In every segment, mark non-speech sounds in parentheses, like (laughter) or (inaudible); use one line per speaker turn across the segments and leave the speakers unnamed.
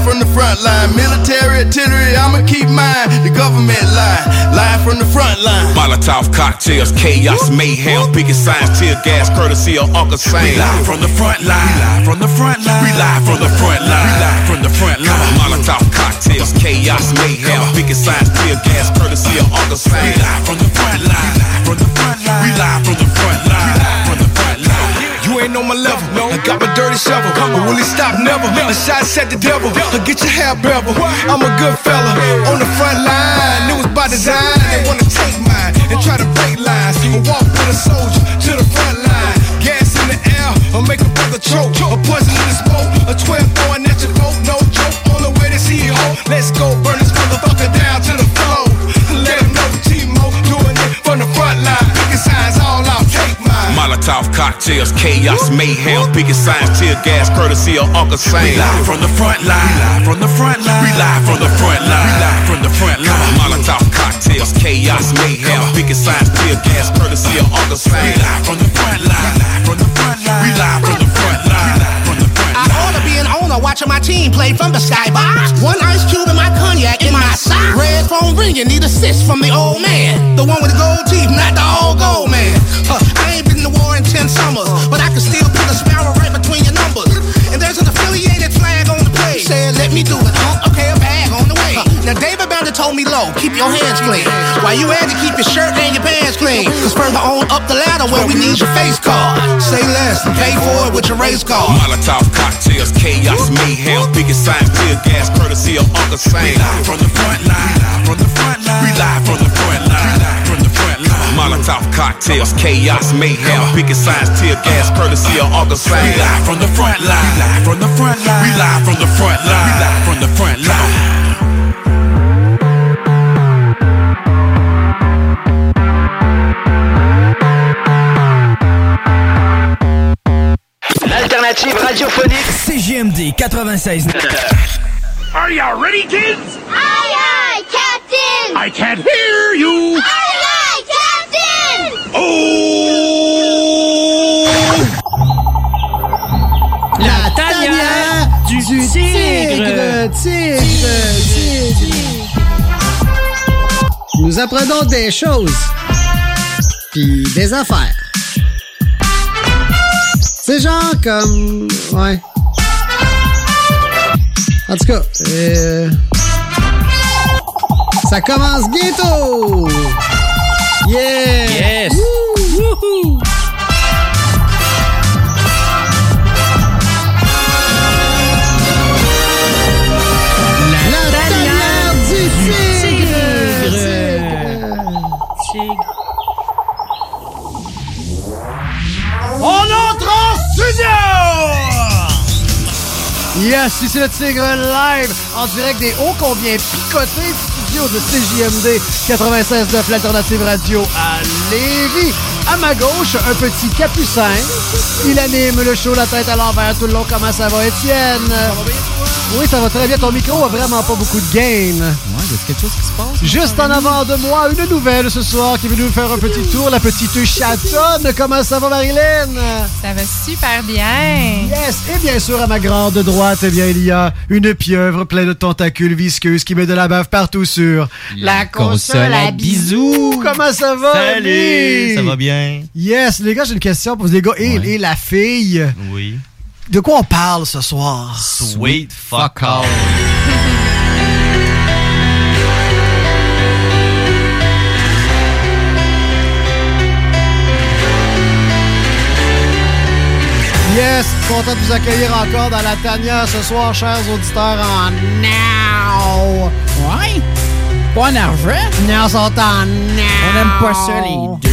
front line. Military artillery, I'ma keep mine. The government line, line from the front line.
Molotov cocktails, chaos, mayhem, picket signs, tear gas, courtesy of Uncle Sam.
We live from the front line. We live from the front line.
We live from the front line.
We live from the front line.
Molotov cocktails, chaos, mayhem, picket signs, tear gas, courtesy of Uncle Sam.
We live from the front line. From the front line.
We live from the front line.
From the front line.
You ain't on my level. No. I got my dirty shovel. But will he stop? Never. The shots at the devil. Look, get your hair bevel. I'm a good fella. On the front line, it was by design. They wanna take mine and try to break lines. You walk with a soldier to the front line. Gas in the air, or make a brother choke. A poison in the smoke, a 12 throwing at your boat. No joke. On the way to see you home. Let's go burn this motherfucker down to the floor. Let him know T-Mo doing it from the front line. Picking signs all out. Take mine.
Molotov cocktails, chaos, mayhem, picket signs, tear gas, courtesy of Uncle Sam.
We live from the front line. We live from the front line.
We live from the front line.
We live from the front line.
Molotov cocktails, chaos, mayhem, picket signs, tear gas, courtesy of Uncle Sam.
We live from the front line. From the front line.
We live from the front line.
From the front
I
line.
oughta be an owner watching my team play from the skybox. One ice cube in my cognac in my sock. Red phone ringing, need assist from the old man. The one with the gold teeth, not the old gold man. Huh, I ain't been to war in ten summers, but I can still put a sparrow right between your numbers. And there's an affiliated flag on the play. Said, let me do it. Huh, okay, a bag on the way. Huh, now David Bounder told me low, keep your hands clean. While you had to keep your shirt and your pants clean. Cause further on up the ladder where we need your face card. Say less and pay for it with your race card.
Molotov cocktails, chaos, mayhem, picket signs, tear gas, courtesy of Uncle Sam.
We live from the front line. From the front line.
We live from the front line.
From the front line.
Molotov cocktails, chaos, mayhem, picket signs, tear gas, courtesy of Uncle Sam.
We live from the front line. We live from the front line.
We live from the front line.
We live from the front line.
L'alternative radiophonique.
CGMD 96.
Are you ready, kids?
Aye, aye, Captain!
I can't hear you.
Aye, aye, Captain!
Oh!
La tanière du, tigre.
Tigre, tigre, tigre. Nous apprenons des choses. Puis des affaires. C'est genre comme... Ouais. En tout cas, euh, ça commence bientôt! Yeah!
Yes.
La tanière du
tigre.
tigre!
Tigre.
On entre en studio!
Yes, ici le Tigre live en direct des hauts combien picotés studios de CJMD 96.9 l'alternative radio à Lévis. À ma gauche, un petit capucin. Il anime le show la tête à l'envers tout le long. Comment ça va, Étienne? Oui, ça va très bien. Ton micro a vraiment pas beaucoup de gain.
Ouais, y a quelque chose qui se passe?
Juste en avant de moi, une nouvelle ce soir qui est venue nous faire un petit tour. La petite chatonne. Comment ça va, Marilyn?
Ça va super bien.
Yes, et bien sûr, à ma grande droite, eh bien, il y a une pieuvre pleine de tentacules visqueuses qui met de la bave partout sur
La console à
Ouh,
bisous.
Comment ça va, Ellie?
Ça va bien?
Yes, les gars, j'ai une question pour vous, les gars, et,
Ouais.
et la fille.
Oui.
De quoi on parle ce soir?
Sweet fuck all.
Yes, content de vous accueillir encore dans la tanière ce soir, chers auditeurs, en now.
Ouais. Pas en argent.
Now, sont en now.
On aime pas ça, les deux.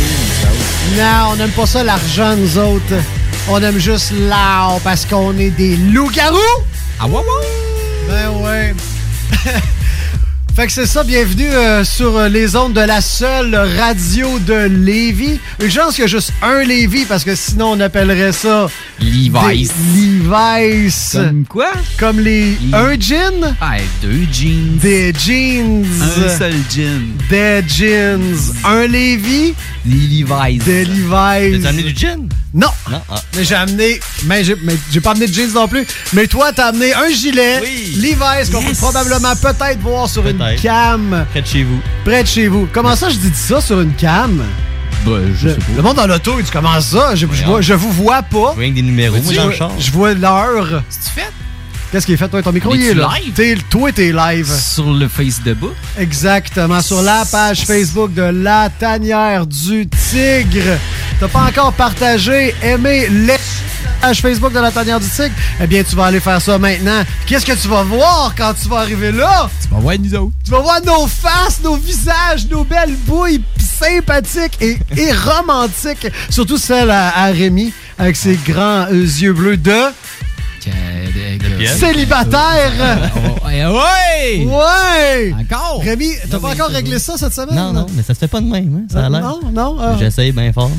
Non, on n'aime pas ça l'argent, nous autres. On aime juste l'art parce qu'on est des loups-garous.
Ah ouais, ouais.
Ben ouais. fait que c'est ça, bienvenue euh, sur euh, les ondes de la seule radio de Lévis. Une chance qu'il y a juste un Lévis parce que sinon on appellerait ça
Levi's.
des Levi's.
Comme
Comme,
quoi?
les
Levi.
un jean,
Ah, deux jeans.
des jeans,
Un seul jean.
des jeans, un Lévis,
Les Levi's.
des
T'as
Levi's.
amené du jean?
Non.
ah.
Mais j'ai amené. Mais j'ai, mais j'ai pas amené de jeans non plus. Mais toi, t'as amené un gilet. Levi's qu'on peut probablement peut-être voir sur une
Peut-être.
cam.
Près de chez vous.
Près de chez vous. Comment ça, je dis ça sur une cam?
Bah,
Ben,
Le, le monde dans l'auto, il dit comment ça? Je, je
Voyons.
vois- je vous vois pas.
Rien que des numéros, moi, dans le char.
Je vois l'heure. C'est-tu fait? Qu'est-ce qui est fait? Toi, ton micro,
Mais
il est
tu
là.
live?
T'es- toi, t'es live.
Sur le Facebook.
Exactement, sur la page Facebook de La Tanière du Tigre. T'as pas encore partagé, aimé les page Facebook de La Tanière du Tigre? Eh bien, tu vas aller faire ça maintenant. Qu'est-ce que tu vas voir quand tu vas arriver là?
Tu vas voir nous autres.
Tu vas voir nos faces, nos visages, nos belles bouilles sympathiques et, et romantiques. Surtout celle à, à Rémi avec ses grands euh, yeux bleus de... Célibataire!
Oh, eh,
Ouais! Ouais!
Ouais!
Encore?
Rémi, t'as pas encore réglé ça cette semaine?
Non, non, mais ça se fait pas de même, hein, ça a l'air.
Non, non.
Ah.
euh,
J'essaye bien
(laughs)
fort.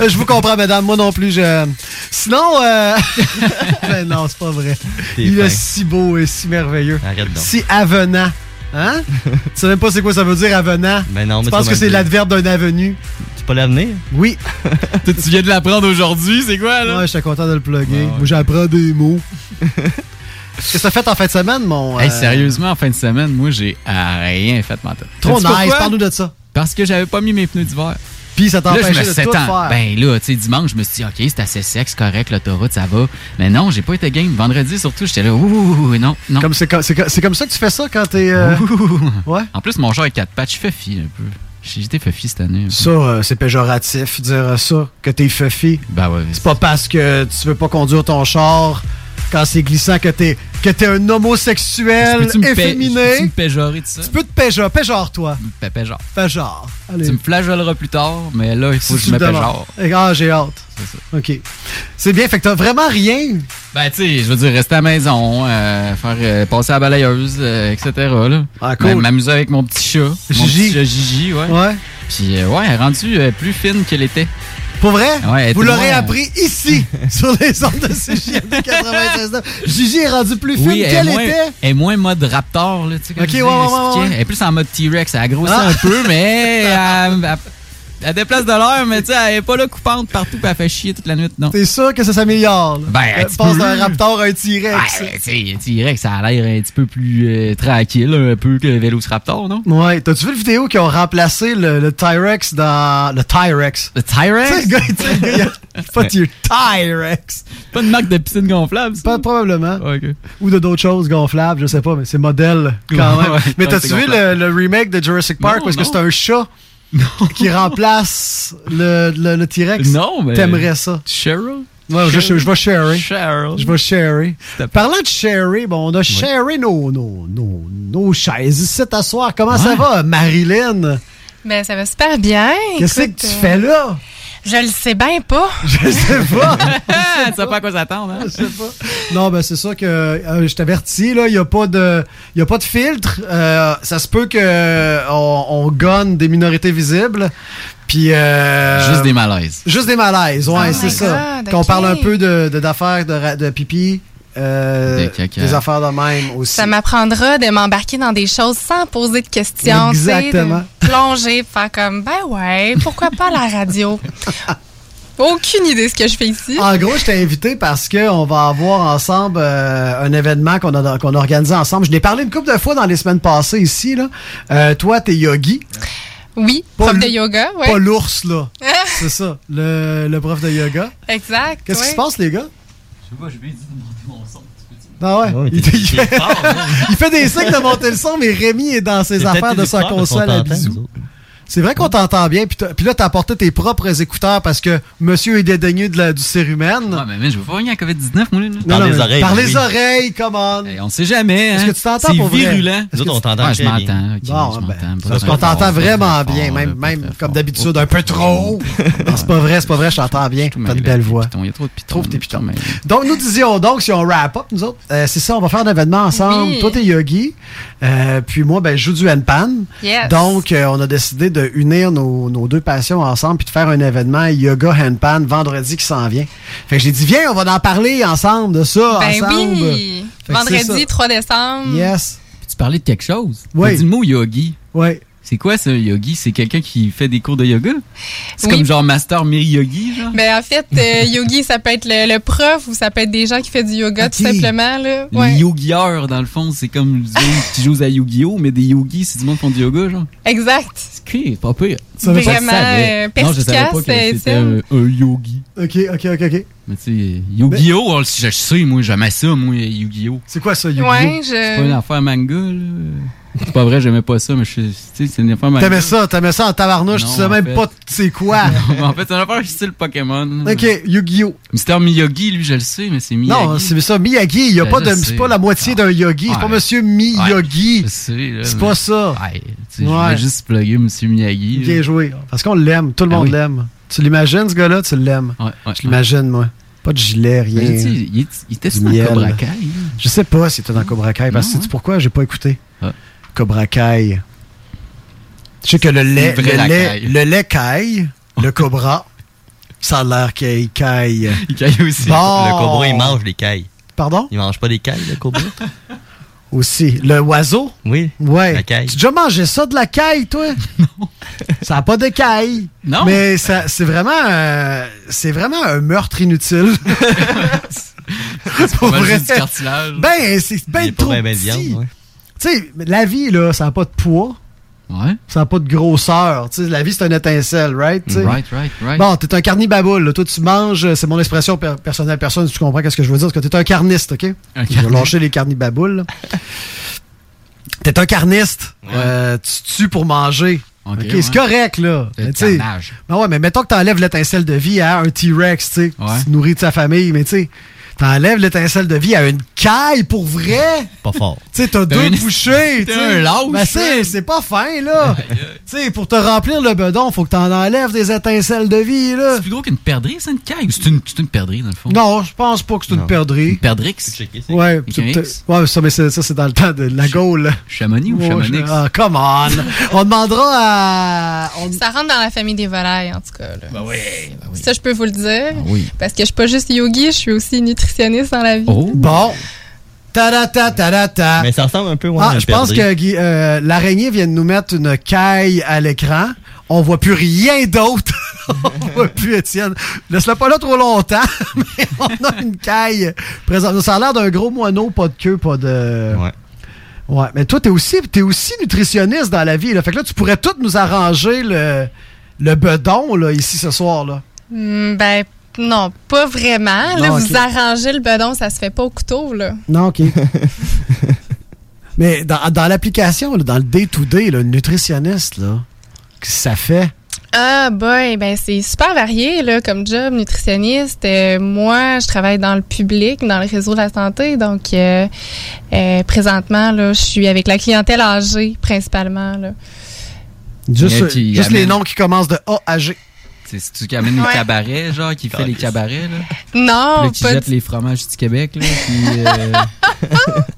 Euh, je vous comprends, madame. Moi non plus, je. Sinon, euh... (laughs) ben non, c'est pas vrai.
T'es
Il
fin.
est si beau et si merveilleux.
Arrête donc.
Si avenant.
(laughs)
Hein? tu sais même pas c'est quoi ça veut dire avenant.
Ben non,
tu
mais
penses
vas
que
me
c'est
dire.
l'adverbe d'un avenue?
C'est pas l'avenir? (laughs)
Oui.
tu viens de l'apprendre aujourd'hui, c'est quoi, là?
Ouais, j'étais content de le plugger. Moi, j'apprends
(laughs)
des mots. Qu'est-ce que ça fait en fin de semaine, mon.
Hey,
euh,
sérieusement, en fin de semaine, moi, j'ai rien fait, ma tête.
Trop
Sais-tu
nice,
pourquoi?
parle-nous de ça.
Parce que j'avais pas mis mes pneus d'hiver.
Puis ça t'a
Là, je
empêché
me
de
suis
tout
étendu.
faire.
Ben là, tu sais, dimanche, je me suis dit, OK, c'est assez sec, correct, l'autoroute, ça va. Mais non, j'ai pas été game. Vendredi, surtout, j'étais là, ouh, ouh, ouh, non, non.
Comme c'est comme, c'est comme- c'est comme ça que tu fais ça quand t'es. euh, Ouais.
En plus, mon char est 4 patchs, fait fi un peu. J'ai- J'étais fuffi cette année. un peu.
Ça, euh, c'est péjoratif, dire ça, que t'es fuffy.
Ben ouais.
C'est pas parce que tu veux pas conduire ton char quand c'est glissant que t'es que t'es un homosexuel
Peux-tu me pé- peux-tu me
efféminé.
péjorer de ça?
Tu peux te péjor, péjore toi.
Pe- Péjore.
Péjore. Allez.
Tu me flageoleras plus tard, mais là, il faut que
Si
je
tu
me
le demandes.
péjore.
Ah, j'ai hâte. OK. C'est bien, fait que t'as vraiment rien.
Ben, tu sais, je veux dire, rester à la maison, euh, faire euh, passer à la balayeuse, euh, etc. Là.
Ah, cool.
Ben, M'amuser avec mon petit chat. Mon
Gigi.
petit chat Gigi, ouais.
Ouais.
Puis, euh, ouais, elle est rendue euh, plus fine qu'elle était.
Pour vrai?
Ouais, elle
Vous
était
l'aurez
moins- euh,
appris (laughs)
(laughs)
ici, sur les ondes de CGMD 96. Gigi est rendu plus fine
Oui,
qu'elle
elle est, moins,
était.
elle est moins mode raptor, là, tu sais, comme
Ok,
je vous
ouais,
ai
ouais,
expliqué.
ouais, ouais.
Elle est plus en mode T-Rex. Elle a grossi
Ah.
un
(laughs)
peu, mais elle, elle- elle déplace de l'air, mais tu sais, elle est pas là coupante partout, puis elle fait chier toute la nuit, non.
T'es sûr que ça s'améliore? là?
Ben, un
Euh,
petit
passe
peu.
d'un raptor à un T-Rex.
Ouais, tu sais, T-Rex, ça a l'air un petit peu plus euh, tranquille, un peu que le Vélociraptor, non?
Ouais, t'as-tu vu la vidéo qui ont remplacé le, le T-Rex dans. Le T-Rex.
Le T-Rex?
Tu sais, le gars, tu sais, le gars,
(laughs)
il a- Pas de T-Rex.
Pas de marque de piscine gonflable, ça?
Pas probablement.
ok.
Ou de d'autres choses gonflables, je sais pas, mais c'est modèle quand même.
Ouais,
mais
ouais,
t'as-tu
c'est
vu le,
gonflable.
le remake de Jurassic Park
Non,
parce que
non.
c'est
(laughs)
un chat qui remplace le, le, le T-Rex?
Non, mais-
T'aimerais ça.
(laughs) Cheryl?
Ouais, je, je vais sharer.
Cheryl.
Je vais sharer. Parlant de sharer, bon, on a sharé nos, nos, nos, nos chaises ici à soir. Comment ça va, Marilyn?
Ben, ça va super bien.
Qu'est-ce que
Écoute,
tu
euh,
fais là?
Je le sais bien pas.
(laughs) Je sais pas.
Ah, tu sais pas à quoi s'attendre, hein?
Non, ben c'est ça que euh, je t'avertis, là, il n'y a, pas de- y a pas de filtre. Euh, ça se peut que euh, on, on gonne des minorités visibles. Puis. euh,
Juste des malaises.
Juste des malaises, ouais,
Oh
c'est
my
ça.
God,
Qu'on
ok.
parle un peu de- de- d'affaires de, ra- de, pipi, euh,
De caca.
des affaires de même aussi.
Ça m'apprendra de m'embarquer dans des choses sans poser de questions. tu sais,
Exactement.
De plonger, de faire comme, ben ouais, pourquoi pas la
(laughs)
radio? Aucune idée de ce que je fais ici.
En gros, je t'ai invité parce qu'on va avoir ensemble euh, un événement qu'on a, qu'on a organisé ensemble. Je n'ai parlé une couple de fois dans les semaines passées ici. Là. Euh, toi, t'es yogi.
Oui,
Pas
prof
le-
de yoga, Ah. oui.
Pas l'ours, là. C'est ça, le, le prof de yoga.
Exact.
Qu'est-ce qui
ouais.
se passe, les gars?
Je sais pas, je vais dit de monter mon son.
Ah ouais.
Ouais,
il,
t'es-
il fait, (laughs) il fait des signes de monter le son, mais Rémi est dans ses
C'est
affaires
peut-être
de
des
sa
frères, parce qu'on
console à
t'entend,
bisous.
nous autres.
C'est vrai qu'on t'entend bien, puis t'as- puis là, t'as apporté tes propres écouteurs parce que monsieur est dédaigné de la, du cérumen.
Ouais, Ah, mais man, je veux pas gagner à COVID-19, moi, là.
Non,
Par
non,
les
mais
oreilles, ben
Par
oui. Eh,
les oreilles, come on.
Hey, on sait jamais, hein?
Est-ce que tu t'entends pour
C'est
vrai?
virulent.
Nous autres, on t'entend
Ouais, je
très bien.
m'entends. ok,
Bon,
je
ben,
m'entends. Pas très
parce qu'on
fort,
t'entend
pas très
vraiment bien,
fort, là,
même,
pas
même
très
comme
fort.
d'habitude, un
(laughs)
peu trop. Non, c'est pas vrai, c'est pas vrai, je t'entends bien.
Tout
T'as une
mêlé,
belle voix.
pitons, Il y a trop de pitons.
Trouve tes
là,
pitons.
mêlé.
Donc, nous disions donc, si on wrap up, nous autres, euh, c'est ça, on va faire un événement ensemble.
Oui.
Toi, t'es yogi, euh, puis moi, ben, je joue du handpan.
Yes.
Donc, euh, on a décidé de unir nos, nos deux passions ensemble, puis de faire un événement yoga handpan vendredi qui s'en vient. Fait que j'ai dit, viens, on va en parler ensemble de ça,
Ben
ensemble.
oui.
Fait que c'est
Vendredi
ça.
3 décembre.
Yes.
Puis Tu parlais de quelque chose?
Oui.
T'as dit le mot yogi.
Ouais.
C'est quoi ça, yogi? C'est quelqu'un qui fait des cours de yoga? C'est
Oui.
comme genre master miri yogi, genre?
Ben, en fait, euh, yogi, ça peut être le, le prof ou ça peut être des gens qui font du yoga, tout
Ok.
simplement. Là.
Les
Ouais.
yogieurs, dans le fond, c'est comme du monde qui joue à Yu-Gi-Oh! mais des yogis, c'est du monde qui font du yoga, genre.
Exact.
Ok, pas pire.
Tu savais pas?
Je le savais.
Vraiment, euh,
Non, je savais pas que
perspicace,
c'était
Étienne.
un, un yogi.
Ok, ok, ok, ok.
Mais tu sais, Yu-Gi-Oh! oh, je sais, moi, j'aimais ça, moi, Yu-Gi-Oh!
C'est quoi ça,
Yu-Gi-Oh? Ouais, je-
C'est pas une affaire manga, là. C'est pas vrai, j'aimais pas ça, mais je suis- tu sais, c'est une affaire manga.
T'aimais ça, t'aimais ça en tabarnouche,
Non,
tu sais
en
même
fait.
pas
(laughs)
c'est quoi.
Non, mais (laughs) en fait, c'est une affaire style Pokémon.
Ok, Yu-Gi-Oh!
Mister Miyagi, lui, je le sais, mais c'est Miyagi.
Non, c'est ça, Miyagi, il y a
Ben,
pas
je
de,
sais.
c'est pas la moitié d'un yogi, c'est
Ouais.
pas monsieur Miyagi.
Je sais, là,
C'est
mais-
pas ça.
Ouais, tu sais, je
Ouais.
vais juste plugger Monsieur Miyagi. là.
Bien joué. Parce qu'on l'aime, tout le
Ah
monde
oui.
l'aime. Tu l'imagines, ce gars-là, tu l'aimes.
Ouais, ouais,
Je l'imagine, moi. Pas de gilet, rien.
Mais tu sais, il est- il était
Du
sur un
miel.
Cobra Kai, là.
Je sais pas si c'était dans Cobra Kai, parce que
Non, hein? Ah.
sais-tu pourquoi j'ai pas écouté Cobra Kai. Je sais que le lait,
vrai,
le
la
lait,
caille.
le lait caille, le cobra, ça a l'air qu'il caille.
(laughs) Il caille aussi.
Bon.
Le cobra, il mange des cailles.
Pardon?
Il mange pas des cailles, le cobra?
(laughs) Aussi. Le oiseau?
Oui.
Ouais.
La caille.
Tu as déjà mangé ça de la caille,
(laughs)
toi? Non. Ça n'a pas de caille.
Non.
Mais ça- c'est vraiment, euh, c'est vraiment un
(laughs)
meurtre inutile.
C'est
Pour
pas mal
vrai.
juste du cartilage.
Ben, c'est
Il
ben
est pas
trop
bien, bien
petit.
viande, ouais.
Tu sais, la vie, là, ça n'a pas de poids.
Ouais.
Ça n'a pas de grosseur. Tu sais, la vie, c'est une étincelle, right? Tu sais.
Right, right, right.
Bon, t'es un carnibaboule. là. Toi, tu manges, c'est mon expression per- personnelle, personne, tu comprends ce que je veux dire, parce que t'es un carniste, OK?
Un
Je vais
carniste.
lâcher les
(laughs)
carnibaboules. là. t'es un carniste. Euh, tu tues pour manger. OK,
Ok, ouais.
c'est correct, là.
Le
Mais, tu sais,
carnage.
ben ouais, mais mettons que t'enlèves l'étincelle de vie à un T-Rex, tu sais.
Ouais.
Tu nourris de sa famille, mais tu sais, t'enlèves l'étincelle de vie à une caille pour vrai.
Pas fort.
Tu sais, t'as deux
une-
bouchées.
t'es
tu sais.
un lâche,
Ben, c'est,
man.
c'est pas fin, là. tu sais, pour te remplir le bedon, faut que t'en enlèves des étincelles de vie, là.
C'est plus gros qu'une perdrix, ça, une caille? Ou C'est une, c'est une perdrix, dans le fond.
Non, je pense pas que c'est une perdrix. Une
perdrix?
Ouais,
Avec
c'est
un
peut-être-
X?
ouais, ça, mais c'est- ça, c'est dans le temps de la Gaule.
Chamonix ou
Ouais,
Chamonix?
je- Ah, come on! on demandera à. on-
Ça rentre dans la famille des volailles, en tout cas. Là. Ça, je peux vous le dire.
oui.
Parce que je suis pas juste yogi, je suis aussi nutritionniste dans la vie.
Bon! Ta-da-ta, ta-da-ta.
Oh. Mais ça ressemble un peu, ouais, à
Ah,
une
je pense que
perdrix.
Guy- euh, l'araignée vient de nous mettre une caille à l'écran. On voit plus rien d'autre. (laughs) on voit plus Étienne. Laisse-la pas là trop longtemps. (laughs) Mais on a une caille présente. Ça a l'air d'un gros moineau, pas de queue, pas de.
Ouais.
Ouais. Mais toi, t'es aussi, t'es aussi nutritionniste dans la vie. Là. Fait que là, tu pourrais tout nous arranger le, le bedon là, ici ce soir. Là.
Hmm, ben, non, pas vraiment. là,
Non,
vous
ok.
arrangez le bedon, ça se fait pas au couteau, là.
Non, (laughs) OK. Mais dans, dans l'application, là, dans le day-to-day, le nutritionniste, là, qu'est-ce que ça fait?
Ah boy, ben c'est super varié là, comme job nutritionniste. Euh, moi, je travaille dans le public, dans le réseau de la santé, donc euh, euh, présentement là, je suis avec la clientèle âgée principalement là.
Mais
Juste,
qui
juste les
amène-
noms qui commencent de A à G.
C'est celui qui amène les
Ouais.
cabarets, genre, qui fait les cabarets, là. Puis
Oh,
Non,
là, qui
pas
jette
du-
les fromages du Québec, là. Puis.
(laughs)
euh,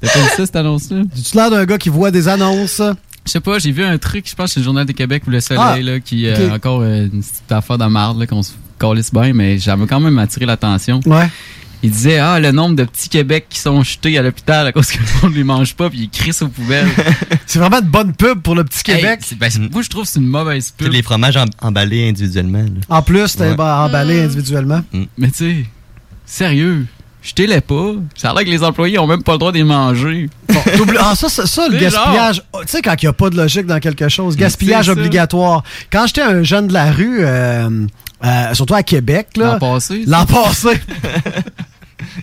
T'as pas vu ça, cette annonce-là?
Tu l'air d'un gars qui voit des annonces.
Je sais pas, j'ai vu un truc, je pense, c'est le Journal de Québec ou Le Soleil,
Ah,
là, qui euh,
ok.
encore euh, une petite affaire de marde, là, qu'on se calisse bien, mais j'avais quand même attiré l'attention.
Ouais.
Il disait, ah, le nombre de petits Québec qui sont jetés à l'hôpital à cause que le monde les mange pas, puis ils crissent aux poubelles.
(laughs) C'est vraiment de bonne pub pour le petit Québec.
moi, je trouve que c'est une mauvaise
Tu sais,
pub.
les fromages em- emballés individuellement. là.
Ah.
En plus, t'es
Ouais.
ba-
Mm.
emballé individuellement.
Mais tu sais, sérieux, jetez les pas. Ça a l'air que les employés ont même pas le droit de les manger.
Double- Ah, ça, ça, ça, le
C'est Mm,
gaspillage. Oh, Tu sais, quand il n'y a pas de logique dans quelque chose, gaspillage
c'est ça.
obligatoire. Quand j'étais un jeune de la rue, euh, euh, surtout à Québec, là.
L'an passé, ça. (laughs)
L'an passé.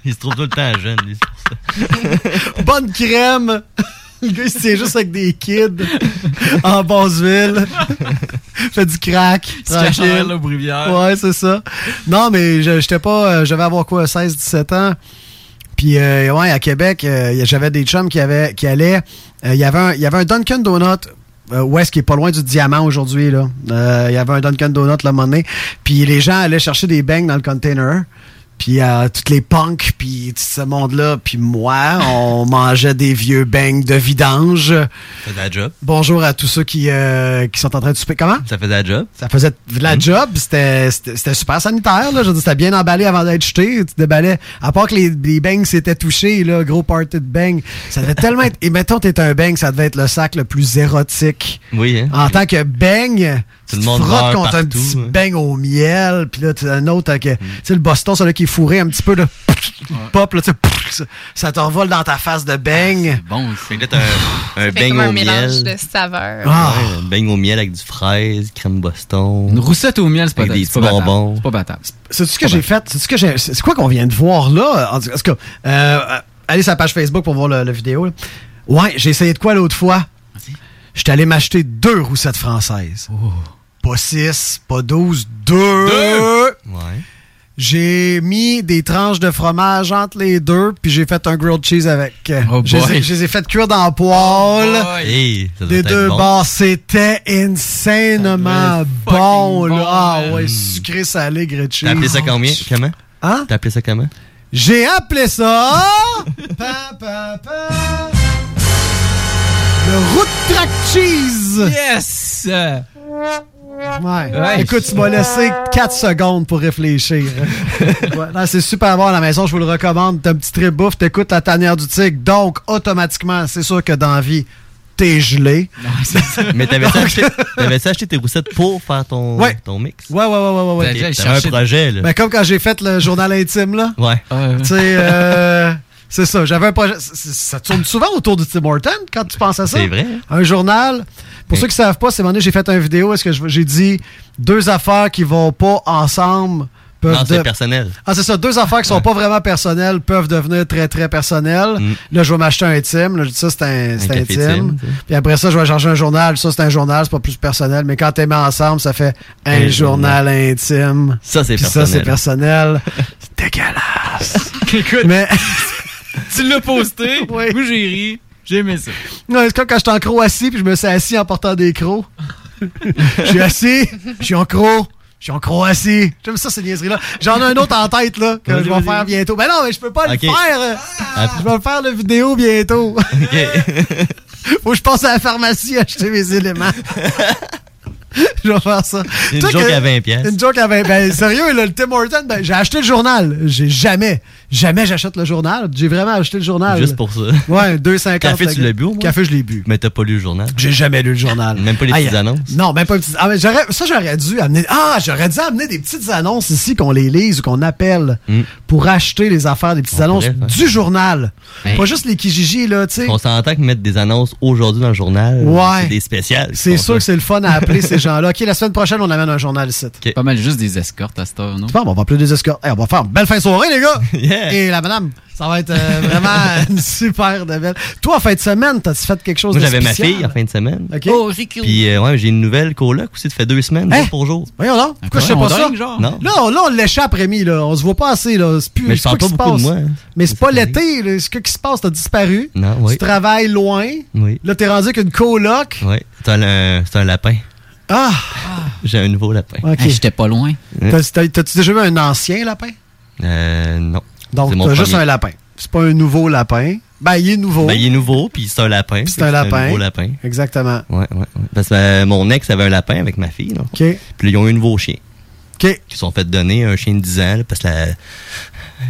Il se trouve tout le temps jeune, lui.
(laughs) Bonne crème. Le gars, il se tient juste avec des kids en basse ville. Fait du crack.
se cache en
tranquille.
arrière de la Brivière.
Ouais, c'est ça. Non, mais je- j'étais pas. euh, J'avais avoir quoi, 16, 17 ans? Puis, euh, ouais, à Québec, euh, j'avais des chums qui, avaient, qui allaient. euh, Il y avait un- il y avait un Dunkin' Donut. euh, ouest qui est pas loin du diamant aujourd'hui là. Euh, Il y avait un Dunkin' Donut la monnaie. Puis les gens allaient chercher des bangs dans le container. puis euh, toutes les punks, puis tout ce monde-là, puis moi, on (laughs) mangeait des vieux bangs de vidange.
Ça fait de la job.
Bonjour à tous ceux qui, euh, qui sont en train de souper. Comment?
Ça fait de la job.
Ça faisait de
Hmm.
la job, c'était c'était- c'était super sanitaire. Là. Je veux dire, c'était bien emballé avant d'être jeté. Tu déballais. À part que les, les bangs s'étaient touchés, là, gros party de bangs. Ça devait tellement être. Et mettons, t'es un bang, ça devait être le sac le plus érotique.
Oui,
Ah.
hein?
En tant que bang,
Tout
tu
le
te
monde
frottes
meurt
contre un
partout,
petit
hein. Hmm.
bang au miel, puis là, tu un autre avec, euh, tu sais, le Boston, celui qui est fourré un petit peu, là, pop, là, tu sais, ça- ça t'envole dans ta face de bang.
Bon, c'est là, t'as un, un
Fait
beigne
comme un
au
mélange
miel.
de saveurs.
Ouais, un beigne au miel avec du fraise, crème Boston.
Ah. Une roussette au miel, c'est pas
Avec des
c'est pas
petits
battable.
bonbons.
C'est pas battable.
C'est ce que j'ai fait. C'est ce que j'ai. C'est c'est quoi qu'on vient de voir là En tout cas, en tout cas, euh, allez sur la page Facebook pour voir le- la vidéo. là. Ouais, j'ai essayé de quoi l'autre fois J'étais allé m'acheter deux roussettes françaises. Pas six, pas douze, deux.
Ouais.
J'ai mis des tranches de fromage entre les deux, puis j'ai fait un grilled cheese avec. je, les ai,
boy. Oh
je les ai fait cuire dans la poêle.
Hey, ça doit
Des
être
deux
bon.
bords, c'était insanement bon, là. Ah ouais, sucré, salé, grilled cheese.
T'as appelé ça combien? Comment?
Hein?
T'as appelé ça comment?
J'ai appelé ça (laughs) pa, pa, pa, le root track cheese.
Yes!
Ouais.
Ouais.
Écoute, tu m'as laissé 4 secondes pour réfléchir. Ouais, non, c'est super bon à la maison, je vous le recommande. T'as un petit trip bouffe, t'écoutes la tanière du tigre. Donc, automatiquement, c'est sûr que dans la vie, t'es gelé.
Ah,
(laughs) Mais t'avais-tu
Donc-
acheté, t'avais-tu acheté tes roussettes pour faire ton,
Ouais.
ton mix?
Ouais, ouais, ouais, ouais, ouais, ouais.
T'as- T'avais un projet, là.
Ben, comme quand j'ai fait le journal intime, là.
Ouais.
Tu sais, euh, c'est ça. J'avais un projet. c- c- Ça tourne souvent autour de Tim Horton quand tu penses à ça.
C'est vrai. hein.
Un journal. Pour ceux qui savent pas, c'est mon j'ai fait une vidéo. Est-ce que je- j'ai dit deux affaires qui vont pas ensemble peuvent
Non, c'est
de- (laughs)
personnel.
Ah, c'est ça. Deux affaires qui sont pas vraiment personnelles peuvent devenir très, très personnelles. Là, je vais m'acheter un intime. Là, je dis ça, c'est un, c'est
Mm. café
intime.
intime, tu sais.
Puis après ça, je vais chercher un journal. Ça, c'est un journal. C'est pas plus personnel. Mais quand t'es mis ensemble, ça fait un
Un
journal intime.
Ça, c'est
Puis
personnel.
Ça, c'est personnel. c'est dégueulasse.
(laughs)
Écoute. Mais.
Tu l'as (laughs) posté. Moi, j'ai ri. J'ai aimé ça.
Non, c'est comme quand j'étais en croc assis, puis je me suis assis en portant des
(laughs)
crocs. Je suis assis, je suis en croc, je suis en croc assis. J'aime ça, ces niaiseries-là. J'en ai un autre en tête, là, que
Vas-y,
je vais
vas-y.
faire bientôt. Mais non, mais je peux pas
Ok. Ah.
le faire. Je vais faire le
(laughs)
vidéo bientôt. Faut que je passe à la pharmacie acheter
(laughs)
mes éléments. Je vais faire ça.
Une
Toi,
joke
que-
à 20 pièces.
Une joke à 20 Ben, sérieux, là, le Tim Horton, ben, j'ai acheté le journal. J'ai jamais, jamais j'achète le journal. J'ai vraiment acheté le journal.
Juste pour ça.
Ouais, 2,50.
Café,
la
tu
gueule.
l'as bu au moins?
Café, je l'ai bu.
Mais t'as pas lu le journal.
J'ai jamais lu le journal.
Même pas les
Aïe,
petites annonces.
Non, même pas les petites. Ah, mais j'aurais- ça, j'aurais dû amener. Ah, j'aurais dû amener des petites annonces ici qu'on les lise ou qu'on appelle pour acheter les affaires, des petites annonces
Mm. pourrait faire
du journal.
Ben.
Pas juste les Kijiji, là, tu sais.
On s'entend que mettre des annonces aujourd'hui dans le journal,
Ouais.
c'est des spéciales.
C'est sûr que c'est le fun à
(laughs)
appeler ces gens-là. OK, la semaine prochaine, on amène un journal ici.
Pas mal juste des escortes à cette heure, non?
C'est pas bon, on va appeler des escortes. Hey, on va faire une belle fin de soirée, les
(laughs)
gars!
Yeah.
Et la madame, ça va être euh, vraiment une super de belle. Toi, en fin de semaine, t'as-tu fait quelque chose
Moi,
de
j'avais ma
spécial?
fille en fin de semaine.
OK. Oh, c'est cute.
Puis, euh, ouais, j'ai une nouvelle coloc aussi, ça fait deux semaines,
Hein?
jour pour jour.
Voyons là, pourquoi je sais
Voyons
pas ça?
donc, genre. Non.
Là, on- là, on l'échappe, Rémi, là. On se voit pas assez, là. C'est plus,
Mais je
c'est
parle
quoi
pas
qui
beaucoup
se
de
passe.
moi, hein.
Mais c'est pas l'été, là. C'est quoi qui se passe? T'as disparu.
Non, oui.
Tu travailles loin.
Oui.
Là, t'es rendu avec une coloc.
Oui. C'est un, c'est un lapin.
Ah!
J'ai un nouveau lapin. Hein?
Ok. Hey, j'étais
pas loin.
T'as- t'as- T'as-tu déjà vu un ancien lapin?
Euh, non.
Donc,
C'est mon
t'as juste
premier.
un lapin. C'est pas un nouveau lapin. Ben, il est nouveau.
Ben, il est nouveau, puis c'est un lapin.
c'est un lapin.
nouveau lapin.
Exactement.
Ouais, ouais, ouais. Parce que euh, mon ex avait un lapin avec ma fille. non?
OK.
Puis là, ils ont eu un nouveau chien.
OK.
Qui sont fait donner un chien de 10 ans, là, parce que la,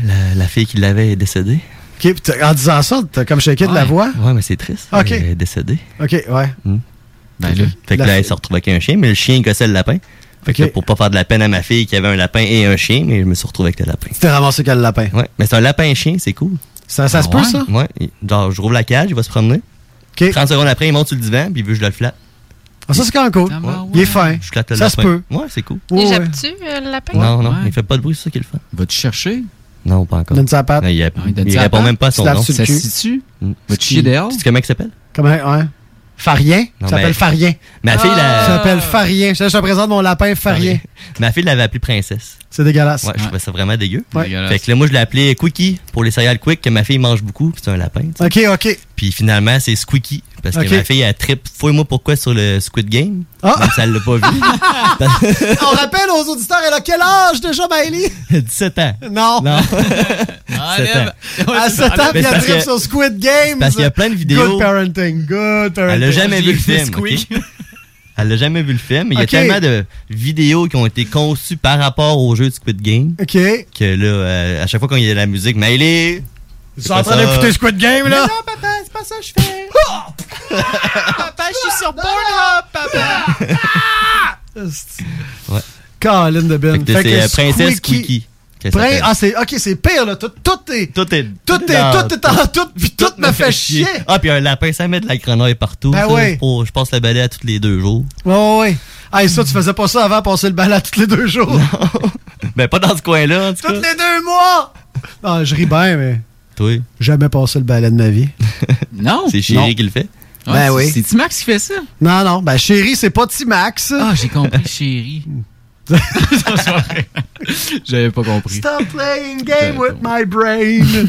la, la fille qui l'avait est décédée.
OK, puis t'as- en disant ça, t'as comme shaké de la voix.
Ouais, mais c'est triste.
OK.
Elle est décédée.
OK, ouais.
Ben là, fait que
La
là, elle
fille-
se retrouve avec un chien, mais le chien gossait le lapin. Fait que là, pour pas faire de la peine à ma fille qui avait un lapin et un chien, mais je me suis retrouvé avec le lapin.
Tu t'es ramassé qu'à le lapin.
Ouais, mais c'est un lapin-chien, c'est cool. Ah
Ça, ça se peut, ça?
Ouais. il- Genre, je rouvre la cage, il va se promener. 30 secondes après, il monte sur le divan, puis il veut que je le flatte.
Ah, ça, c'est quand même cool. Il est fin.
Je flatte le
Ça se
lapin.
peut.
Ouais, c'est cool.
Il jappe-tu euh, le lapin?
Non, non, il fait pas de bruit, c'est ça qu'il le fait.
Va-tu chercher?
Non, pas encore.
Ah, Donne sa patte.
Non, Il,
donne
il
sa
répond
patte.
même pas à son
Tu laves
nom. Hmm.
sur le Ça cul. se situe? Va-tu chier dehors?
Tu sais comment il s'appelle?
Comment, ouais. Ah. Farien?
Non,
Ça s'appelle
mais-
Farien.
Ma fille, la-
Ça s'appelle Farien. Je te présente mon lapin Farien.
Ma fille l'avait appelée princesse.
Ah, C'est dégueulasse.
Ouais, je trouvais ça vraiment dégueu.
Ouais. Dégueulasse.
Fait que là, moi, je l'ai appelé Quickie pour les céréales Quick que ma fille mange beaucoup, puis c'est un lapin. tu sais.
OK, OK.
Puis finalement, c'est Squeaky Parce
Ok. Ah!
que ma fille, elle tripe, fouille-moi pourquoi sur le Squid Game. Même si elle l'a pas
(laughs)
vu.
(laughs) On rappelle aux auditeurs, elle a quel âge déjà, Bailey?
17 ans.
Non.
Non.
Enlève.
Sept ans.
À 7 ans,
Mais
puis
c'est
elle
parce
tripe
que-
sur Squid Games.
parce qu'il y a plein de vidéos-
Good parenting, good parenting.
Elle a jamais vu le film. ok? Elle a jamais vu le film. mais Il y a
Ok.
tellement de vidéos qui ont été conçues par rapport au jeu de Squid Game.
OK.
Que là, euh, à chaque fois qu'on y a de la musique, mais elle est.
Ils sont en train d'écouter Squid Game, là?
non, papa, c'est pas ça que je fais. (laughs) papa, je suis sur Pornhub, (laughs) papa.
Ouais.
Caroline de Ben.
Fait que là,
Fait
c'est
que
euh, Princesse
Squeaky-
Squeaky. qu'elle
Prin-
s'appelle.
Ah, c'est, ok, c'est pire, là. Tout, tout est.
Tout est.
Tout est.
Ah,
Tout est en tout, puis tout
(laughs)
me fait chier.
Ah, puis un lapin, ça met de la grenouille partout.
Ben
ça,
ouais.
pour- je passe le balai à tous les deux jours.
Ouais, ouais, ouais. Ah, et ça, tu faisais pas ça avant passer le balai tous les deux jours.
Ben, pas dans ce coin-là, en tout cas.
Tous les deux mois! Non, Ah, je ris bien, mais.
Toi.
Jamais passé le balai de ma vie.
Oh, Non.
C'est
Non.
Chéri qui le fait.
ben oui.
C'est Max qui fait ça?
Non, non. Ben, chérie, c'est pas T-Max. Ah,
j'ai compris, chérie. (laughs) J'avais pas compris.
Stop playing game with
(laughs)
my brain.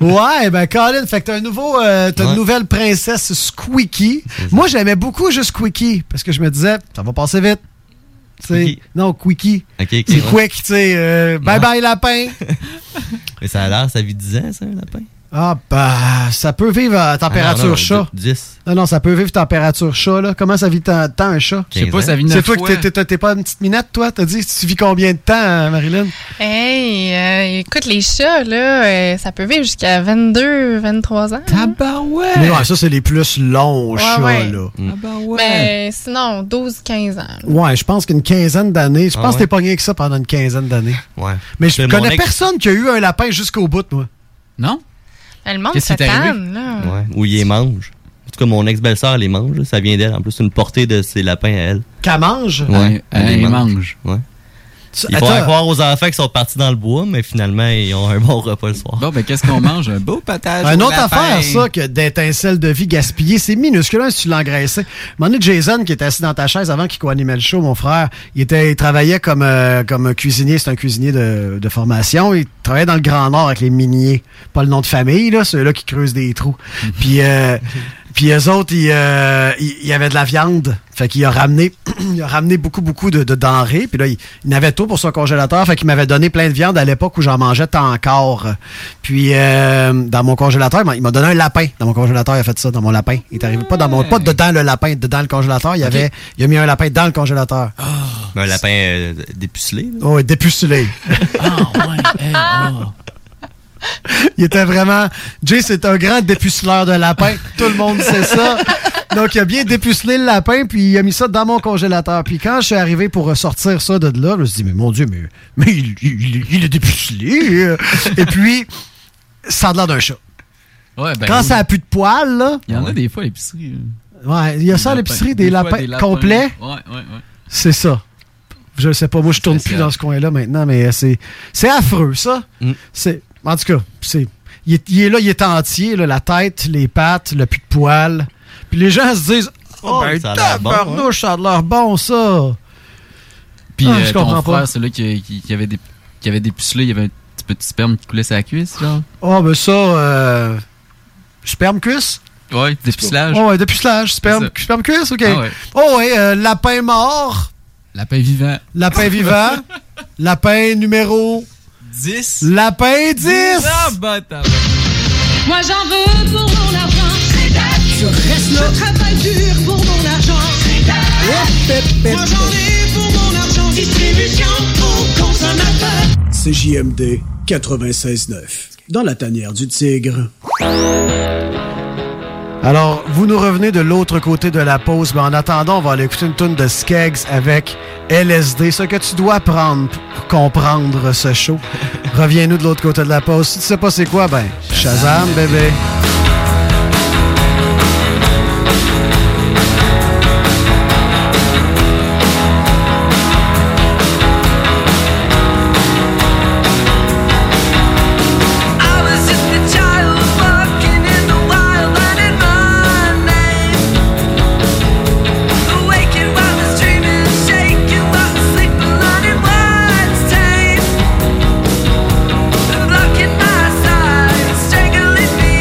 ouais, ben Colin, fait que t'as un nouveau, euh, t'as une nouvelle princesse Squeaky. Moi, j'aimais beaucoup juste Squeaky parce que je me disais, ça va passer vite. Tu sais, Non, Squeaky.
Ok, ok,
C'est
ouais.
quick, tu sais. euh, bye bye lapin.
Mais ça a l'air, ça vit 10 ans, ça, un lapin.
Ah, bah, ça peut vivre à température chat.
10.
Non, non, ça peut vivre température chat, là. Comment ça vit tant, tant un chat?
Je sais pas, ça vit
C'est
neuf
toi
fois.
que t'es- t'es- t'es pas une petite minette, toi? T'as dit, tu vis combien de temps, euh, Marilyn?
Hey, euh, écoute, les chats, là, euh, ça peut vivre jusqu'à 22, 23 ans. hein?
Tabarouette! Mais ouais, ça, c'est les plus longs
Ouais,
chats,
ouais.
là.
Mais sinon, 12, 15 ans. là.
Ouais, je pense qu'une quinzaine d'années. Je pense
Ah
que
ouais?
t'es pogné avec ça pendant une quinzaine d'années.
Ouais.
Mais je
C'est mon
connais
ex-
personne qui a eu un lapin jusqu'au bout, moi.
Non?
Ben, le monde
Qu'est-ce
se
qui t'est arrivé?
tanne, là.
Ouais. Ou il les mange. En tout cas, mon ex-belle-sœur les mange. là. Ça vient d'elle. En plus, c'est une portée de ses lapins à elle.
Qu'elle mange?
Ouais.
Elle- elle les
Ouais.
Tu-
Il faut
attends.
croire aux enfants qui sont partis dans le bois, mais finalement, ils ont un bon repas le soir. Bon,
ben, qu'est-ce qu'on mange? Un beau patage.
Une autre affaire, ça, que d'étincelles de vie gaspillées, c'est minuscule hein, si tu l'engraissais. Mon donné, Jason, qui était assis dans ta chaise avant qu'il co-animait le show, mon frère, il, était, il travaillait comme, euh, comme un cuisinier, c'est un cuisinier de, de formation. Il travaillait dans le Grand Nord avec les miniers. Pas le nom de famille, là, ceux-là qui creusent des trous. Puis, euh, puis eux autres, ils, euh, ils- il y avait de la viande. Fait qu'il a ramené, (clears throat) il a ramené beaucoup, beaucoup de, de denrées. Puis là, il, il en avait tout pour son congélateur. Fait qu'il m'avait donné plein de viande à l'époque où j'en mangeais tant encore. Puis euh, dans mon congélateur, il m'a- il m'a donné un lapin. Dans mon congélateur, il a fait ça, dans mon lapin. Il est arrivé pas dans mon. Pas dedans le lapin, dedans le congélateur. Il avait. Il a mis un lapin dans le congélateur.
Un lapin euh, dépucelé. là.
Oh, dépucelé.
oh.
(laughs) Il était vraiment. Jay, c'est un grand dépuceleur de lapin. Tout le monde sait ça. Donc, il a bien dépucelé le lapin, puis il a mis ça dans mon congélateur. Puis quand je suis arrivé pour ressortir ça de là, je me suis dit, mais mon Dieu, mais, mais il, il- il est dépucelé. Et puis, ça a l'air d'un chat.
Ouais, ben,
quand
oui.
ça a plus de poils, là.
Il y en a des fois à l'épicerie. hein. là.
Ouais, il y a ça à l'épicerie, des,
fois,
lapins complets.
Ouais, ouais, ouais.
C'est ça. Je sais pas, moi je tourne plus
spécial. Mm.
dans ce coin-là maintenant, mais euh, c'est c'est affreux ça. C'est en tout cas, c'est il est, il est là, il est entier, là, la tête, les pattes, le plus de poils. Puis les gens se disent
Oh,
"Oh
ben,
ben
ça a l'air bon,
tabarnouche, ça a l'air bon ça."
Puis
Ah,
euh,
je
ton
comprends pas.
frère, celui qui, qui, qui avait des qui avait des pucelés, il y avait un petit peu de sperme qui coulait sa cuisse, genre.
Oh ben ça euh, sperme cuisse.
Ouais, des pucelages.
Oh ouais, dépucelage, sperme,
C'est ça.
sperme cuisse, OK.
Ah ouais.
Oh ouais, euh, lapin mort,
Lapin vivant.
lapin vivant, lapin numéro
10.
Lapin 10.
Ah, bah, t'as-
Moi j'en veux pour mon argent. Je reste là. Je travaille dur pour mon argent. Moi j'en ai pour mon argent. Distribution pour consommateurs.
CJMD 96.9. Dans la tanière du tigre.
Alors, vous nous revenez de l'autre côté de la pause, mais en attendant, on va aller écouter une tune de Skeggs avec LSD, ce que tu dois prendre pour comprendre ce show. Reviens-nous de l'autre côté de la pause. Si tu sais pas c'est quoi, ben, Shazam, bébé.
I was just a child walking in the wild, learning my name. Awakened while I was dreaming, shaking while I was sleeping, learning what's tame. Blocking my sight, strangling me.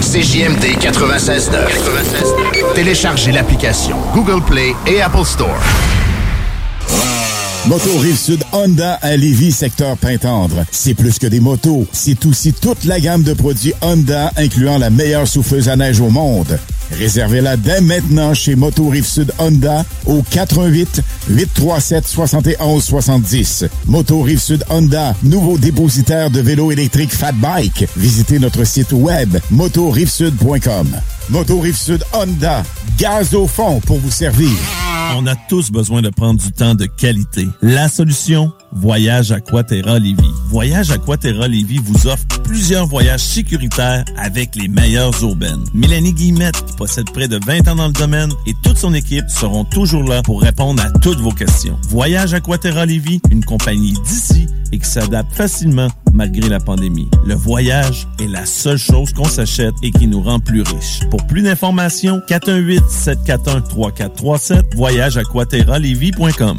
CJMD 96.9. Téléchargez l'application Google Play et Apple Store.
Moto Rive-Sud Honda à Lévis, secteur Pintendre. C'est plus que des motos, c'est aussi toute la gamme de produits Honda, incluant la meilleure souffleuse à neige au monde. Réservez-la dès maintenant chez Moto Rive-Sud Honda au 88 837 71 70. Moto Rive-Sud Honda, nouveau dépositaire de vélos électriques Fat Bike. Visitez notre site web motorivesud.com. Moto Rive-Sud Honda, gaz au fond pour vous servir.
On a tous besoin de prendre du temps de qualité. La solution, Voyage Aquaterra Lévis. Voyage Aquaterra Lévis vous offre plusieurs voyages sécuritaires avec les meilleures urbaines. Mélanie Guillemette, qui possède près de 20 ans dans le domaine, et toute son équipe seront toujours là pour répondre à toutes vos questions. Voyage Aquaterra Lévis, une compagnie d'ici et qui s'adapte facilement malgré la pandémie. Le voyage est la seule chose qu'on s'achète et qui nous rend plus riches. Pour plus d'informations, 418-741-3437, voyageaquaterralevis.com.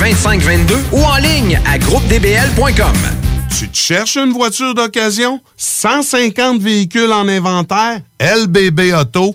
2522 ou en ligne à groupedbl.com.
Tu te cherches une voiture d'occasion? 150 véhicules en inventaire? lbbauto.com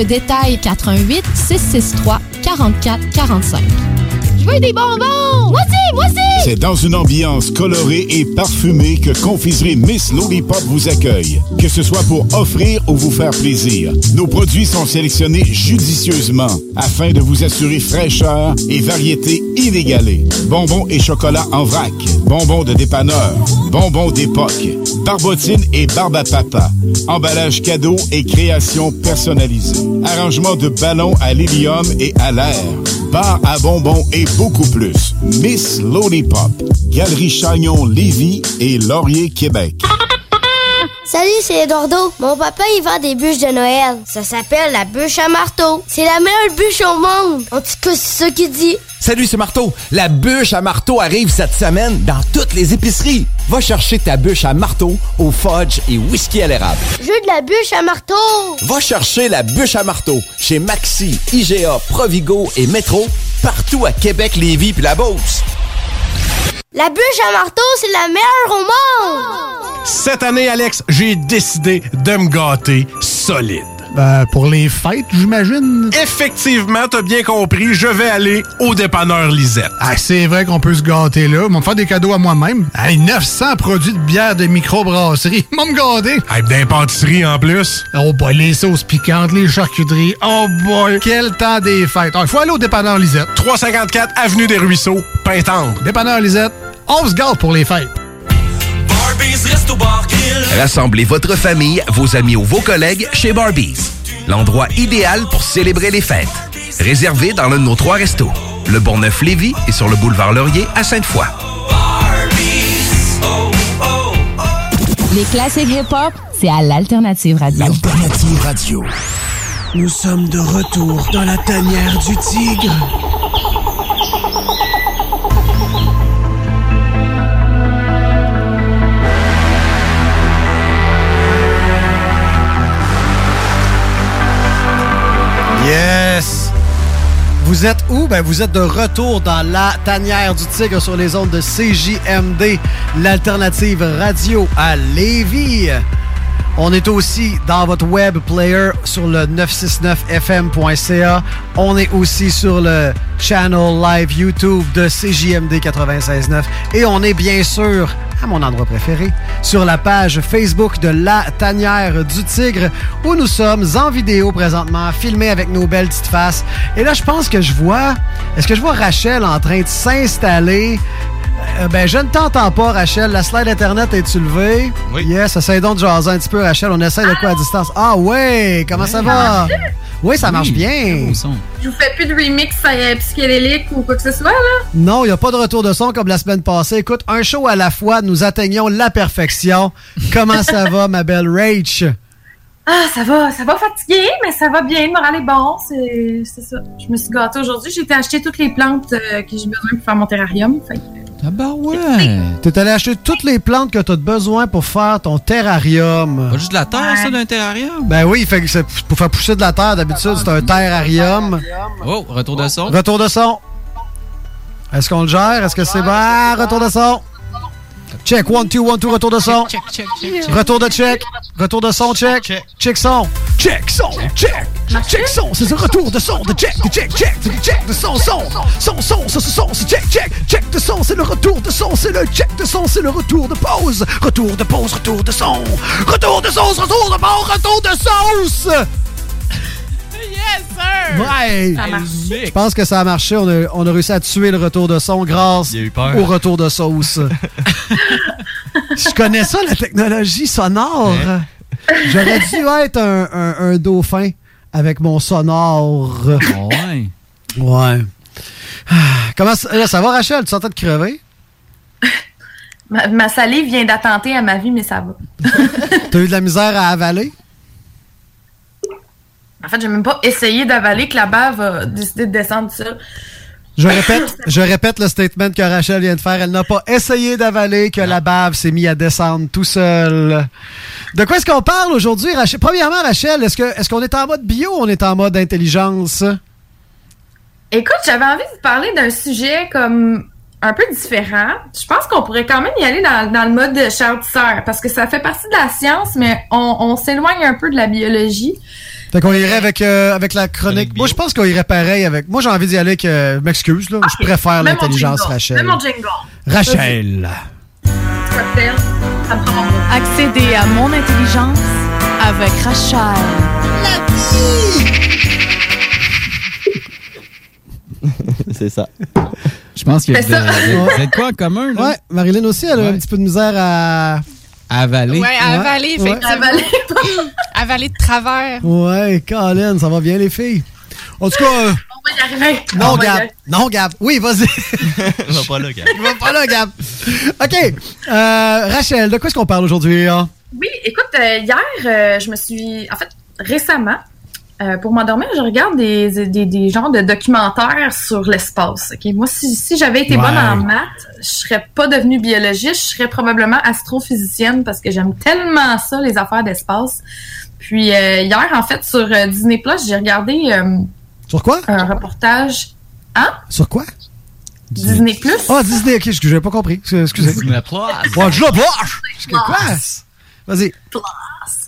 détails 418 663 44 45. Je veux des bonbons! Moi aussi, moi aussi!
C'est dans une ambiance colorée et parfumée que Confiserie Miss Lollipop vous accueille. Que ce soit pour offrir ou vous faire plaisir, nos produits sont sélectionnés judicieusement afin de vous assurer fraîcheur et variété inégalée. Bonbons et chocolat en vrac, bonbons de dépanneur, bonbons d'époque, barbotines et barbe à papa, emballage cadeau et création personnalisée, arrangement de ballons à l'hélium et à l'air, bar à bonbons et beaucoup plus. Miss Lollipop, Galerie Chagnon Lévis et Laurier Québec.
Salut, c'est Eduardo. Mon papa, il vend des bûches de Noël. Ça s'appelle la bûche à marteau. C'est la meilleure bûche au monde. En tout cas, c'est ce qu'il dit.
Salut, c'est Marteau. La bûche à marteau arrive cette semaine dans toutes les épiceries. Va chercher ta bûche à marteau au fudge et whisky à l'érable.
Je veux de la bûche à marteau.
Va chercher la bûche à marteau chez Maxi, IGA, Provigo et Métro, partout à Québec, Lévis puis la Beauce.
La bûche à marteau, c'est la meilleure au monde.
Cette année, Alex, j'ai décidé de me gâter solide.
Ben, pour les fêtes, j'imagine.
Effectivement, t'as bien compris, je vais aller au dépanneur Lisette.
Ah, c'est vrai qu'on peut se gâter là. Ils vont me faire des cadeaux à moi-même. Hey, 900 produits de bière de microbrasserie. (laughs) Ils vont me garder.
Hey, d'impantisserie en plus.
Oh boy, les sauces piquantes, les charcuteries. Oh boy, quel temps des fêtes. Ah, Il faut aller au dépanneur Lisette.
354 Avenue des Ruisseaux, Pintendre.
Dépanneur Lisette, on se gâte pour les fêtes.
Rassemblez votre famille, vos amis ou vos collègues chez Barbies. L'endroit idéal pour célébrer les fêtes. Réservé dans l'un de nos trois restos. Le Bonneuf-Lévis et sur le boulevard Laurier à Sainte-Foy.
Les classiques hip-hop, c'est à l'Alternative Radio.
L'Alternative Radio.
Nous sommes de retour dans la tanière du tigre.
Yes! Vous êtes où? Ben, vous êtes de retour dans la tanière du tigre sur les ondes de CJMD, l'alternative radio à Lévis. On est aussi dans votre web player sur le 969fm.ca. On est aussi sur le channel live YouTube de CJMD 96.9. Et on est bien sûr, à mon endroit préféré, sur la page Facebook de La Tanière du Tigre, où nous sommes en vidéo présentement, filmés avec nos belles petites faces. Et là, je pense que je vois, est-ce que je vois Rachel en train de s'installer euh, ben, je ne t'entends pas, Rachel. La slide Internet est-tu levée? Oui. Yes, essaye donc de jaser un petit peu, Rachel. On essaie de quoi à distance? Ah ouais, comment ça va? Ah, Oui, ça marche bien.
Je vous fais plus de remix euh, psychédélique ou quoi que ce soit, là.
Non, il n'y a pas de retour de son comme la semaine passée. Écoute, un show à la fois, nous atteignons la perfection. Comment ça va, ma belle Rach?
Ah, ça va, ça va fatiguer, mais ça va bien. Le moral est bon, c'est c'est ça. Je me suis gâtée aujourd'hui. J'ai été acheter toutes les plantes euh, que j'ai besoin pour faire mon terrarium. Fait que-
Ah bah ouais. T'es allé acheter toutes les plantes que t'as de besoin pour faire ton terrarium. Pas juste de la terre, ça, d'un terrarium? Ben oui, fait que c'est pour faire pousser de la terre, d'habitude, c'est un terrarium.
Oh, retour de son.
Retour de son. Est-ce qu'on le gère? Est-ce que c'est bon? Ah, Retour de son. Check, one, two, one, two, retour de son.
Check, check, check, check.
Retour de check. Retour de son, check. Check son. Check son, check. Check son, c'est le retour de son, de check, de check, check, de check, de son, son. Son, son, son, son, son, c'est check, check. Check de son, c'est le retour de son, c'est le check de son, c'est le retour de pause. Retour de pause, retour de son. Retour de sauce, retour de pause, retour de sauce.
Yes, sir!
Ouais! Je pense que ça a marché. On a, on a réussi à tuer le retour de son grâce
Il a eu peur.
au retour
(laughs)
de sauce. Je connais ça, la technologie sonore.
Hein?
J'aurais dû être un, un- un dauphin avec mon sonore.
Ah
Ouais.
Ouais. Ah, Comment ça, là, ça va, Rachel? Tu t'entends de crever?
Ma, ma salive vient d'attenter à ma vie, mais ça va.
T'as eu de la misère à avaler?
En fait, j'ai même pas essayé d'avaler que la bave a décidé de descendre ça.
Je répète, je répète le statement que Rachel vient de faire. Elle n'a pas essayé d'avaler que la bave s'est mise à descendre tout seul. De quoi est-ce qu'on parle aujourd'hui, Rachel? Premièrement, Rachel, est-ce que est-ce qu'on est en mode bio ou on est en mode intelligence?
Écoute, j'avais envie de parler d'un sujet comme un peu différent. Je pense qu'on pourrait quand même y aller dans, dans le mode de Charles-Tisseur, parce que ça fait partie de la science, mais on, on s'éloigne un peu de la biologie.
Fait qu'on irait avec, euh, avec la chronique. Moi, je pense qu'on irait pareil avec. Moi, j'ai envie d'y aller avec. euh, je m'excuse, là. Je préfère
Même mon
l'intelligence,
jingle.
Rachel.
Même mon jingle.
Rachel.
Cocktail, ça me prend mon-
Accéder à mon intelligence avec Rachel.
(laughs) c'est ça.
Je pense que vous
C'est ça.
avez- vous avez de quoi en commun, là?
Ouais, Marilyn aussi, elle a un petit peu de misère à.
Avaler.
Ouais, avaler,
Ouais.
effectivement. Avaler. de travers.
Ouais, Colin, ça va bien, les filles. En tout cas. euh,
On va y arriver.
Non,
On va y
Gab.
arriver.
Non, Gab.
(laughs)
Oui, vas-y.
On va pas là, gars.
(laughs) Je vais pas là, Gab. OK. euh, Rachel, de quoi est-ce qu'on parle aujourd'hui? hein?
Oui, écoute, euh, hier, euh, je me suis. En fait, récemment, euh, pour m'endormir, je regarde des, des, des genres de documentaires sur l'espace. ok? Moi, si, si j'avais été
Ouais.
bonne en maths, je serais pas devenue biologiste, je serais probablement astrophysicienne parce que j'aime tellement ça, les affaires d'espace. Puis euh, hier, en fait, sur euh, Disney Plus, j'ai regardé euh,
Sur quoi?
un reportage. Hein?
Sur quoi?
Disney Plus.
Ah, Disney, ok, excusez, j'avais pas compris. Excusez- Excusez.
Disney Plus.
Ouais, je la place. Disney
Plus.
Vas-y.
Plus.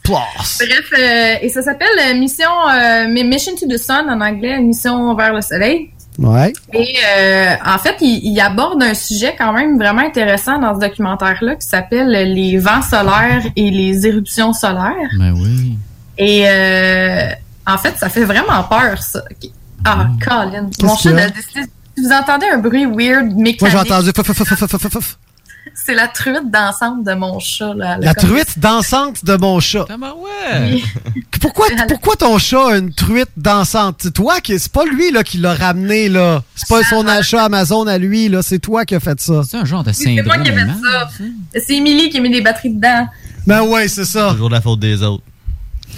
Plus.
Bref, euh, et ça s'appelle euh, Mission euh, Mission to the Sun en anglais, Mission vers le Soleil.
Ouais.
Et euh, en fait, il, il aborde un sujet quand même vraiment intéressant dans ce documentaire-là qui s'appelle les vents solaires et les éruptions solaires.
Ben oui.
Et euh, en fait, ça fait vraiment peur, ça. Ah,
Mm.
Colin, mon
Qu'est-ce
chat
qu'il y a?
a décidé- Si vous entendez un bruit weird, mécanique, Ah,
Moi, j'ai entendu. Fuff, fuff, fuff, fuff, fuff, fuff.
c'est la truite d'ensemble de mon chat. Là, Elle a
La
comme-
truite dansante de mon chat.
Ah, ben
Oui.
(laughs) Pourquoi, pourquoi ton chat a une truite dansante? C'est toi qui. C'est pas lui là, qui l'a ramené, là. C'est pas son achat Amazon à lui, là. C'est toi qui as fait ça.
C'est un genre de hein?
C'est moi qui ai fait ça. C'est Émilie qui a mis des batteries dedans. (laughs)
Ben ouais, c'est ça.
Toujours de la faute des autres.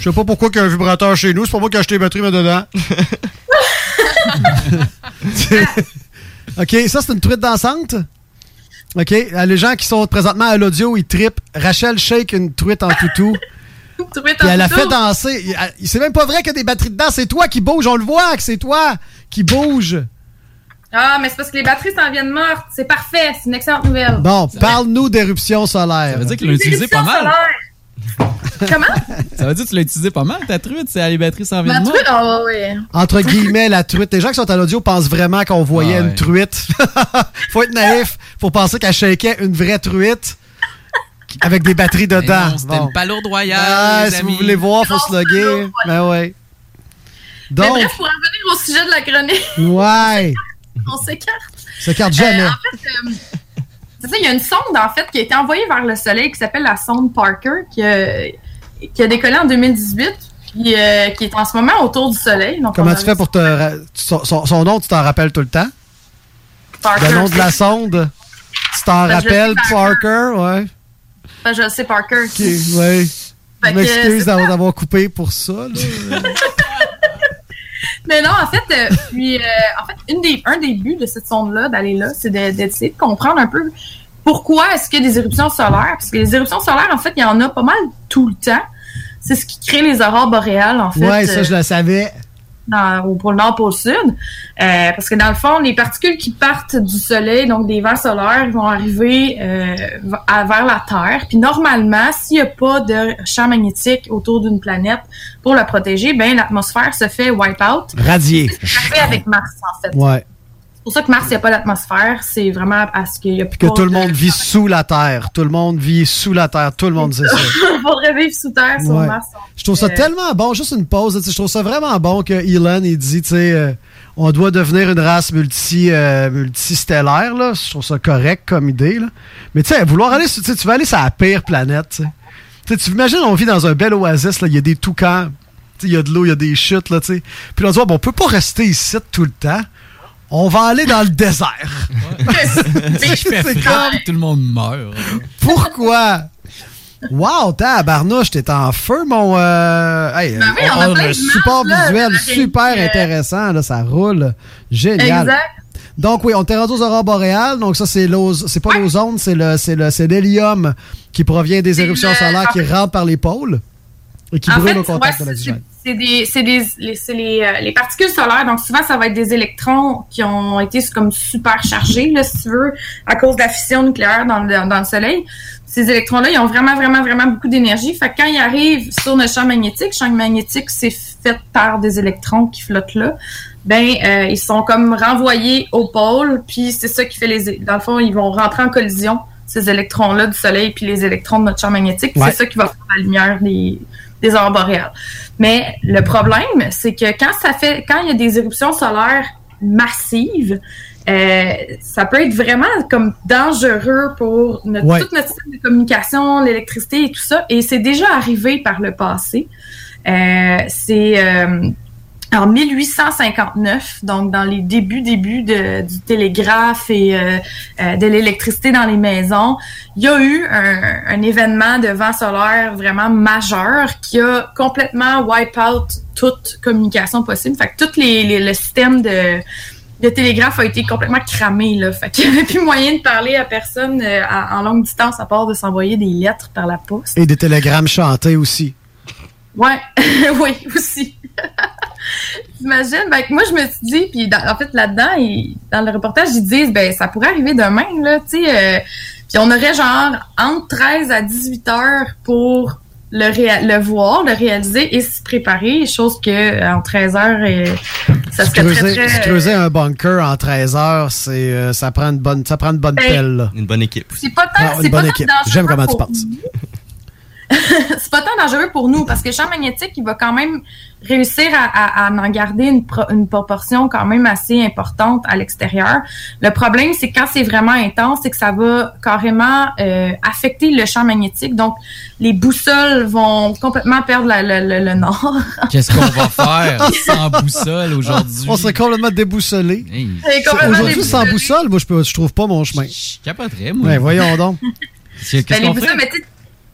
Je sais pas pourquoi qu'il y a un vibrateur chez nous. C'est pas moi qui ai acheté les batteries, mais
(laughs)
dedans. OK, ça, c'est une truite dansante. OK, euh, les gens qui sont présentement à l'audio, ils trippent. Rachel shake une truite en toutou.
Truite
Puis elle a
en
fait
photo.
danser. Il- elle- C'est même pas vrai qu'il y a des batteries dedans. C'est toi qui bouge. On le voit que c'est toi qui bouge.
Ah, mais c'est parce que les batteries s'en viennent mortes. C'est parfait. C'est une excellente nouvelle.
Bon, parle-nous d'éruption solaire. Ça veut dire
L'éruption solaire.
(laughs)
Comment?
Ça veut dire que tu l'as utilisé pas mal, ta truite, c'est à les batteries s'en
Ma
viennent de moi.
truite, ah ouais, ouais.
Entre guillemets, la truite. Les gens qui sont à l'audio pensent vraiment qu'on voyait
Ah ouais.
une truite. (laughs) Faut être naïf pour penser qu'elle shakeait une vraie truite qui- avec des batteries
Mais
dedans.
non, C'était
Bon.
une palourde royale.
Ah,
les
si
amis.
vous voulez voir, faut se loguer. Ben ouais.
Mais
Donc,
bref, pour en revenir au sujet de la chronique, (laughs)
ouais.
on s'écarte.
Ça carte jamais.
Euh, en fait, euh, c'est ça, il y a une sonde, en fait, qui a été envoyée vers le Soleil qui s'appelle la sonde Parker, qui a, qui a décollé en 2018, puis euh, qui est en ce moment autour du Soleil. Donc, on
Comment
a
tu fais pour te. ra- Son, son- son nom, tu t'en rappelles tout le temps?
Parker,
Le nom de la
c'est-
sonde, tu t'en
Ben, je
rappelles?
sais,
Parker, ouais.
Ben, je le sais, Parker.
Ok, ouais.
Fait
Je
que,
m'excuse
c'est
d'avoir d'avoir coupé pour ça. là.
Mais non, en fait, euh, puis, euh, en fait une des, un des buts de cette sonde-là, d'aller là, c'est de- d'essayer de comprendre un peu pourquoi est-ce qu'il y a des éruptions solaires. Parce que les éruptions solaires, en fait, il y en a pas mal tout le temps. C'est ce qui crée les aurores boréales, en fait.
ouais, ça, je
euh,
le savais.
dans, au pôle nord, pôle sud. Euh, parce que dans le fond, les particules qui partent du soleil, donc des vents solaires, vont arriver euh, v- à- vers la Terre. Puis normalement, s'il n'y a pas de champ magnétique autour d'une planète pour la protéger, ben l'atmosphère se fait wipe out.
Radié.
C'est ce qu'on fait avec Mars, en fait.
Ouais.
C'est pour ça que Mars, il n'y a pas d'atmosphère. C'est vraiment parce qu'il n'y a plus
Que tout le monde vit sous la terre. Tout le monde vit sous la terre. Tout le monde sait ça.
(laughs) pour revivre sous terre, sur
Ouais.
Mars.
Je trouve ça
Euh,
tellement bon, juste une pause. là, tu sais, Je trouve ça vraiment bon que Elon il dit, tu sais, euh, on doit devenir une race multi, euh, multistellaire. Là. Je trouve ça correct comme idée. Là. Mais tu sais, vouloir aller, sur- tu sais, tu veux aller sur la pire planète. Tu sais. Tu sais, tu imagines, on vit dans un bel oasis. là, Il y a des toucans, tu sais, il y a de l'eau, il y a des chutes. Là, tu sais. Puis là, on se dit, Ah, bon, on peut pas rester ici tout le temps. On va aller dans le désert.
(laughs) je fais
(laughs) C'est
froid,
comme-
tout le monde meurt.
Pourquoi? Wow, tabarnouche, t'es en feu, mon... euh, hey,
Ben oui, on a plein
le
d'images,
support
là,
visuel
la
super
réalité, euh,
intéressant, là, ça roule. Génial.
Exact.
Donc oui, on t'est rendu aux aurores boréales, donc ça c'est l'oz- c'est pas l'ozone, c'est le c'est le c'est l'hélium qui provient des
C'est
éruptions
le-
solaires qui
en fait-
rentrent par les pôles et qui
En
brûlent
fait,
au contact
ouais,
de
c'est-
l'oxygène.
C'est des, c'est des, les, c'est les, euh, les particules solaires. Donc, souvent, ça va être des électrons qui ont été comme super chargés, là, si tu veux, à cause de la fission nucléaire dans le, dans le Soleil. Ces électrons-là, ils ont vraiment, vraiment, vraiment beaucoup d'énergie. Fait que quand ils arrivent sur notre champ magnétique, champ magnétique, c'est fait par des électrons qui flottent là. Ben, euh, ils sont comme renvoyés au pôle, puis c'est ça qui fait les. Dans le fond, ils vont rentrer en collision ces électrons-là du Soleil puis les électrons de notre champ magnétique.
Ouais.
C'est ça qui va faire la lumière des, des aurores boréales. Mais le problème, c'est que quand ça fait, quand il y a des éruptions solaires massives, euh, ça peut être vraiment comme dangereux pour notre,
Ouais.
tout notre système de communication, l'électricité et tout ça. Et c'est déjà arrivé par le passé. Euh, c'est euh, en 1859, donc dans les débuts, débuts de- du télégraphe et euh, euh, de l'électricité dans les maisons, il y a eu un, un événement de vent solaire vraiment majeur qui a complètement wipe out toute communication possible. Fait que tout les, les- le système de, de télégraphe a été complètement cramé. Là. Fait qu'il n'y avait plus moyen de parler à personne euh, à- en longue distance à part de s'envoyer des lettres par la poste.
Et des télégrammes chantés aussi.
Ouais, (laughs) oui, aussi. (laughs) J'imagine. Ben, que moi, je me suis dit, puis dans- en fait, là-dedans, ils- dans le reportage, ils disent, ben, ça pourrait arriver demain, là, tu sais. euh, puis on aurait genre entre 13 à 18 heures pour le, réa- le voir, le réaliser et s'y préparer, chose que euh, en 13 heures, euh, ça
Se
se fait très,
creuser,
très, euh,
se creuser un bunker en 13 heures, c'est euh, ça prend une bonne ça prend une bonne
Ben,
pelle. là.
Une bonne équipe.
C'est pas tant,
Ah, une
c'est pas
bonne
tant
équipe.
dangereux
J'aime comment tu
pour
penses.
nous. (laughs) c'est pas tant dangereux pour nous parce que le champ magnétique, il va quand même réussir à, à- à en garder une, pro- une proportion quand même assez importante à l'extérieur. Le problème, c'est quand c'est vraiment intense, c'est que ça va carrément euh, affecter le champ magnétique. Donc, les boussoles vont complètement perdre la- la- la- le nord. (laughs)
Qu'est-ce qu'on va faire sans boussole (laughs) aujourd'hui?
On s'est complètement déboussolé.
C'est complètement
Aujourd'hui, sans
déboussolé.
boussole, moi, je, peux, je trouve pas mon chemin. Je
capoterais, moi.
Ben, voyons donc.
Qu'est-ce
Ben, les
qu'on
boussoles,
fait?
mais tu sais,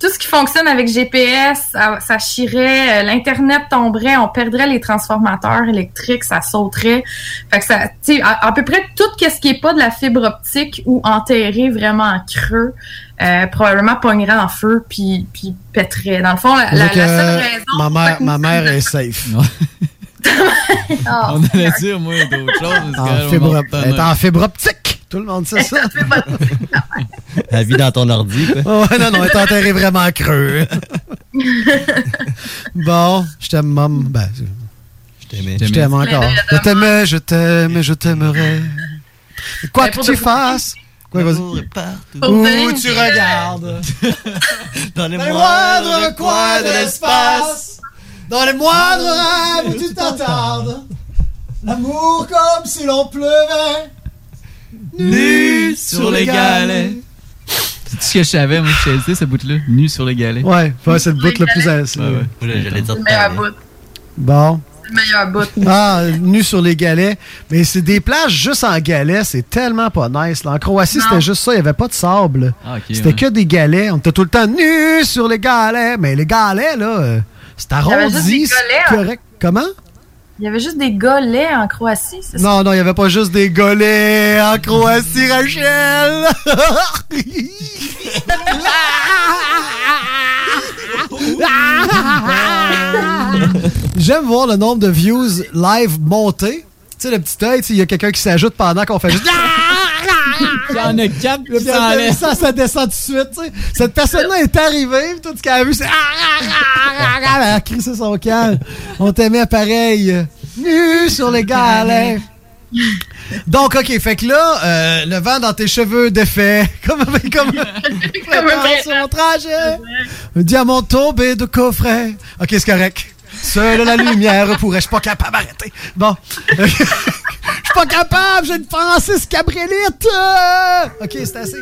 tout ce qui fonctionne avec GPS, ça, ça chierait, euh, l'Internet tomberait, on perdrait les transformateurs électriques, ça sauterait. Fait que ça, tu sais, à, à peu près tout ce qui est pas de la fibre optique ou enterré vraiment en creux, euh, probablement pognerait en feu puis, puis pèterait. Dans le fond, (laughs) la, la-
Donc,
la
euh,
seule raison...
ma mère, ma mère est safe.
(laughs)
(laughs)
Ah,
On allait dire, moi, d'autres choses.
En
parce que
fibre
on
op-
m'entend.
elle est en fibre optique. Tout le monde sait ça. (laughs)
La vie dans ton ordi. quoi.
(laughs)
Oh, non, non, elle est enterrée vraiment creux. Bon, je t'aime, maman. Ben,
Je t'aimais.
je t'aime encore. Je t'aimais, je t'aimais, je t'aimerai. Quoi que tu fasses. Quoi, vas-y. Où tu
(laughs)
regardes.
Dans les
Dans les moindres coins de l'espace, dans les moindres rêves où tu t'attardes, l'amour comme si l'on pleuvait,
Nu sur les
(laughs)
galets. C'est ce que je savais, moi, je sais, ce bout-là. Nu sur les galets.
Ouais, ouais, c'est le bout le plus à- c'est-
Ouais, ouais.
C'est le meilleur bout.
Bon.
C'est le meilleur bout.
(laughs) Ah, nu sur les galets. Mais c'est des plages juste en galets, c'est tellement pas nice. là. En Croatie,
Non.
c'était juste ça, il n'y avait pas de sable.
Ah, ok,
c'était
ouais.
que des galets. On était tout le temps nu sur les galets. Mais les galets, là, euh, c'est
y avait juste des
arrondi,
galets,
c'est
hein.
correct. Comment?
Il y avait juste des golets en Croatie, c'est ça?
Non, non, il n'y avait pas juste des golets en Croatie, Rachel! (laughs) J'aime voir le nombre de views live monter. Tu sais, le petit œil, tu sais, il y a quelqu'un qui s'ajoute pendant qu'on fait juste. Il y en a quatre, puis
s'en
après
allait.
ça, ça descend tout de suite. tu sais. Cette personne-là est arrivée, puis tout ce qu'elle a vu, c'est. ah, Elle a crissé son calme. On t'aimait pareil. Nu sur les galets. Donc, OK, fait que là, euh, le vent dans tes cheveux défait. (laughs) Comme, comme,
Comme un vrai
sur mon trajet. un diamant tombé de coffret. OK, c'est correct. Seule la lumière pourrait. Je suis pas capable d'arrêter. Bon. Je suis pas capable, j'ai une Francis Cabrélite. Euh, OK, c'est assez.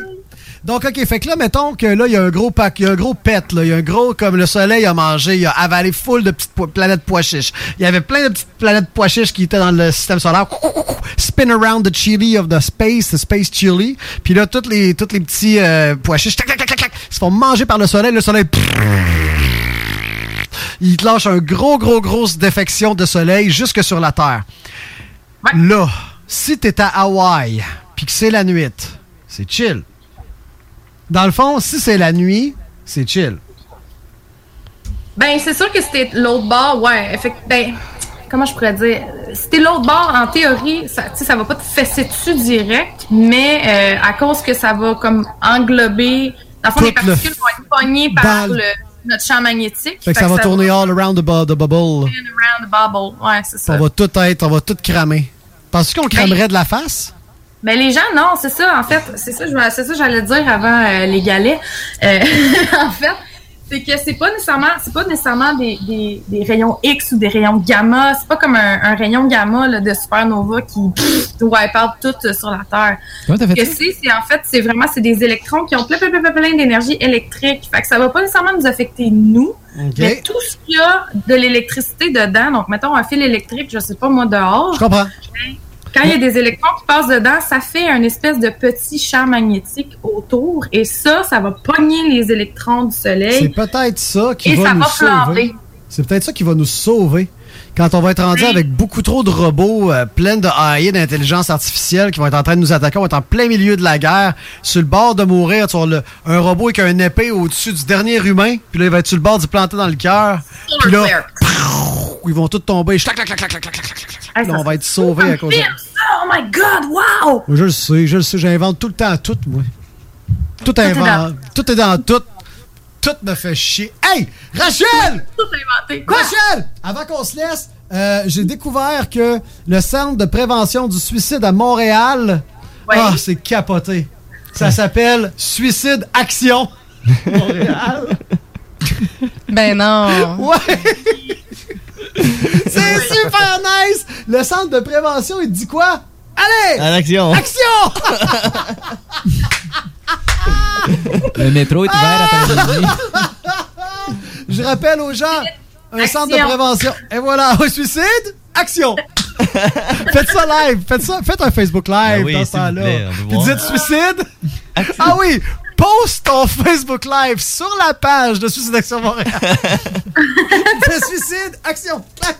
Donc, OK, fait que là, mettons que là, il y a un gros pack, il y a un gros pet, là. Il y a un gros, comme le soleil a mangé, il a avalé full de petites po- planètes pois chiches. Il y avait plein de petites planètes pois chiches qui étaient dans le système solaire. (laughs) Spin around the chili of the space, the space chili. Puis là, toutes les, toutes les petits euh, pois chiches, tac, tac, tac, tac, tac, se font manger par le soleil. Le soleil, (laughs) il te lâche un gros, gros, grosse défection de soleil jusque sur la Terre. Là, si t'es à Hawaï, puis que c'est la nuit, c'est chill. Dans le fond, si c'est la nuit, c'est chill.
Ben, c'est sûr que c'était l'autre bord, ouais. Fait que, ben, comment je pourrais dire? C'était l'autre bord, en théorie, ça, tu sais, ça va pas te fesser dessus direct, mais euh, à cause que ça va comme englober. Dans le fond,
Tout
les particules
le-
vont être pognées par
dans le-
le- notre champ magnétique.
Fait que ça va tourner all around the, bu- the bubble.
spin around the bubble. Ouais, c'est ça.
On va tout être, on va tout cramer. Penses-tu qu'on cramerait de la face?
Mais les gens, non, c'est ça, en fait, c'est ça, je voulais- c'est ça que j'allais dire avant euh, les galets. Euh, (laughs) en fait, c'est que c'est pas nécessairement, c'est pas nécessairement des, des- des rayons X ou des rayons gamma. C'est pas comme un, un rayon gamma là, de supernova qui pff, wipe out tout euh, sur la Terre.
Comment t'as fait
que
ça?
c'est, c'est en fait, c'est vraiment c'est des électrons qui ont plein, plein, plein, plein, plein d'énergie électrique. Fait que ça va pas nécessairement nous affecter nous,
Ok.
mais tout ce qu'il y a de l'électricité dedans. Donc, mettons un fil électrique, je sais pas moi dehors.
Je comprends.
Quand il y a des électrons qui passent dedans, ça fait un espèce de petit champ magnétique autour et ça, ça va pogner les électrons du
C'est
soleil.
peut-être ça qui
Et
va
ça
nous
va
sauver.
flamber.
C'est peut-être ça qui va nous sauver. Quand on va être rendu avec beaucoup trop de robots euh, pleins de AI d'intelligence artificielle qui vont être en train de nous attaquer, on va être en plein milieu de la guerre, sur le bord de mourir, tu vois, le- un robot avec un épée au-dessus du dernier humain, puis là, il va être sur le bord du planté dans le cœur, puis là, prrrr, ils vont tous tomber, clac, clac, clac, clac, clac, clac, clac, clac, clac.
Hey,
Là,
ça,
on va être sauvés à cause de
Film, ça! Oh my god, wow!
Je le sais, je le sais, j'invente tout le temps tout, moi. Tout,
est
invente,
dans-
tout est dans tout. Tout me fait chier. Hey, Rachel!
Tout inventé.
(laughs)
Quoi?
Rachel! Avant qu'on se laisse, euh, j'ai découvert que le centre de prévention du suicide à Montréal,
Ouais.
ah, c'est capoté. Ça s'appelle Suicide Action. Montréal. (laughs)
Ben non.
Ouais. C'est super nice! Le centre de prévention, il dit quoi? Allez!
À l'action.
Action!
Le métro est ouvert après-midi.
Ah! (laughs) Je rappelle aux gens, un centre de
Action.
prévention. Et voilà, au suicide, action! faites ça live, faites ça, faites un Facebook live
Ben Ah oui,
dans ce
s'il vous
temps-là.
plaît, on veut
Puis
voir.
dites suicide. Ah oui, poste ton Facebook live sur la page de Suicide Action Montréal. Fais suicide, action, clac!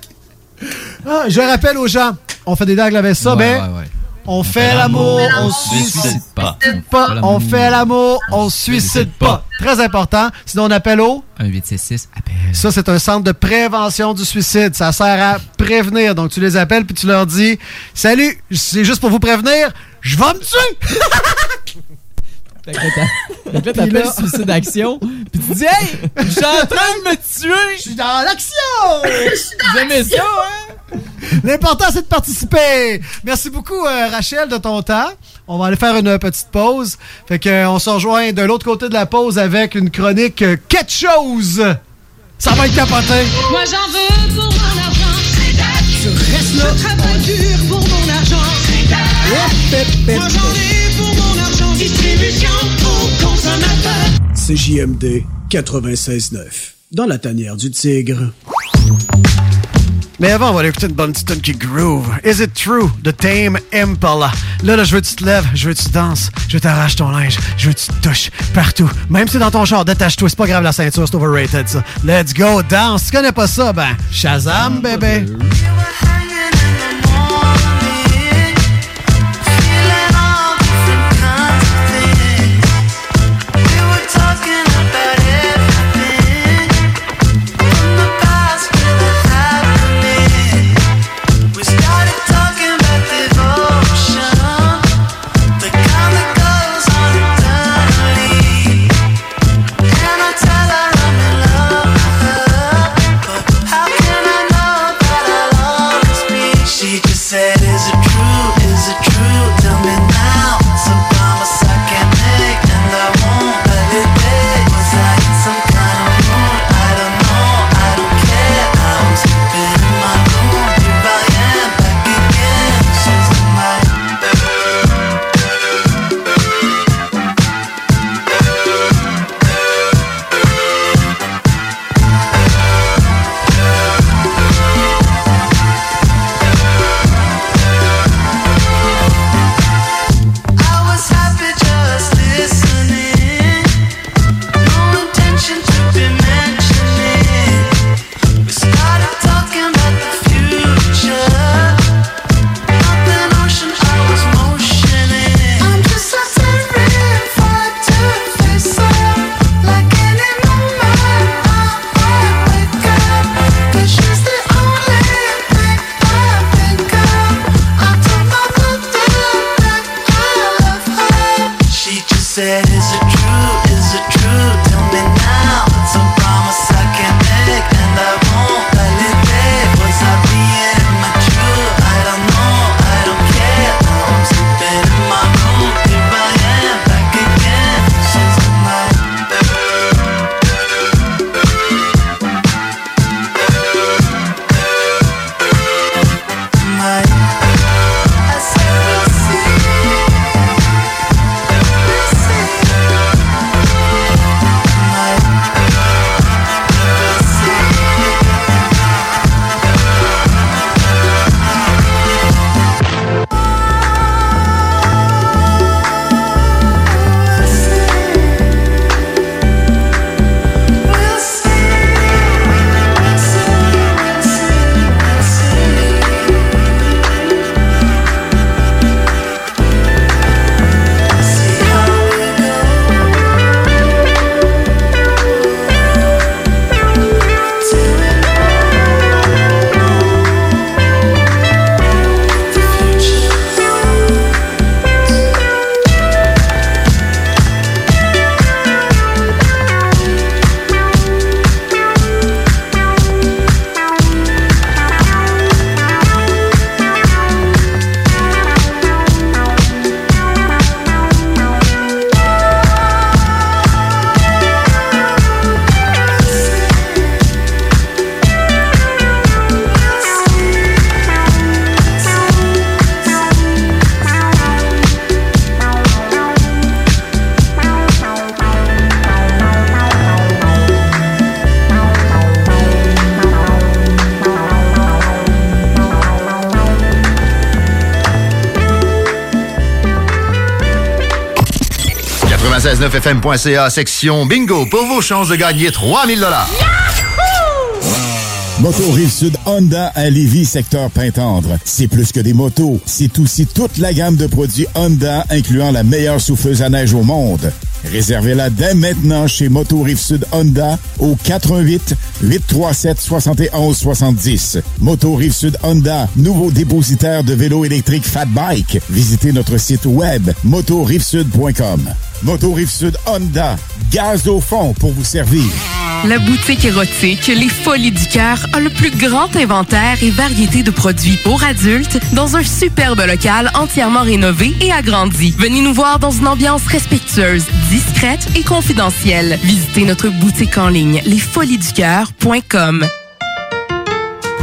Ah, je rappelle aux gens, on fait des dagues avec ça,
Ouais,
mais
ouais, ouais.
on fait l'amour, on
se
suicide
suicide pas.
pas, on fait l'amour, on se suicide pas. Très important. Sinon, on appelle au.
1866 appel.
Ça, c'est un centre de prévention du suicide. Ça sert à prévenir. Donc, tu les appelles puis tu leur dis Salut, c'est juste pour vous prévenir, je vais me tuer.
Fait que là, t'as- fait que là, t'appelles
là-
suicide action, puis tu dis Hey, je suis en train de me tuer! Je suis dans l'action! J'aimais ça, hein?
L'important, c'est de participer. Merci beaucoup, euh, Rachel, de ton temps. On va aller faire une euh, petite pause. Fait que, euh, on se rejoint de l'autre côté de la pause avec une chronique euh, Quelque chose. Ça va être capoté.
Moi j'en veux pour mon argent. Je reste là. Je travaille dur pour mon argent. Moi j'en ai pour mon argent. Distribution pour consommateurs.
CJMD 96.9. Dans la tanière du tigre.
Mais avant, on va aller écouter une bonne petite tune qui groove. Is it true? The Tame Impala. Là, là, je veux que tu te lèves, je veux que tu danses, je veux que t'arraches ton linge, je veux que tu te touches partout. Même si c'est dans ton char, détache-toi, c'est pas grave la ceinture, c'est overrated ça. Let's go, danse. Tu connais pas ça, ben, Shazam, bébé.
Said, is it true? Is it true? Tell me now. It's a promise I can't make, and I won't let it wait. Was I in some kind of mood? I don't know. I don't care. I'm sleeping in my room. Here I am, back again. She's my I was happy just listening. No intention to be mentioning. We started talking about the future. Up an ocean, I was motioning. I'm just a terrified to face up. Like any moment, I might wake up. 'Cause she's the only thing I think of. I told my mother that I love her. She just said, Is it true? Is it true? Tell me now. It's a promise I can't make, and I won't let it wait. Was I being immature? I don't know. I don't care. Now I'm sleeping in my room. Here I am, back again. She's my
fmca section bingo pour vos chances de gagner 3000 dollars.
Moto Rive-Sud Honda à Lévis, secteur Pintendre. C'est plus que des motos, c'est aussi toute la gamme de produits Honda, incluant la meilleure souffleuse à neige au monde. Réservez-la dès maintenant chez Moto Rive-Sud Honda au 88 837 71 70. Moto Rive-Sud Honda, nouveau dépositaire de vélos électriques Fat Bike. Visitez notre site web motorivesud.com. Moto Rive-Sud Honda, gaz au fond pour vous servir.
La boutique érotique Les Folies du Cœur a le plus grand inventaire et variété de produits pour adultes dans un superbe local entièrement rénové et agrandi. Venez nous voir dans une ambiance respectueuse, discrète et confidentielle. Visitez notre boutique en ligne lesfoliesducoeur.com.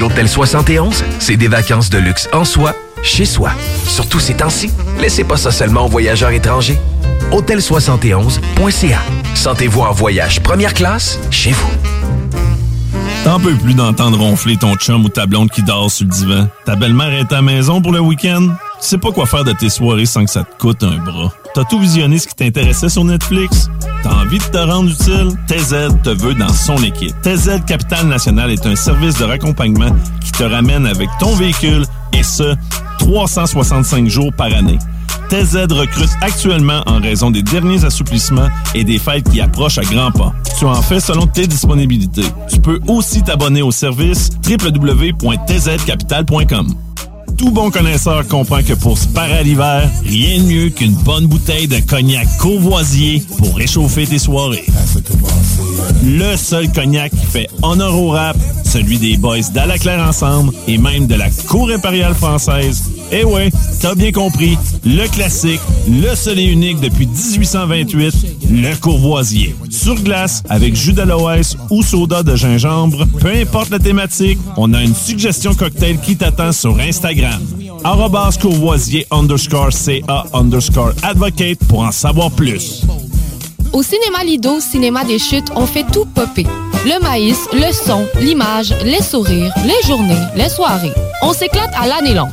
L'Hôtel 71, c'est des vacances de luxe en soi, chez soi. Surtout ces temps-ci, laissez pas ça seulement aux voyageurs étrangers. Hôtel71.ca Sentez-vous en voyage première classe chez vous.
T'en peux plus d'entendre ronfler ton chum ou ta blonde qui dort sur le divan. Ta belle-mère est à la maison pour le week-end. Tu sais pas quoi faire de tes soirées sans que ça te coûte un bras. T'as tout visionné ce qui t'intéressait sur Netflix? T'as envie de te rendre utile? TZ te veut dans son équipe. TZ Capital National est un service de raccompagnement qui te ramène avec ton véhicule et ce, 365 jours par année. TZ recrute actuellement en raison des derniers assouplissements et des fêtes qui approchent à grands pas. Tu en fais selon tes disponibilités. Tu peux aussi t'abonner au service www.tzcapital.com. Tout bon connaisseur comprend que pour se parer à l'hiver, rien de mieux qu'une bonne bouteille de cognac courvoisier pour réchauffer tes soirées. Le seul cognac qui fait honneur au rap, celui des boys d'Alaclaire Ensemble et même de la Cour impériale française. Eh ouais, t'as bien compris, le classique, le seul et unique depuis 1828, le courvoisier. Sur glace, avec jus d'aloès ou soda de gingembre, peu importe la thématique, on a une suggestion cocktail qui t'attend sur Instagram. Arrobas courvoisier underscore CA underscore advocate pour en savoir plus.
Au cinéma Lido, cinéma des chutes, on fait tout popper. Le maïs, le son, l'image, les sourires, les journées, les soirées. On s'éclate à l'année longue.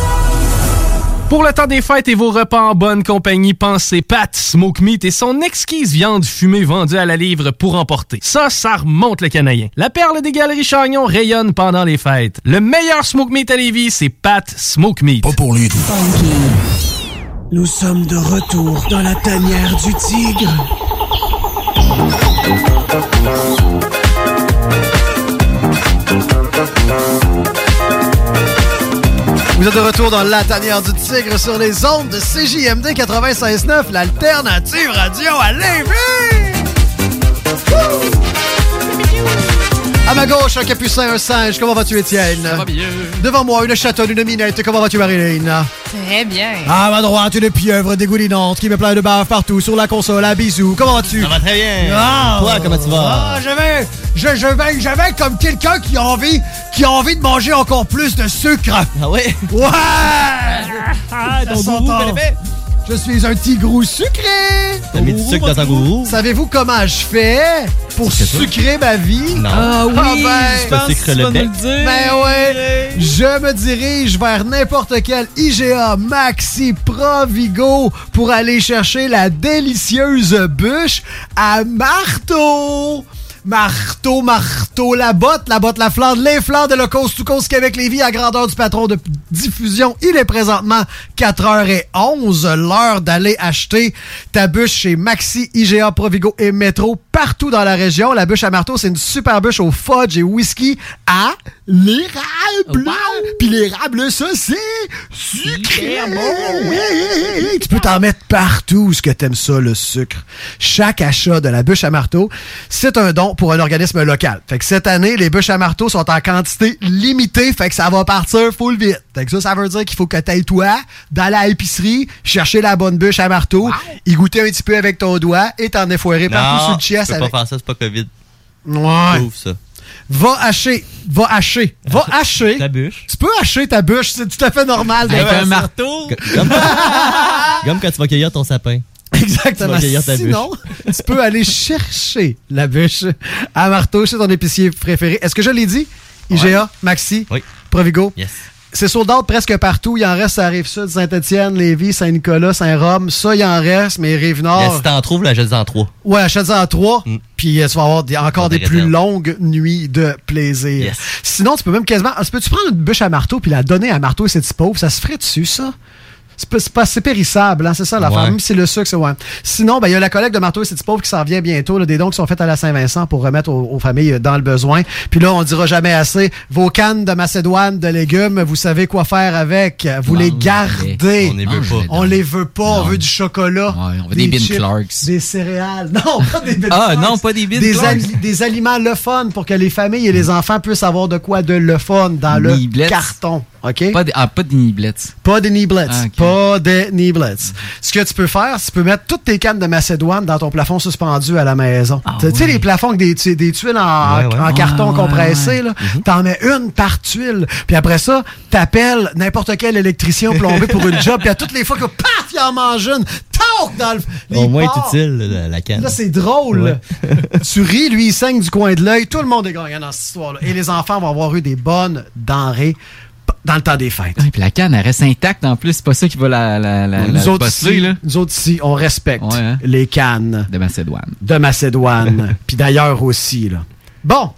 Pour le temps des fêtes et vos repas en bonne compagnie, pensez Pat Smoke Meat et son exquise viande fumée vendue à la livre pour emporter. Ça, ça remonte le canadien. La perle des galeries Chagnon rayonne pendant les fêtes. Le meilleur Smoke Meat à Lévis, c'est Pat Smoke Meat. Pas pour lui.
Nous sommes de retour dans la tanière du tigre.
Vous êtes de retour dans la tanière du tigre sur les ondes de CJMD 96.9, l'alternative radio à Lévis! Wouh! À ma gauche, un capucin, un singe. Comment vas-tu, Étienne? Ça va bien. Devant moi, une chatonne, une minette. Comment vas-tu, Marilyn?
Très bien.
À ma droite, une pieuvre dégoulinante qui me plein de bave partout sur la console. À bisous. Comment vas-tu?
Ça va très bien.
Ah!
Toi, comment tu vas?
Ah, je vais, je, je vais, je vais comme quelqu'un qui a envie, qui a envie de manger encore plus de sucre.
Ah ouais? Ah,
Ouais!
ton
Ça
gourou,
s'entend.
bel effet.
Je suis un tigrou sucré.
T'as mis du sucre dans ta gourou?
Savez-vous comment je fais pour
C'est ça.
sucrer ma vie?
Non.
Ah oui,
je pense que tu vas nous le dire.
Ben ouais, je me dirige vers n'importe quel IGA, Maxi, Provigo pour aller chercher la délicieuse bûche à marteau. Marteau, marteau, la botte, la botte, la flandre, les flandres de le Coast to Coast Québec Lévis à grandeur du patron de diffusion. Il est présentement 4h11, l'heure d'aller acheter ta bûche chez Maxi, IGA, Provigo et Métro partout dans la région. La bûche à marteau, c'est une super bûche au fudge et whisky à l'érable. Puis l'érable, ça, c'est sucré. Tu peux t'en mettre partout ce que t'aimes ça, le sucre. Chaque achat de la bûche à marteau, c'est un don pour un organisme local. Fait que cette année, les bûches à marteau sont en quantité limitée. Fait que ça va partir full vite. Fait que ça, ça veut dire qu'il faut que t'ailles toi dans la épicerie, chercher la bonne bûche à marteau, y goûter un petit peu avec ton doigt et t'en effoirer partout sur le
tu peux
chest
pas
avec.
faire ça, c'est pas COVID.
Ouais.
Ouf, ça.
Va hacher, va hacher, va hacher. Ta bûche. Tu peux hacher ta bûche, c'est tout à fait normal. de
Avec
faire
un
ça.
marteau? Comme, comme quand tu vas cueillir ton sapin.
(laughs) Exactement.
Tu vas cueillir ta bûche.
Sinon, tu peux aller chercher la bûche à marteau chez ton épicier préféré. Est-ce que je l'ai dit? IGA, Maxi, Provigo. C'est sold out presque partout. Il en reste à Rive-Sud, Saint-Étienne, Lévis, Saint-Nicolas, Saint-Rome. Ça, il en reste, mais
Ben,
Rive-Nord.
si t'en trouves, là, jette en trois.
Ouais, achète-en trois, puis euh, tu vas avoir des- encore des
des
plus
réserves.
longues nuits de plaisir. Sinon, tu peux même quasiment... ah, Peux-tu prendre une bûche à marteau puis la donner à marteau et ses petits pauvres? Ça se ferait dessus, ça? C'est pas- c'est pas c'est périssable, hein, c'est ça l'affaire.
Ouais.
Même si c'est le sucre, c'est ouais. Sinon, ben, il y a la collecte de marteau et ses petits pauvres qui s'en vient bientôt. là, des dons qui sont faits à la Saint-Vincent pour remettre aux, aux familles euh, dans le besoin. Puis là, on dira jamais assez. Vos cannes de Macédoine de légumes, vous savez quoi faire avec. Vous les gardez. On les veut pas. On les veut pas. On veut du chocolat.
on veut des Bean
chips,
Clarks.
Des céréales. Non, pas des Bean
Ah,
Clarks.
non, pas des Bean
Des
Clarks.
ali- des aliments le fun pour que les familles et les enfants puissent avoir de quoi de le fun dans le
Niblets.
carton. OK?
Pas des, ah, pas des niblets.
Pas des niblets.
Ah, ok.
Pas des niblets. Ce que tu peux faire, c'est que tu peux mettre toutes tes cannes de Macédoine dans ton plafond suspendu à la maison. tu sais, les plafonds avec des, tu- des tuiles en,
Ouais, ouais.
en
Ah,
carton
ouais,
compressé, là. t'en mets une par tuile. Puis après ça, t'appelles n'importe quel électricien plombé pour une job. Puis à toutes les fois que paf, il en mange une, toc dans le.
Au
il
moins,
part.
est utile, la, euh, la canne.
Là, Ah. c'est drôle.
Ouais.
tu ris, lui, il saigne du coin de l'œil. Tout le monde est gagnant dans cette histoire-là. Et les enfants vont avoir eu des bonnes denrées p- dans le temps des fêtes.
Et puis la canne, elle reste intacte en plus. C'est pas ça qui va la, la, la,
nous,
la
autres
bosser,
ici,
là. hein.
nous autres ici, on respecte les cannes
de Macédoine.
de (laughs) Macédoine, puis d'ailleurs aussi. Là. Bon,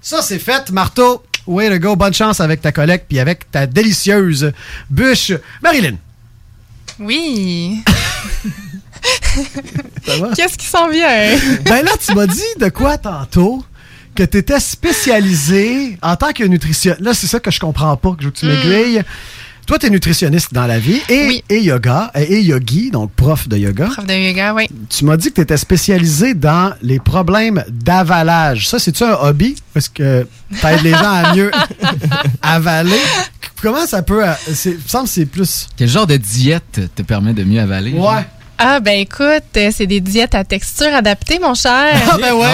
ça c'est fait, Marteau. Way to go, bonne chance avec ta collecte puis avec ta délicieuse bûche. Marilyn,
Oui.
ça va?
Qu'est-ce qui s'en vient?
(laughs) ben là, tu m'as dit de quoi tantôt? Que tu étais spécialisé en tant que nutritionniste. Là, c'est ça que je comprends pas, que je veux que tu
Mm.
m'aiguilles. Toi, tu es nutritionniste dans la vie et, et yoga, et, et yogi, donc prof de yoga.
Prof de yoga, oui.
Tu m'as dit que tu étais spécialisé dans les problèmes d'avalage. Ça, c'est-tu un hobby? Parce que t'aides les gens à mieux (laughs) avaler. Comment ça peut. euh, c'est- Il me semble que c'est plus.
Quel genre de diète te permet de mieux avaler?
Ouais.
Ah, ben écoute, euh, c'est des diètes à texture adaptée, mon cher.
Ah, ben ouais,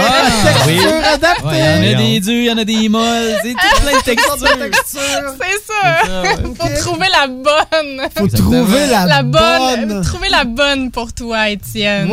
texture adaptée.
Il y en a
Voyons.
des durs, il y en a
(laughs)
des molles, c'est tout plein de textures.
C'est ça. Faut trouver la bonne.
Faut trouver la bonne.
Trouver la bonne pour toi, Étienne.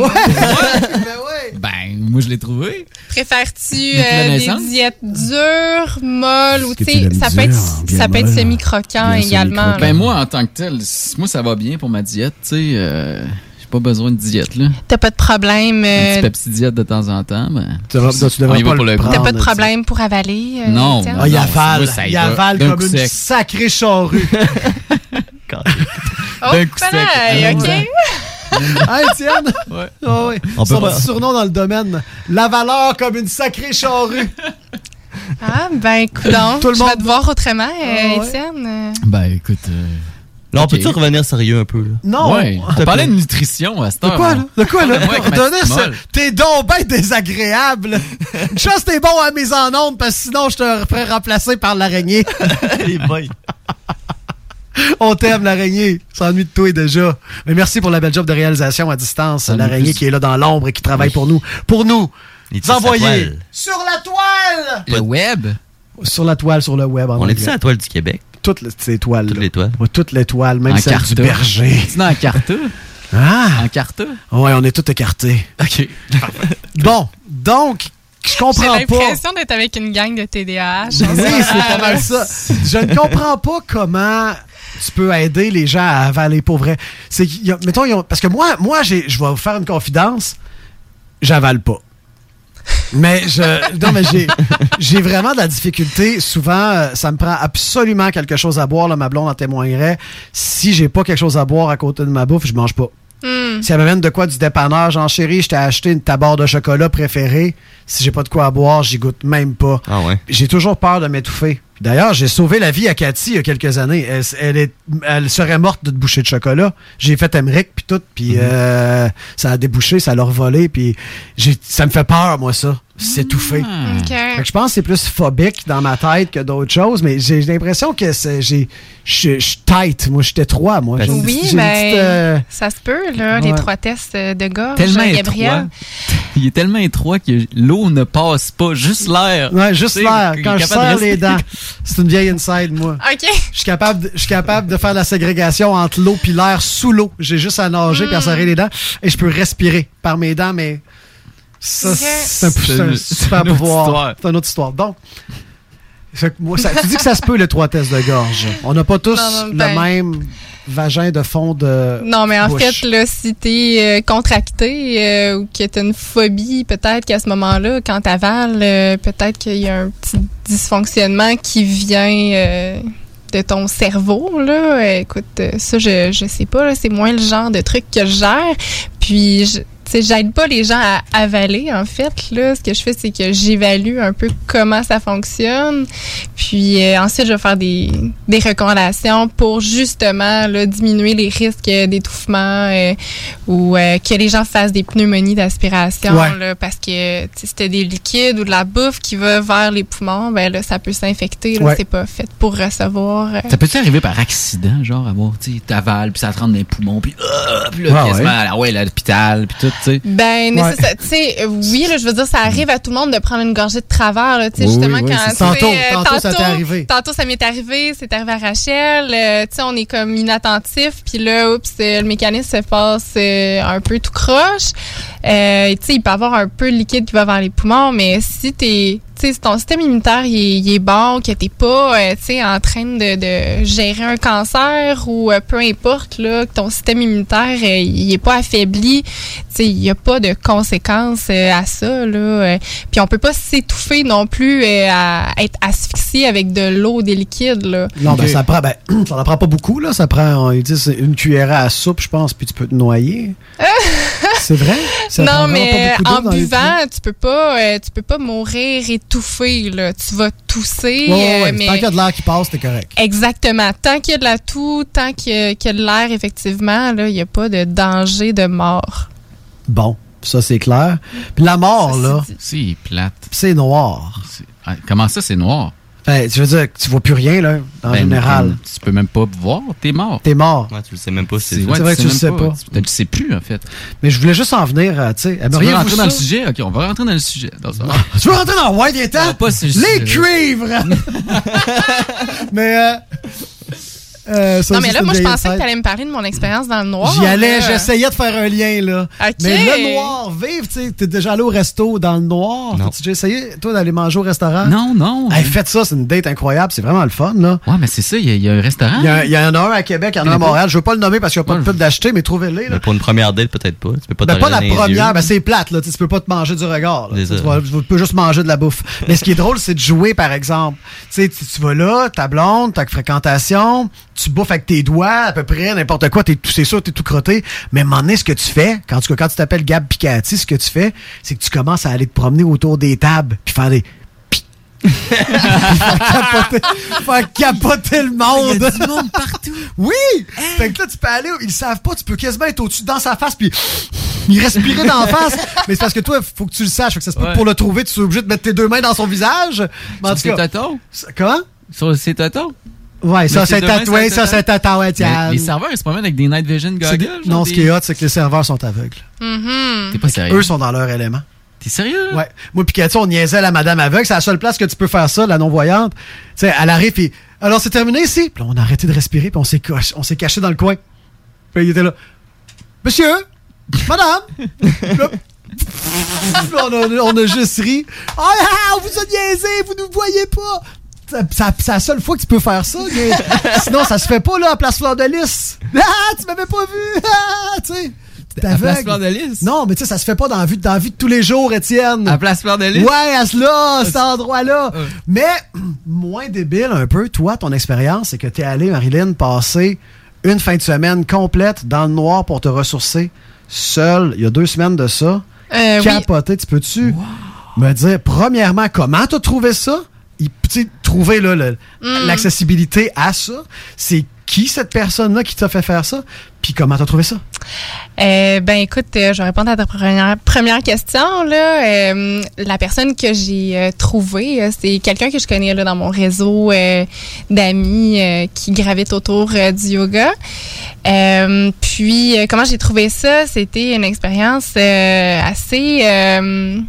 Ben, moi, je l'ai trouvé.
Préfères-tu
Depuis
euh,
la
des
naissance?
diètes dures, molles ou
que
tu
tu
sais,
l'aimes
ça peut
dur,
être
bien
ça peut être
molle?
semi-croquant également. là.
Ben, moi, en tant que tel, c- moi, ça va bien pour ma diète, tu sais. euh, J'ai pas besoin de diète, là.
T'as pas de problème.
Un
euh,
petit Pepsi diète de temps en temps, ben. mais.
Tu devrais- tu devrais
On y va
pas
pour
le
le goût.
prendre.
T'as pas de problème pour avaler. euh,
Non,
Étienne?
Ah, il
Non,
avale.
moi, ça y
Il
va.
avale
D'un
comme
coup
une
sec.
sacrée charrue.
Oh,
D'un coup sec.
pareil, ok.
Ouais. (laughs) Ah, Étienne? Ouais. ouais.
On peut
Son
pas-
petit surnom dans le domaine. L'avaleur comme une sacrée charrue.
Ah, ben, coudonc.
Tout le
je
monde-
vais te voir autrement, euh,
Ah, ouais.
Étienne. euh.
Ben, écoute. euh,
Là, on
ok.
peut-tu revenir sérieux un peu? Là?
Non.
Ouais.
S'il te
On parlait
plaît.
de nutrition à cette
De
heure. hein?
quoi, là? De quoi, là?
Ouais, avec ma
Donnez
petite
ce-
molle.
T'es donc ben désagréable. Une chose, t'es bon à mise en onde, parce que sinon, je te ferais remplacer
(laughs)
par l'araignée. On t'aime, l'araignée. S'ennuie de toi déjà. Mais merci pour la belle job de réalisation à distance. L'araignée qui est là dans l'ombre et qui travaille pour nous. Pour nous, vous
tire sa
envoyez
toile.
Sur la toile!
Le web?
sur la toile, sur le web. en
On est
anglais.
ici à la toile du Québec.
Toutes les ces toiles. Toutes
les toiles.
Toutes les toiles, même
En
celle
carton.
du berger.
C'est dans la carte.
Ah!
En carte?
Ouais, on est tout écartés.
OK.
bon, donc, je
J'ai
comprends pas.
l'impression d'être avec une gang de TDAH.
Oui, c'est pas mal
(laughs)
ça. Je ne comprends pas comment tu peux aider les gens à avaler pour vrai. C'est qu'il y a- mettons, ils ont- parce que moi, moi, j'ai- je vais vous faire une confidence, j'avale pas. Mais je, non, mais j'ai, j'ai vraiment de la difficulté. Souvent, euh, ça me prend absolument quelque chose à boire. Là, ma blonde en témoignerait. Si j'ai pas quelque chose à boire à côté de ma bouffe, je mange pas.
Hmm.
Mm.
Si elle m'amène de quoi du dépanneur, genre chérie, je t'ai acheté une- ta barre de chocolat préférée. Si j'ai pas de quoi à boire, j'y goûte même pas.
Ah ouais.
J'ai toujours peur de m'étouffer. Puis D'ailleurs, j'ai sauvé la vie à Cathy il y a quelques années. Elle, s- elle est, elle serait morte de bouchée de chocolat. J'ai fait Amérique, puis tout, puis euh, ça a débouché, ça l'a revolé, puis j'ai- ça me fait peur, moi, ça, s'étouffer.
Hmm. OK.
Fait que je pense que c'est plus phobique dans ma tête que d'autres choses, mais j'ai l'impression que c'est- j'ai- je je suis tight, moi, j'étais trois, moi. J'ai une
Oui, ben,
petite- j'ai une
mais
petite, euh,
ça se peut, là,
ouais.
l'étroitesse euh, de gorge,
Tellement étroit.
Gabriel.
Il est tellement étroit que l'eau ne passe pas, juste l'air.
Ouais, juste
Tu sais,
l'air.
il est
Quand je
capable de
serre
rester- (laughs)
les dents, c'est une vieille inside, moi.
OK.
Je suis capable, de- je suis capable de faire la ségrégation entre l'eau puis l'air sous l'eau. J'ai juste à nager
Hmm.
puis à serrer les dents et je peux respirer par mes dents, mais ça,
Ok.
c'est un,
C'est
c'est un
une-
super
c'est une autre
pouvoir.
histoire.
C'est une autre histoire. Donc, fait que moi, ça- tu dis que ça se peut, le trois tests de gorge. On n'a pas tous
Non, non,
le
ben-
même vagin de fond de.
Non, mais en
euh, bouche.
fait, là, si t'es euh, contracté euh, ou que t'as une phobie, peut-être qu'à ce moment-là, quand t'avales, euh, peut-être qu'il y a un petit dysfonctionnement qui vient euh, de ton cerveau, là. Euh, Écoute, euh, ça, je, je sais pas, là, c'est moins le genre de truc que je gère. Puis, je, tu sais, j'aide pas les gens à avaler, en fait. Là, ce que je fais, c'est que j'évalue un peu comment ça fonctionne. Puis euh, ensuite, je vais faire des, des recommandations pour justement là, diminuer les risques euh, d'étouffement euh, ou euh, que les gens fassent des pneumonies d'aspiration.
Ouais.
là, Parce que tu sais, si t'as des liquides ou de la bouffe qui va vers les poumons, ben là, ça peut s'infecter. là.
Ouais.
C'est pas fait pour recevoir. euh,
Ça peut-tu arriver par accident, genre, avoir, tu sais, t'avales, puis ça te rentre dans les poumons, puis, euh, puis là,
Ah ouais.
quasiment, ah ouais, à l'hôpital, puis tout, tu sais.
Ben,
Ouais.
nécessaire- tu sais, euh, oui, là, je veux dire, ça arrive à tout le monde de prendre une gorgée de travers, là, tu sais,
Oui,
justement,
oui, oui,
quand,
c'est
tu sais,
ça. Tantôt,
euh,
tantôt, ça t'est arrivé.
Tantôt, ça m'est arrivé, c'est arrivé à Rachel, euh, tu sais, on est comme inattentif, puis là, oups, euh, le mécanisme se passe euh, un peu tout croche, Euh, et tu sais, il peut y avoir un peu de liquide qui va vers les poumons, mais si t'es, tu sais, si ton système immunitaire, il est, il est bon, que t'es pas, euh, tu sais, en train de, de gérer un cancer ou euh, peu importe, là, que ton système immunitaire, euh, il est pas affaibli, tu sais, il y a pas de conséquences euh, à ça, là. euh. Puis on peut pas s'étouffer non plus euh, à être asphyxié avec de l'eau, des liquides, là.
Non, ben, ça prend, ben, (clears throat) ça en prend pas beaucoup, là. Ça prend, on, ils disent, une cuillère à soupe, je pense, puis tu peux te
(laughs)
noyer. c'est vrai? Ça prend
non,
vraiment
mais
pas beaucoup d'eau
en
dans les
buvant, tu peux pas, euh, tu peux pas mourir étouffé, là. Tu vas tousser,
Ouais, ouais,
euh,
ouais.
mais
Tant qu'il y a de l'air qui passe, t'es correct.
Exactement. Tant qu'il y a de la toux, tant qu'il y a, qu'il y a de l'air, effectivement, là, il n'y a pas de danger de mort.
Bon, ça c'est clair. Puis la mort, là,
Si, plate.
c'est noir.
Ah, Comment ça, c'est noir?
Fait, tu veux dire que tu vois plus rien, là, en
Ben,
général.
Tu peux même pas voir, t'es mort.
T'es mort.
Ouais, tu le sais même pas si
C'est
ça.
ouais,
C'est vrai que tu le sais
même
pas. Eh
Tu- Tu le sais plus, en fait.
Mais je voulais juste en venir, euh, tu sais.
Tu
aimeriez-vous
veux rentrer dans
ça? Ah.
le sujet? Ok, on va rentrer dans le sujet. Dans ça.
Tu veux rentrer dans White État? Les cuivres!
(laughs)
(laughs) mais, euh, euh, ça
non,
aussi,
mais là,
c'est
moi, je
une
pensais
vieille
que tu allais me parler de mon expérience dans le noir.
J'y allais,
là.
j'essayais de faire un lien, là.
Ok.
Mais le noir, vive, tu sais, t'es déjà allé au resto dans le noir. T'as-tu déjà essayé, toi, d'aller manger au restaurant?
Non, non.
Hey, faites ça, c'est une date incroyable, c'est vraiment le fun, là.
Ouais, mais c'est ça, il y, a- il y a un restaurant.
Il y, a- il y en a un à Québec, il y en a un à Montréal. Je veux pas le nommer parce qu'il n'y a pas de pub d'acheter, mais trouvez-les, là.
Mais pour une première date, peut-être pas. Tu peux pas
Ben, pas la
t'arrêter dans les
première,
yeux.
ben, c'est plate, là. Tu sais, tu peux pas te manger du regard. là. Tu sais,
Désolé.
Tu, vas- tu peux juste manger de
(laughs)
la bouffe. Mais ce qui est drôle, c'est de jouer, par exemple. Tu sais, tu, tu vas là, ta blonde, ta fréquentation, tu bouffes avec tes doigts, à peu près, n'importe quoi, t'es tout, c'est sûr, t'es tout crotté. Mais à un moment donné, ce que tu fais, quand tu, quand tu t'appelles Gab Picati, ce que tu fais, c'est que tu commences à aller te promener autour des tables, puis faire des. pi- faire capoter le monde.
Il y a du monde
partout. (laughs) Oui! Fait que là, tu peux aller, ils le savent pas, tu peux quasiment être au-dessus dans sa face, puis il respirait
(laughs)
d'en face. Mais c'est parce que toi, faut que tu le saches. Fait que ça se peut que
Ouais.
pour le trouver, tu es obligé de mettre tes deux mains dans son visage. Mais
Sur
en tout
ses
cas.
tontons?
Ça- Comment?
Sur ses tontons?
Ouais, ça,
Mais
c'est
ses deux mains,
tatoué,
c'est
ça, c'est tatoué,
Mais
Étienne.
Ben, Les serveurs, ils se promènent avec des night vision
C'est-
goggles. genre
Non, ce
des-
qui est hot, c'est que les serveurs sont aveugles.
Mhm.
T'es pas sérieux.
Hmm. Eux sont dans leur élément.
T'es sérieux?
Ouais. Moi, Pikachu, on niaisait la madame aveugle. C'est la seule place que tu peux faire ça, la non-voyante. Tu sais, elle arrive, puis. Alors, c'est terminé ici. Puis là, on a arrêté de respirer, puis on s'est coche- on s'est caché dans le coin. Puis il était là. Monsieur! Madame! Puis là, (laughs) Puis on, a, on a juste ri. Oh là, on vous a niaisé, vous nous voyez pas! Ça- ça- C'est la seule fois que tu peux faire ça. mais Sinon, ça se fait pas, là, à Place Fleur de Lys. Ah, tu m'avais pas vu! Ah, tu sais. t'es
À Place
aveugle. Non, mais tu sais, ça se fait pas dans la vie, dans la vie de tous les jours, Étienne.
À Place Fleur de Lys?
Ouais, à cela, cet endroit-là.
Euh.
Mais (clears throat) hum, moins débile un peu, toi, ton expérience, c'est que t'es allé, Marilyn, passer une fin de semaine complète dans le noir pour te ressourcer seul, il y a deux semaines de ça.
Euh, oui.
Capoté, tu peux-tu me dire, premièrement, comment t'as trouvé ça? Il- Tu sais, trouver là, le-
Mm.
l'accessibilité à ça. C'est qui cette personne-là qui t'a fait faire ça? Puis comment t'as trouvé ça?
Euh, ben écoute, euh, je vais répondre à ta première, première question. Là. Euh, la personne que j'ai euh, trouvée, euh, c'est quelqu'un que je connais là, dans mon réseau euh, d'amis euh, qui gravitent autour euh, du yoga. Euh, puis euh, comment j'ai trouvé ça, c'était une expérience euh, assez... euh,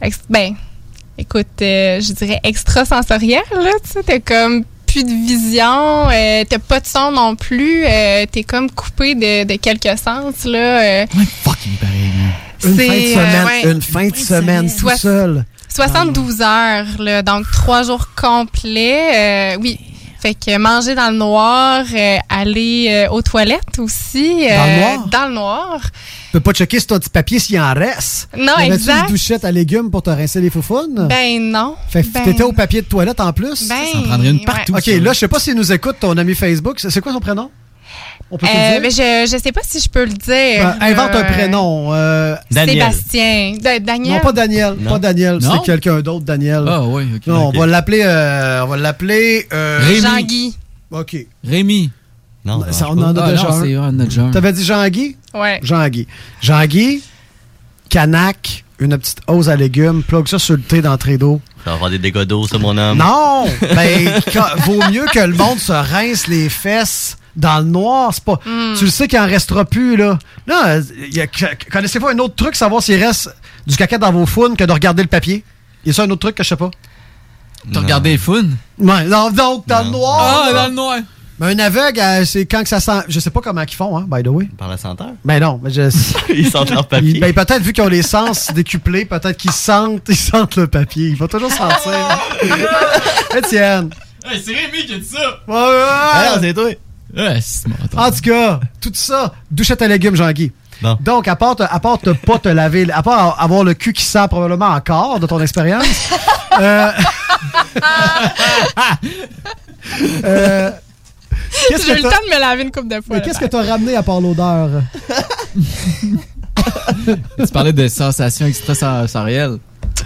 ex- ben, écoute, euh, je dirais extrasensorielle, là, tu sais, t'as comme plus de vision, euh, t'as pas de son non plus, euh, t'es comme coupé de, de quelques sens, là. euh,
Une
C'est,
fin de
euh,
semaine,
ouais.
une fin de semaine, tout
Soix-
seul.
72 heures, là, donc trois jours complets, euh, oui. Fait que manger dans le noir, euh, aller euh, aux toilettes aussi.
Dans le
euh,
noir?
Dans le noir.
Tu peux pas checker sur ton petit papier s'il en reste.
Non,
Y avait-tu
exact.
une douchette à légumes pour te rincer les foufounes?
Ben non.
Fait que
Ben
t'étais au papier de toilette en plus?
Ben, Ça en prendrait une ouais. partout,
OK,
ça.
là, je sais pas s'il nous écoute, ton ami Facebook. C'est c'est quoi son prénom? On peut te
Euh,
le
ben,
dire?
je, je sais pas si je peux le dire.
Ben, invente un
Euh,
prénom. euh,
Sébastien. Da- Daniel.
Non, pas Daniel.
Non.
Pas Daniel.
Non?
C'est quelqu'un d'autre, Daniel.
Ah,
oui. Non, on va l'appeler. euh, on va l'appeler. euh,
Rémi.
Jean-Guy.
OK. Bah,
Rémi.
Non,
bah,
Ça, Ah, on en a
Ah,
déjà un. T'avais dit Jean-Guy?
Ouais.
Jean-Guy. Jean-Guy, canac, une petite hausse à légumes, plug ça sur le thé d'entrée d'eau.
Ça va avoir des dégâts d'eau, ça, mon
Ah,
homme. (laughs)
(laughs)
Non! Ben, ca- vaut mieux que le monde se rince les fesses dans le noir. C'est pas. Tu le sais qu'il en restera plus, là. Non, euh, y a- connaissez-vous un autre truc, savoir s'il reste du caca dans vos founes que de regarder le papier? Y a ça un autre truc que je sais pas?
T'as regardé les founes?
Ouais, non, donc, dans le noir.
Ah,
là.
dans le noir.
Mais un aveugle, euh, c'est quand que ça sent. Je sais pas comment ils font, hein, by the way.
Par la senteur. (laughs)
Ben non, mais je.
Ils sentent leur papier.
Ils- ben peut-être, vu qu'ils ont les sens décuplés, peut-être qu'ils sentent, ils sentent le papier. Ils vont toujours
(laughs)
sentir. Étienne.
Hey, c'est Rémi qui a dit ça!
Ouais, ouais.
Ah, c'est toi.
Ouais, c'est mon
En tout cas, tout ça, douchette à légumes, Jean-Guy. Donc, à part, te- à part te pas te laver, à part avoir le cul qui sent probablement encore de ton expérience,
(laughs)
euh,
Ah!
euh, qu'est-ce
J'ai eu
que
le temps
t'as-
de me laver une coupe de fois.
mais
là,
qu'est-ce que t'as ramené à part l'odeur?
tu parlais de sensations extrasensorielles.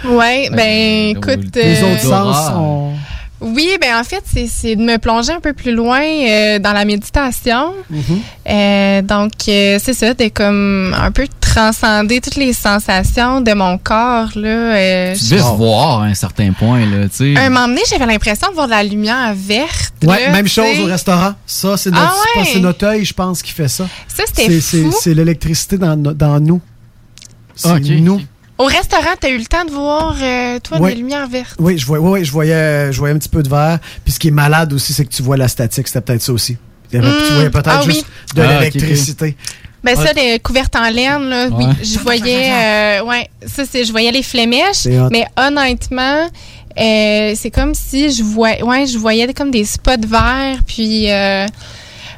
Ouais, ben écoute.
Les
euh,
autres sens sont-
Oui, ben en fait, c'est- c'est de me plonger un peu plus loin euh, dans la méditation.
Mm-hmm.
Euh, donc, euh, c'est ça, de comme un peu transcender toutes les sensations de mon corps. Là, euh,
Tu
je-
devais se voir à un certain point, là, tu sais.
Un moment donné, j'avais l'impression de voir de la lumière verte.
Ouais,
là,
même
tu
chose
sais.
au restaurant. Ça, c'est notre,
Ah ouais?
c'est pas- c'est notre œil, je pense, qui fait ça.
Ça, c'était
C'est- c'est-
fou.
C'est l'électricité dans, no- dans nous. C'est
Ah, Ok.
nous.
Au restaurant, t'as eu le temps de voir, euh, toi,
Ouais.
des lumières vertes.
Oui, je voyais, oui, oui, je voyais, je voyais un petit peu de verre. Puis ce qui est malade aussi, c'est que tu vois la statique. C'était peut-être ça aussi. Il y avait-
Mm.
Tu voyais peut-être
Ah oui.
juste de
Ah, ok, ok.
l'électricité.
Ben
Ah,
ça, les couvertes en laine, là, oui,
Ouais.
je voyais, euh, ouais, ça c'est, je voyais les flémèches,
C'est hot.
mais honnêtement, euh, c'est comme si je voyais, ouais, je voyais comme des spots verts, puis euh,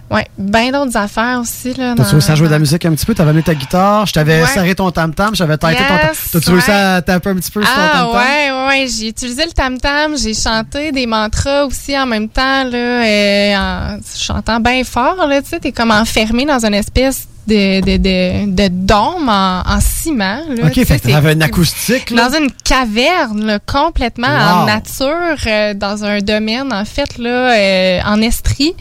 ouais, ben d'autres affaires aussi là.
T'as
dans-
trouvé ça à jouer de la musique un petit peu? T'avais mis ta guitare, je t'avais
Ouais.
serré ton tam-tam, j'avais taillé ton tam
Yes,
T'as trouvé
ouais.
ça à taper un petit peu sur ton
Ah
tam-tam?
ouais, ouais, ouais, j'ai utilisé le tam tam, j'ai chanté des mantras aussi en même temps là, euh, en chantant bien fort là, tu sais, t'es comme enfermé dans une espèce de de, de, de dôme en, en ciment là.
Ok,
tu sais,
fait que t'avais
c'est-
une acoustique. Là.
Dans une caverne, là, complètement en
Wow.
nature, euh, dans un domaine, en fait, là, euh, en Estrie,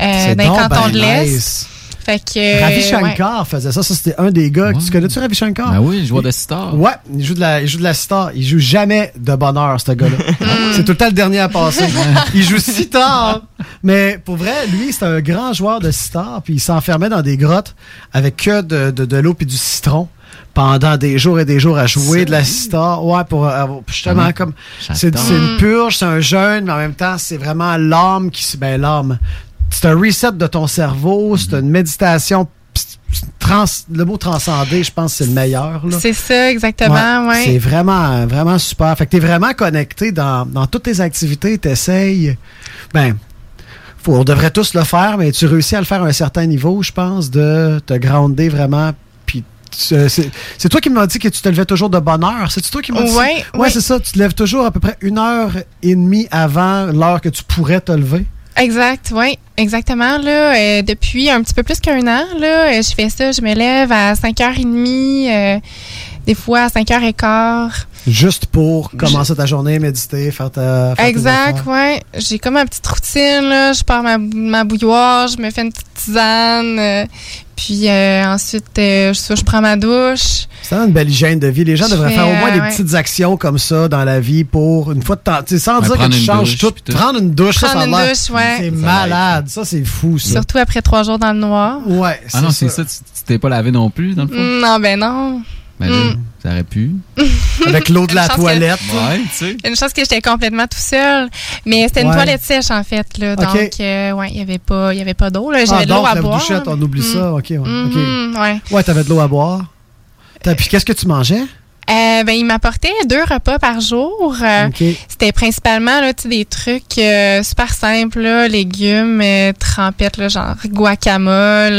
euh,
C'est
dans
donc
le canton
ben
de l'Est.
nice.
Fait que. euh,
Ravi
ouais.
Shankar faisait ça. Ça, c'était un des gars. que Tu connais-tu Ravi Shankar?
Ben oui, joueur de sitar.
Ouais, il joue de la, il joue de la sitar. Il joue jamais de bonheur, ce
(laughs)
gars-là. Mm. c'est tout le temps le dernier à passer. il joue sitar. Mais pour vrai, lui, c'est un grand joueur de sitar. Puis il s'enfermait dans des grottes avec que de, de, de l'eau puis du citron pendant des jours et des jours à jouer de la sitar. Ouais, pour avoir- justement,
Ah,
comme.
j'adore.
C'est c'est une
Mm.
purge, c'est un jeûne, mais en même temps, c'est vraiment l'âme qui se. Ben, l'âme. C'est un reset de ton cerveau, c'est une méditation. pss- pss- Trans, le mot transcender, je pense, c'est le meilleur. là.
C'est ça, exactement, ouais.
C'est vraiment, vraiment super. Fait que t'es vraiment connecté dans, dans toutes tes activités, t'essayes. Ben, faut, on devrait tous le faire, mais tu réussis à le faire à un certain niveau, je pense, de te grounder vraiment. Puis tu- euh, c'est c'est toi qui m'as dit que tu te levais toujours de bonne heure. C'est toi qui m'as dit.
Ouais,
ouais,
ouais.
c'est ça. Tu te lèves toujours à peu près une heure et demie avant l'heure que tu pourrais te lever.
Exact, oui, exactement. Là, Euh, depuis un petit peu plus qu'un an, là, euh, je fais ça. Je me lève à 5h30, euh, des fois à 5h15.
Juste pour commencer ta journée, méditer, faire ta. faire tes
Exact,
affaires.
ouais. J'ai comme ma petite routine, là. Je pars ma, ma bouilloire, je me fais une petite tisane. euh, puis euh, ensuite, euh, je, je prends ma douche.
C'est vraiment une belle hygiène de vie. Les gens
Je
devraient
fais,
faire au moins
euh,
des
ouais.
petites actions comme ça dans la vie pour une fois de temps. tu sais, Sans
Ouais,
dire que
prendre
tu
une
changes
douche,
tout.
puis tout.
Prendre une douche, ça,
Prendre
ça a
une
l'air-
douche, ouais.
C'est
Ça
malade. Ça, c'est fou, ça.
Surtout après trois jours dans le noir.
Ouais.
Ah non, c'est ça, tu tu t'es pas lavé non plus, dans le fond?
Non, ben non.
Ben,
Mm.
Ça aurait
(laughs)
pu.
Avec l'eau de la
Une chance que-
toilette.
Ouais, tu sais.
Une chose que j'étais complètement tout seul, mais c'était une
Ouais.
toilette sèche en fait là,
Ok.
donc euh, ouais, il y avait pas il y avait pas d'eau là, j'avais
Ah,
de l'eau
donc,
à
la
boire. Mm.
douchette,
là.
on oublie ça. OK, ouais. ok.
Mhm, ouais.
Ouais, t'avais de l'eau à boire. T'as- Puis qu'est-ce que tu mangeais?
Euh, ben, il m'apportait deux repas par jour. Euh,
OK.
C'était principalement là, tu sais, des trucs euh, super simples, là, légumes, euh, trempettes, là, genre guacamole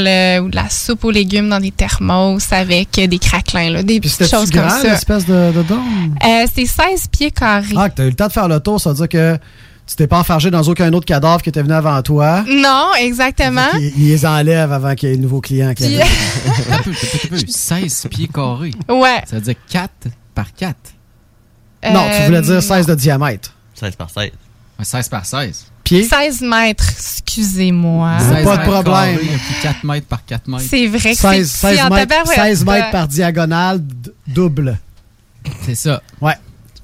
euh, ou de la soupe aux légumes dans des thermos avec euh, des craquelins, là, des
Puis
petites
c'était-tu
choses comme
grand,
ça.
l'espèce de, de dôme?
Euh, c'est 16 pieds carrés.
Ah, que t'as eu le temps de faire le tour, ça veut dire que tu t'es pas enfargé dans aucun autre cadavre qui était venu avant toi.
Non, exactement.
Ils, ils les enlèvent avant qu'il y ait de nouveaux clients. qui
Puis-
arrivent.
(laughs)
Un peu, un peu, un peu. 16 pieds carrés.
Ouais. Euh,
Ça veut dire 4 par 4.
non, tu voulais dire 16 de diamètre.
16 par 16. 16 par 16.
Pieds?
16 mètres, excusez-moi.
16
Pas de
mètres
problème.
carrés, puis 4 mètres par 4 mètres.
Ah. C'est vrai que c'est
16,
petit
16
en
mètres,
tabarouette.
16 mètres par diagonale, d- double.
C'est ça.
Ouais.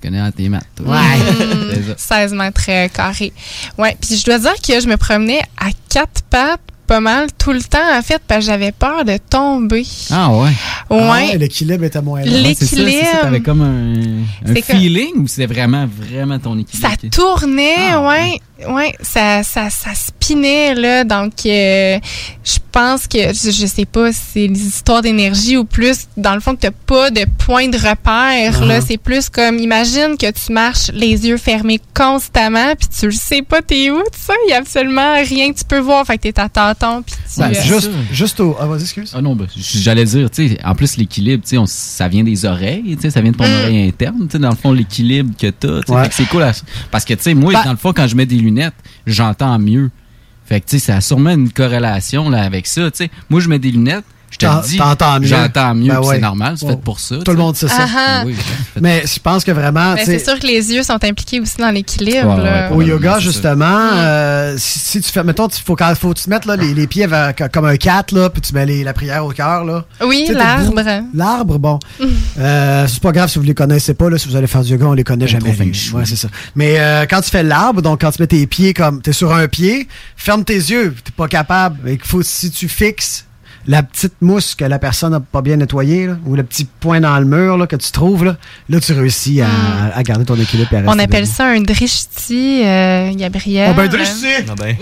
Tu connais tes maths, toi.
Mm,
C'est ça.
16 mètres euh, carrés. Ouais, puis je dois dire que je me promenais à quatre pattes pas mal tout le temps en fait parce que j'avais peur de tomber.
Ah ouais.
Ouais.
Ah L'équilibre était moins là.
Ouais, c'est ça, c'est ça, T'avais comme un, un
C'est que-
feeling ou c'était vraiment, vraiment ton équilibre?
Ça
qui-
tournait,
Ah,
ouais, ouais, ça, ça, ça spinait là, donc euh, je pense que je, je sais pas, si c'est des histoires d'énergie ou plus. Dans le fond, que t'as pas de point de repère là,
Uh-huh.
Ah.
c'est plus comme imagine que tu marches les yeux fermés constamment, puis tu le sais pas t'es où, tu sais, il y a absolument rien que tu peux voir, fait que t'es à tâton, puis tu.
Ben,
euh,
juste-
Juste au. Ah, vas-y, excuse.
Ah non, ben, j- j'allais dire, tu sais, en plus, l'équilibre, tu sais, on- ça vient des oreilles, tu sais, ça vient de
Mm.
ton oreille interne, tu sais, dans le fond, l'équilibre que t'as, tu sais,
Ouais.
fait que c'est cool. à- parce que, tu sais, moi,
Bah
dans le fond, quand je mets des lunettes, j'entends mieux. Fait que, tu sais, ça a sûrement une corrélation, là, avec ça, tu sais. Moi, je mets des lunettes, je te
T'en-
le dis,
t'entends mieux.
j'entends mieux,
Ben
puis
ouais.
c'est normal, c'est
Ouais.
fait pour ça.
Tout le monde sait ça.
Ah, ah.
Oui,
Mais je pense que vraiment.
ben,
tu sais,
c'est sûr que les yeux sont impliqués aussi dans l'équilibre.
Ouais,
là. Mm.
Au yoga, justement, euh, si, si tu fais, mettons, il faut, quand- faut que tu te mettes là, les, les pieds vers- co- comme un 4, là, puis tu mets les- la prière au cœur. là.
Oui,
Tu sais, t'es
l'arbre.
debout. L'arbre, bon. Euh, c'est pas grave si vous les connaissez pas, là, si vous allez faire du yoga, on les connaît jamais. les- Ouais, c'est ça. Mais euh, quand tu fais l'arbre, donc quand tu mets tes pieds comme, t'es sur un pied, ferme tes yeux, t'es pas capable. Et qu'il faut, si tu fixes la petite mousse que la personne n'a pas bien nettoyée, là, ou le petit point dans le mur là, que tu trouves, là, là tu réussis à, à garder ton équilibre. et à
Hmm. On
rester
appelle ça un drishti, euh, Gabriel.
Ah ben, drishti!
ben,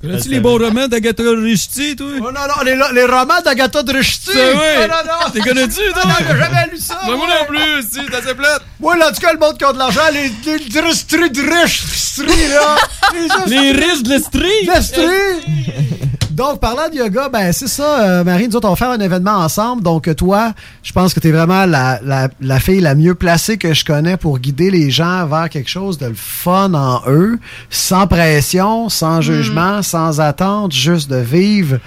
Connais-tu les bons romans d'Agatha Christie, toi?
Ben, Oh non, non, les, les romans d'Agatha Christie!
C'est vrai?
Ah non, non!
T'es connais-tu, toi? Ben,
Ah non, j'ai jamais lu ça!
Moi, moi non plus, si, t'as assez plate.
Moi, là, en tout cas, le monde qui a de l'argent, les, les dristri, dristri, là!
Les riches de l'Estrie!
Donc, parlant de yoga, ben c'est ça, euh, Marie, nous autres, on va faire un événement ensemble. Donc, toi, je pense que t'es vraiment la, la, la fille la mieux placée que je connais pour guider les gens vers quelque chose de le fun en eux, sans pression, sans jugement, sans attente, juste de vivre.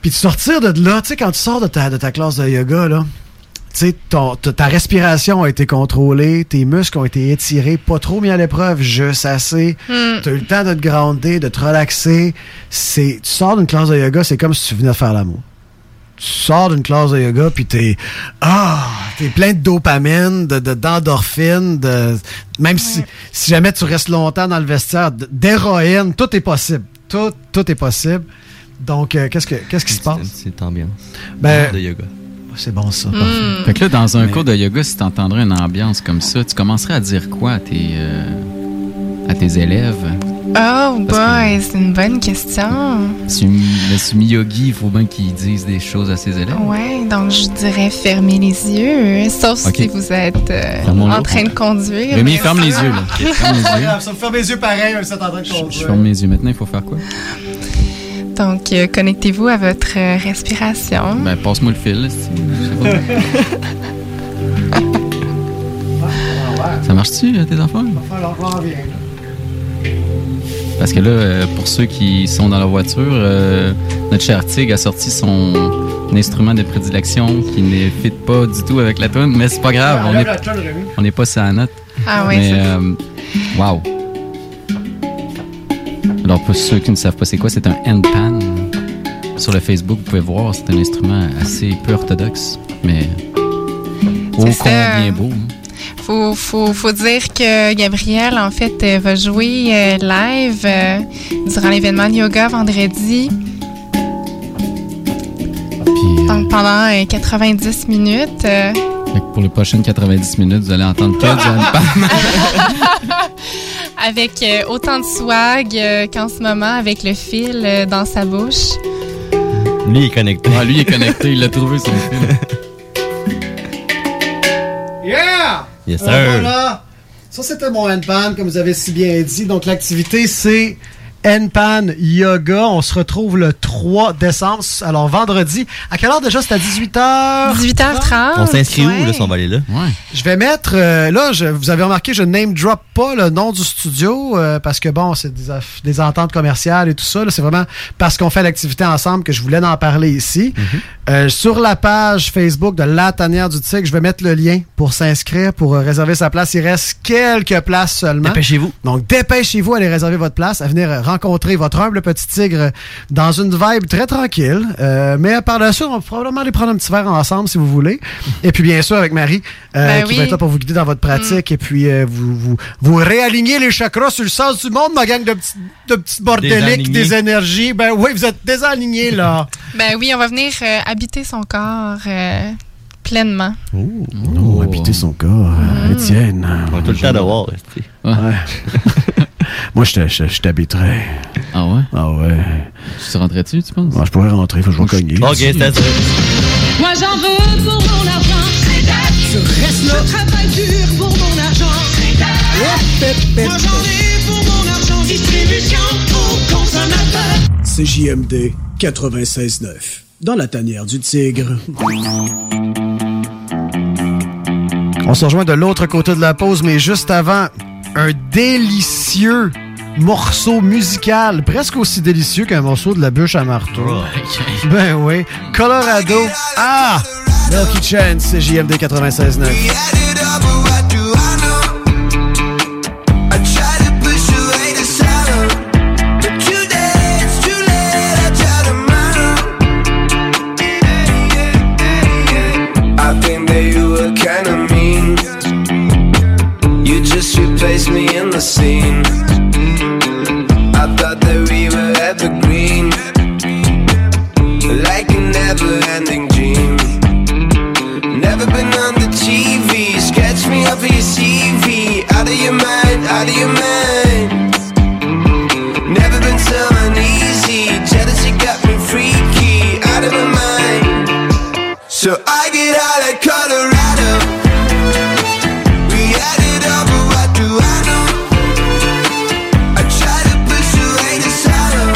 Puis de sortir de là, tu sais, quand tu sors de ta, de ta classe de yoga, là, tu sais, ton- ta ta respiration a été contrôlée, tes muscles ont été étirés, pas trop mis à l'épreuve, juste assez.
Mm.
Tu as eu le temps de te grounder, de te relaxer. C'est, tu sors d'une classe de yoga, c'est comme si tu venais de faire l'amour. Tu sors d'une classe de yoga, puis t'es ah, t'es plein de dopamine, de de- d'endorphine, de, même si si jamais tu restes longtemps dans le vestiaire, d- d'héroïne, tout est possible, tout tout est possible. Donc euh, qu'est-ce que qu'est-ce qui se passe
Cette ambiance
Ben,
de yoga.
C'est bon ça.
Mm.
parfait. Fait que là, dans un cours de yoga, si t'entendrais une ambiance comme ça, tu commencerais à dire quoi à tes, euh, à tes élèves?
Oh boy, c'est une bonne question.
Sumi, le Sumi Yogi, il faut bien qu'il dise des choses à ses élèves.
Ouais, donc je dirais fermer les yeux, sauf
Ok.
si vous êtes euh,
Fermons-le.
en train de conduire.
Rémi, ferme les yeux, là.
(laughs)
Ferme les yeux.
Ça me ferme les yeux pareil, même si t'es en train de
Je
conduire.
ferme mes yeux maintenant, il faut faire quoi?
Donc euh, connectez-vous à votre euh,
(laughs)
respiration.
Ben, passe-moi le fil. là, si- je
(laughs)
sais
Ah,
pas. Ça marche-tu, euh, tes enfants?
Enfin, l'enfant revient, là.
Parce que là, euh, pour ceux qui sont dans la voiture, euh, notre cher Tig a sorti son instrument de prédilection qui ne fit pas du tout avec la tune, mais c'est pas grave, Ah,
Ah,
on est, on n'est pas sur la note.
Ah oui,
Mais,
c'est-
euh, wow. Alors, pour ceux qui ne savent pas c'est quoi, c'est un handpan. Sur le Facebook, vous pouvez voir, c'est un instrument assez peu orthodoxe, mais ô
C'est ça.
combien beau. hein.
Faut, faut, faut dire que Gabriel, en fait, euh, va jouer euh, live euh, durant l'événement de yoga vendredi. Donc pendant euh, 90 minutes. euh,
Fait que pour les prochaines 90 minutes, vous allez entendre que
(laughs)
du handpan.
(laughs) avec euh, autant de swag euh, qu'en ce moment, avec le fil euh, dans sa bouche.
Lui, il est connecté. Ah, lui, il est connecté, il l'a trouvé sur le
(laughs)
film.
Yeah!
Yes,
Euh,
sir.
voilà. Ça, c'était mon handpan, comme vous avez si bien dit. Donc, l'activité, c'est handpan yoga. On se retrouve le 3 décembre, alors vendredi. À quelle heure déjà? C'est à 18h?
18h30.
Ah,
On s'inscrit où, là, si on va aller là?
Je vais mettre, euh, là, je- vous avez remarqué, je name drop pas le nom du studio euh, parce que bon, c'est des, aff- des ententes commerciales et tout ça. là. C'est vraiment parce qu'on fait l'activité ensemble que je voulais en parler ici. Euh, sur la page Facebook de La Tanière du Tigre, je vais mettre le lien pour s'inscrire, pour euh, réserver sa place. Il reste quelques places seulement.
Dépêchez-vous.
Donc, dépêchez-vous à aller réserver votre place, à venir euh, rencontrer votre humble petit tigre euh, dans une vibe très tranquille. Euh, mais par la suite, on va probablement aller prendre un petit verre ensemble si vous voulez. Et puis, bien sûr, avec Marie, euh,
Ben
qui
oui. Mm.
va être là pour vous guider dans votre pratique. Et puis, euh, vous, vous, vous réalignez les chakras sur le sens du monde, ma gang de petits, de petits
Désalignés.
bordéliques, des énergies. Ben oui, vous êtes désalignés, là.
Ben oui, on va venir euh, habiter son corps euh, pleinement.
Ouh,
Ben,
Oh.
habiter son corps.
Ah.
Étienne. On
tout le temps dehors,
(laughs)
Moi, je te- je je t'habiterais.
Ah ouais?
Ah ouais.
Tu rentrais-tu, tu penses?
je pourrais rentrer, faut que je me cogne.
Ok, c'était ça.
Moi j'en veux pour mon argent. Je reste là. Je travaille dur pour mon argent. Moi j'en ai pour mon argent. Distribution pour consommateurs.
C'est JMD 96.9. Dans la tanière du tigre.
On se rejoint de l'autre côté de la pause, mais juste avant, un délicieux morceau musical, presque aussi délicieux qu'un morceau de la bûche à marteau.
Oh,
Ben oui, Colorado. Ah! Milky Chance, c'est JMD 96.9.
I think that you were kinda mean. You just replaced me in the scene. I thought that we were evergreen, like a never ending dream. Never been on the TV, sketch me up for your CV. Out of your mind, out of your mind. Never been so uneasy, jealousy got me freaky. Out of my mind. So I get out of Colorado. We had it all, but what do I know? I try to push away the sorrow,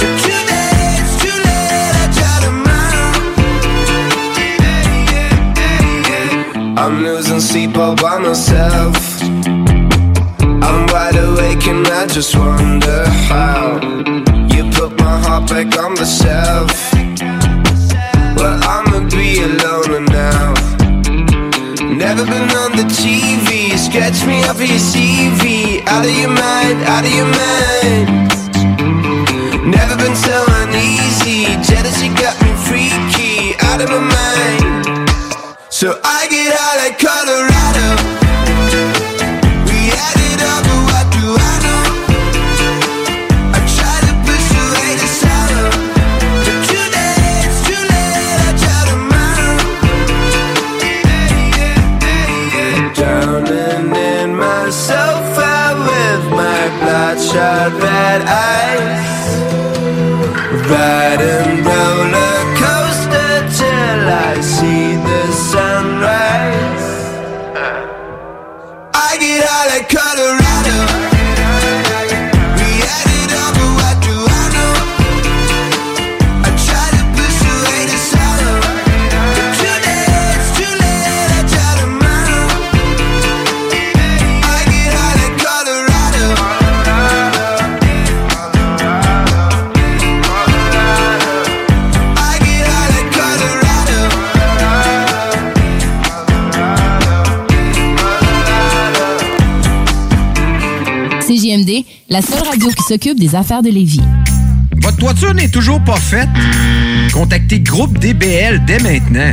but too late, it's too late. I try to mind. I'm losing sleep all by myself. I'm wide awake and I just wonder how you put my heart back on the shelf. Well, I'ma be a loner now. Never been on the TV. Sketch me up for your CV. Out of your mind, out of your mind. Never been so uneasy. Jealousy got me freaky. Out of my mind. So I get high like Colorado. We had it all, but what do I know? I try to push away the sorrow. But too late, it's too late. I try to mind. Drowning in myself out with my bloodshot red eyes. Riding roller coaster till I see the sunrise. I get out of Colorado. We had it all, but what do I know? I try to push away the sorrow. But too late, it's too late. I try to mind. I get out of Colorado.
CJMD, la seule radio qui s'occupe des affaires de Lévis.
Votre toiture n'est toujours pas faite? Contactez Groupe DBL dès maintenant.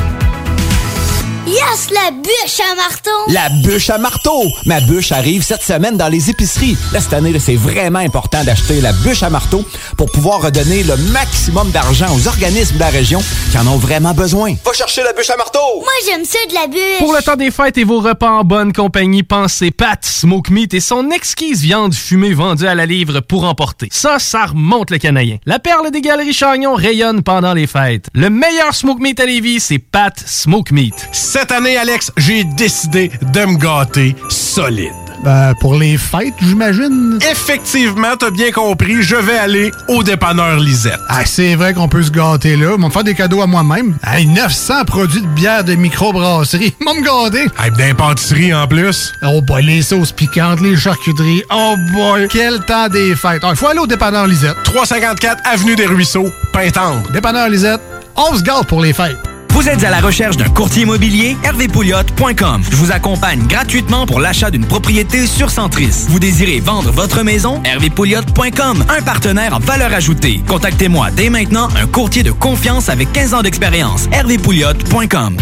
Yes, la bûche à marteau!
La bûche à marteau! Ma bûche arrive cette semaine dans les épiceries. Là, cette année, là, c'est vraiment important d'acheter la bûche à marteau pour pouvoir redonner le maximum d'argent aux organismes de la région qui en ont vraiment besoin.
Va chercher la bûche à marteau!
Moi, j'aime ça de la bûche!
Pour le temps des fêtes et vos repas en bonne compagnie, pensez Pat Smoke Meat et son exquise viande fumée vendue à la livre pour emporter. Ça, ça remonte le canadien. La perle des galeries Chagnon rayonne pendant les fêtes. Le meilleur Smoke Meat à Lévis, c'est Pat Smoke Meat.
Cette année, Alex, j'ai décidé de me gâter solide.
Ben, pour les fêtes, j'imagine.
Effectivement, t'as bien compris, je vais aller au dépanneur Lisette.
Ah, c'est vrai qu'on peut se gâter là. Ils vont me faire des cadeaux à moi-même. Hey, 900 produits de bière de microbrasserie. Ils vont me garder.
Hey, ben, d'impantisserie en plus.
Oh boy, les sauces piquantes, les charcuteries. Oh boy, quel temps des fêtes. Ah, Il faut aller au dépanneur Lisette.
354 Avenue des Ruisseaux, Pintendre.
Dépanneur Lisette, on se gâte pour les fêtes.
Vous êtes à la recherche d'un courtier immobilier? hervépouliotte.com. Je vous accompagne gratuitement pour l'achat d'une propriété sur Centris. Vous désirez vendre votre maison? hervépouliotte.com. Un partenaire en valeur ajoutée. Contactez-moi dès maintenant un courtier de confiance avec 15 ans d'expérience. hervépouliotte.com.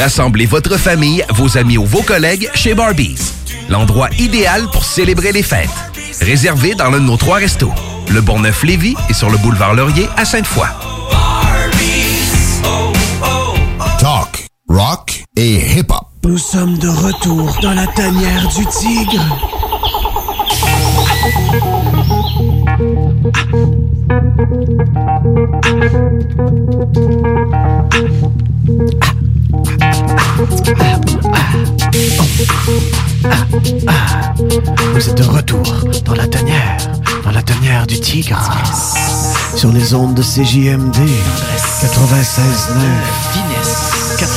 Rassemblez votre famille, vos amis ou vos collègues chez Barbies. L'endroit idéal pour célébrer les fêtes. Réservé dans l'un de nos trois restos. Le Bonneuf-Lévis et sur le boulevard Laurier à Sainte-Foy.
Talk, rock et hip-hop. Nous sommes de retour dans la tanière du tigre. Vous êtes de retour dans la tanière, dans la tanière du tigre. Sur les ondes de CJMD 96.9.
Finesse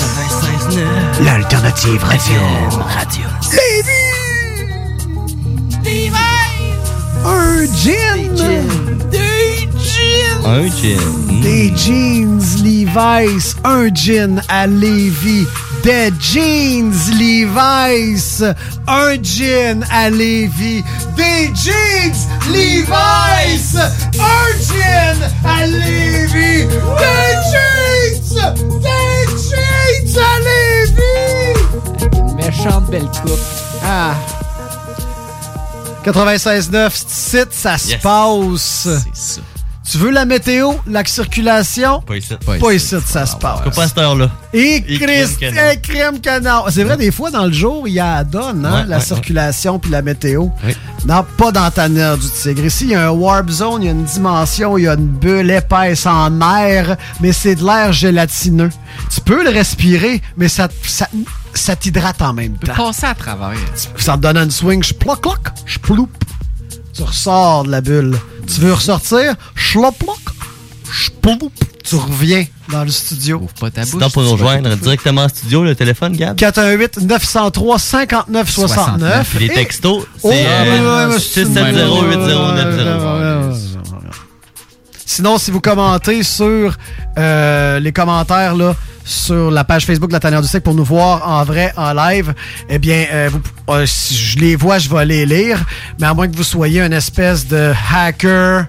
96.9
L'alternative radio.
FM Radio.
Un gin!
Un gin.
Des jeans Levi's, un jean à Lévis. Des jeans Levi's, un jean à Lévis. Des jeans Levi's, un jean à Lévis. Des jeans, des jeans à Lévis.
Méchante belle coupe.
Ah. 96.9, c'est ça se
Yes.
passe. Tu veux la météo, la circulation?
Pas ici.
Pas ici, ça
Ah
se passe.
Pas à cette heure-là.
Et
Et crème
Christ,
canard.
et crème canard. C'est vrai, des fois, dans le jour, il y a la donne, hein,
Ouais,
la
ouais,
circulation puis la météo.
Oui.
Non, pas dans ta nerf du tigre. Ici, il y a un warp zone, il y a une dimension, il y a une bulle épaisse en air, mais c'est de l'air gélatineux. Tu peux le respirer, mais ça, ça, ça t'hydrate en même temps.
Passer à travers.
Ça te donne une swing, je ploc ploc, je ploup. Tu ressors de la bulle. Tu veux ressortir, chlop ploc, je ploup. Tu reviens dans le studio. Ouvre pas ta
Sinon, pour nous rejoindre directement en studio, le téléphone, Gab.
418 903 59 69. Oh,
euh, Les textos, c'est euh, 670 8090.
Sinon, si vous commentez sur euh, les commentaires là, sur la page Facebook de la Tanière du Sec pour nous voir en vrai, en live, eh bien, euh, vous- euh, si je les vois, je vais les lire. Mais à moins que vous soyez une espèce de hacker.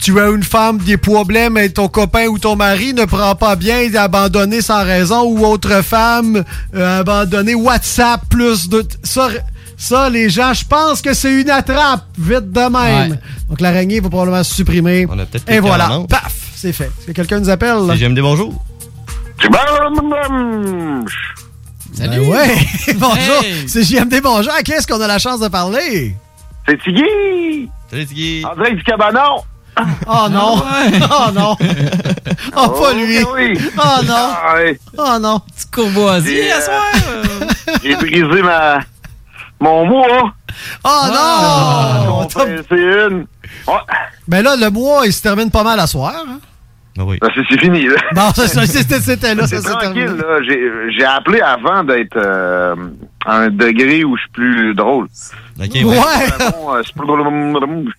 Tu as une femme, des problèmes et ton copain ou ton mari ne prend pas bien, il est abandonné sans raison ou autre femme euh, abandonnée, WhatsApp plus de... Ça, ça, les gens, je pense que c'est une attrape, vite de même.
Ouais.
Donc l'araignée va probablement se supprimer.
On a Ben, peut-être
Et
quelqu'un
voilà,
en manque.
paf, c'est fait. Est-ce que quelqu'un nous appelle?
C'est GMD, bonjour.
Salut! Ben ouais, (laughs) bonjour, c'est JMD, bonjour. À qui est-ce qu'on a la chance de parler?
C'est Tiggy!
Salut Tiggy!
En direct du cabanon!
(laughs) Oh non! Oh non! Oh, pas lui! Oh non!
Ah,
Oh non! Tu
courvoisier à soir. euh, (laughs)
euh.
J'ai brisé ma... mon mois!
Oh
Ah,
non!
On fait- C'est une! Ouais.
Ben là, le mois, il se termine pas mal à soir. hein?
Ben, c'est- c'est fini, là.
Non, ça, ça, c'était c'était là,
(laughs)
ça
C'est
s'est terminé.
tranquille, là. J'ai j'ai appelé avant d'être euh, à un degré où je suis plus drôle.
ouais. Ouais.
Bon, euh, c'est plus drôle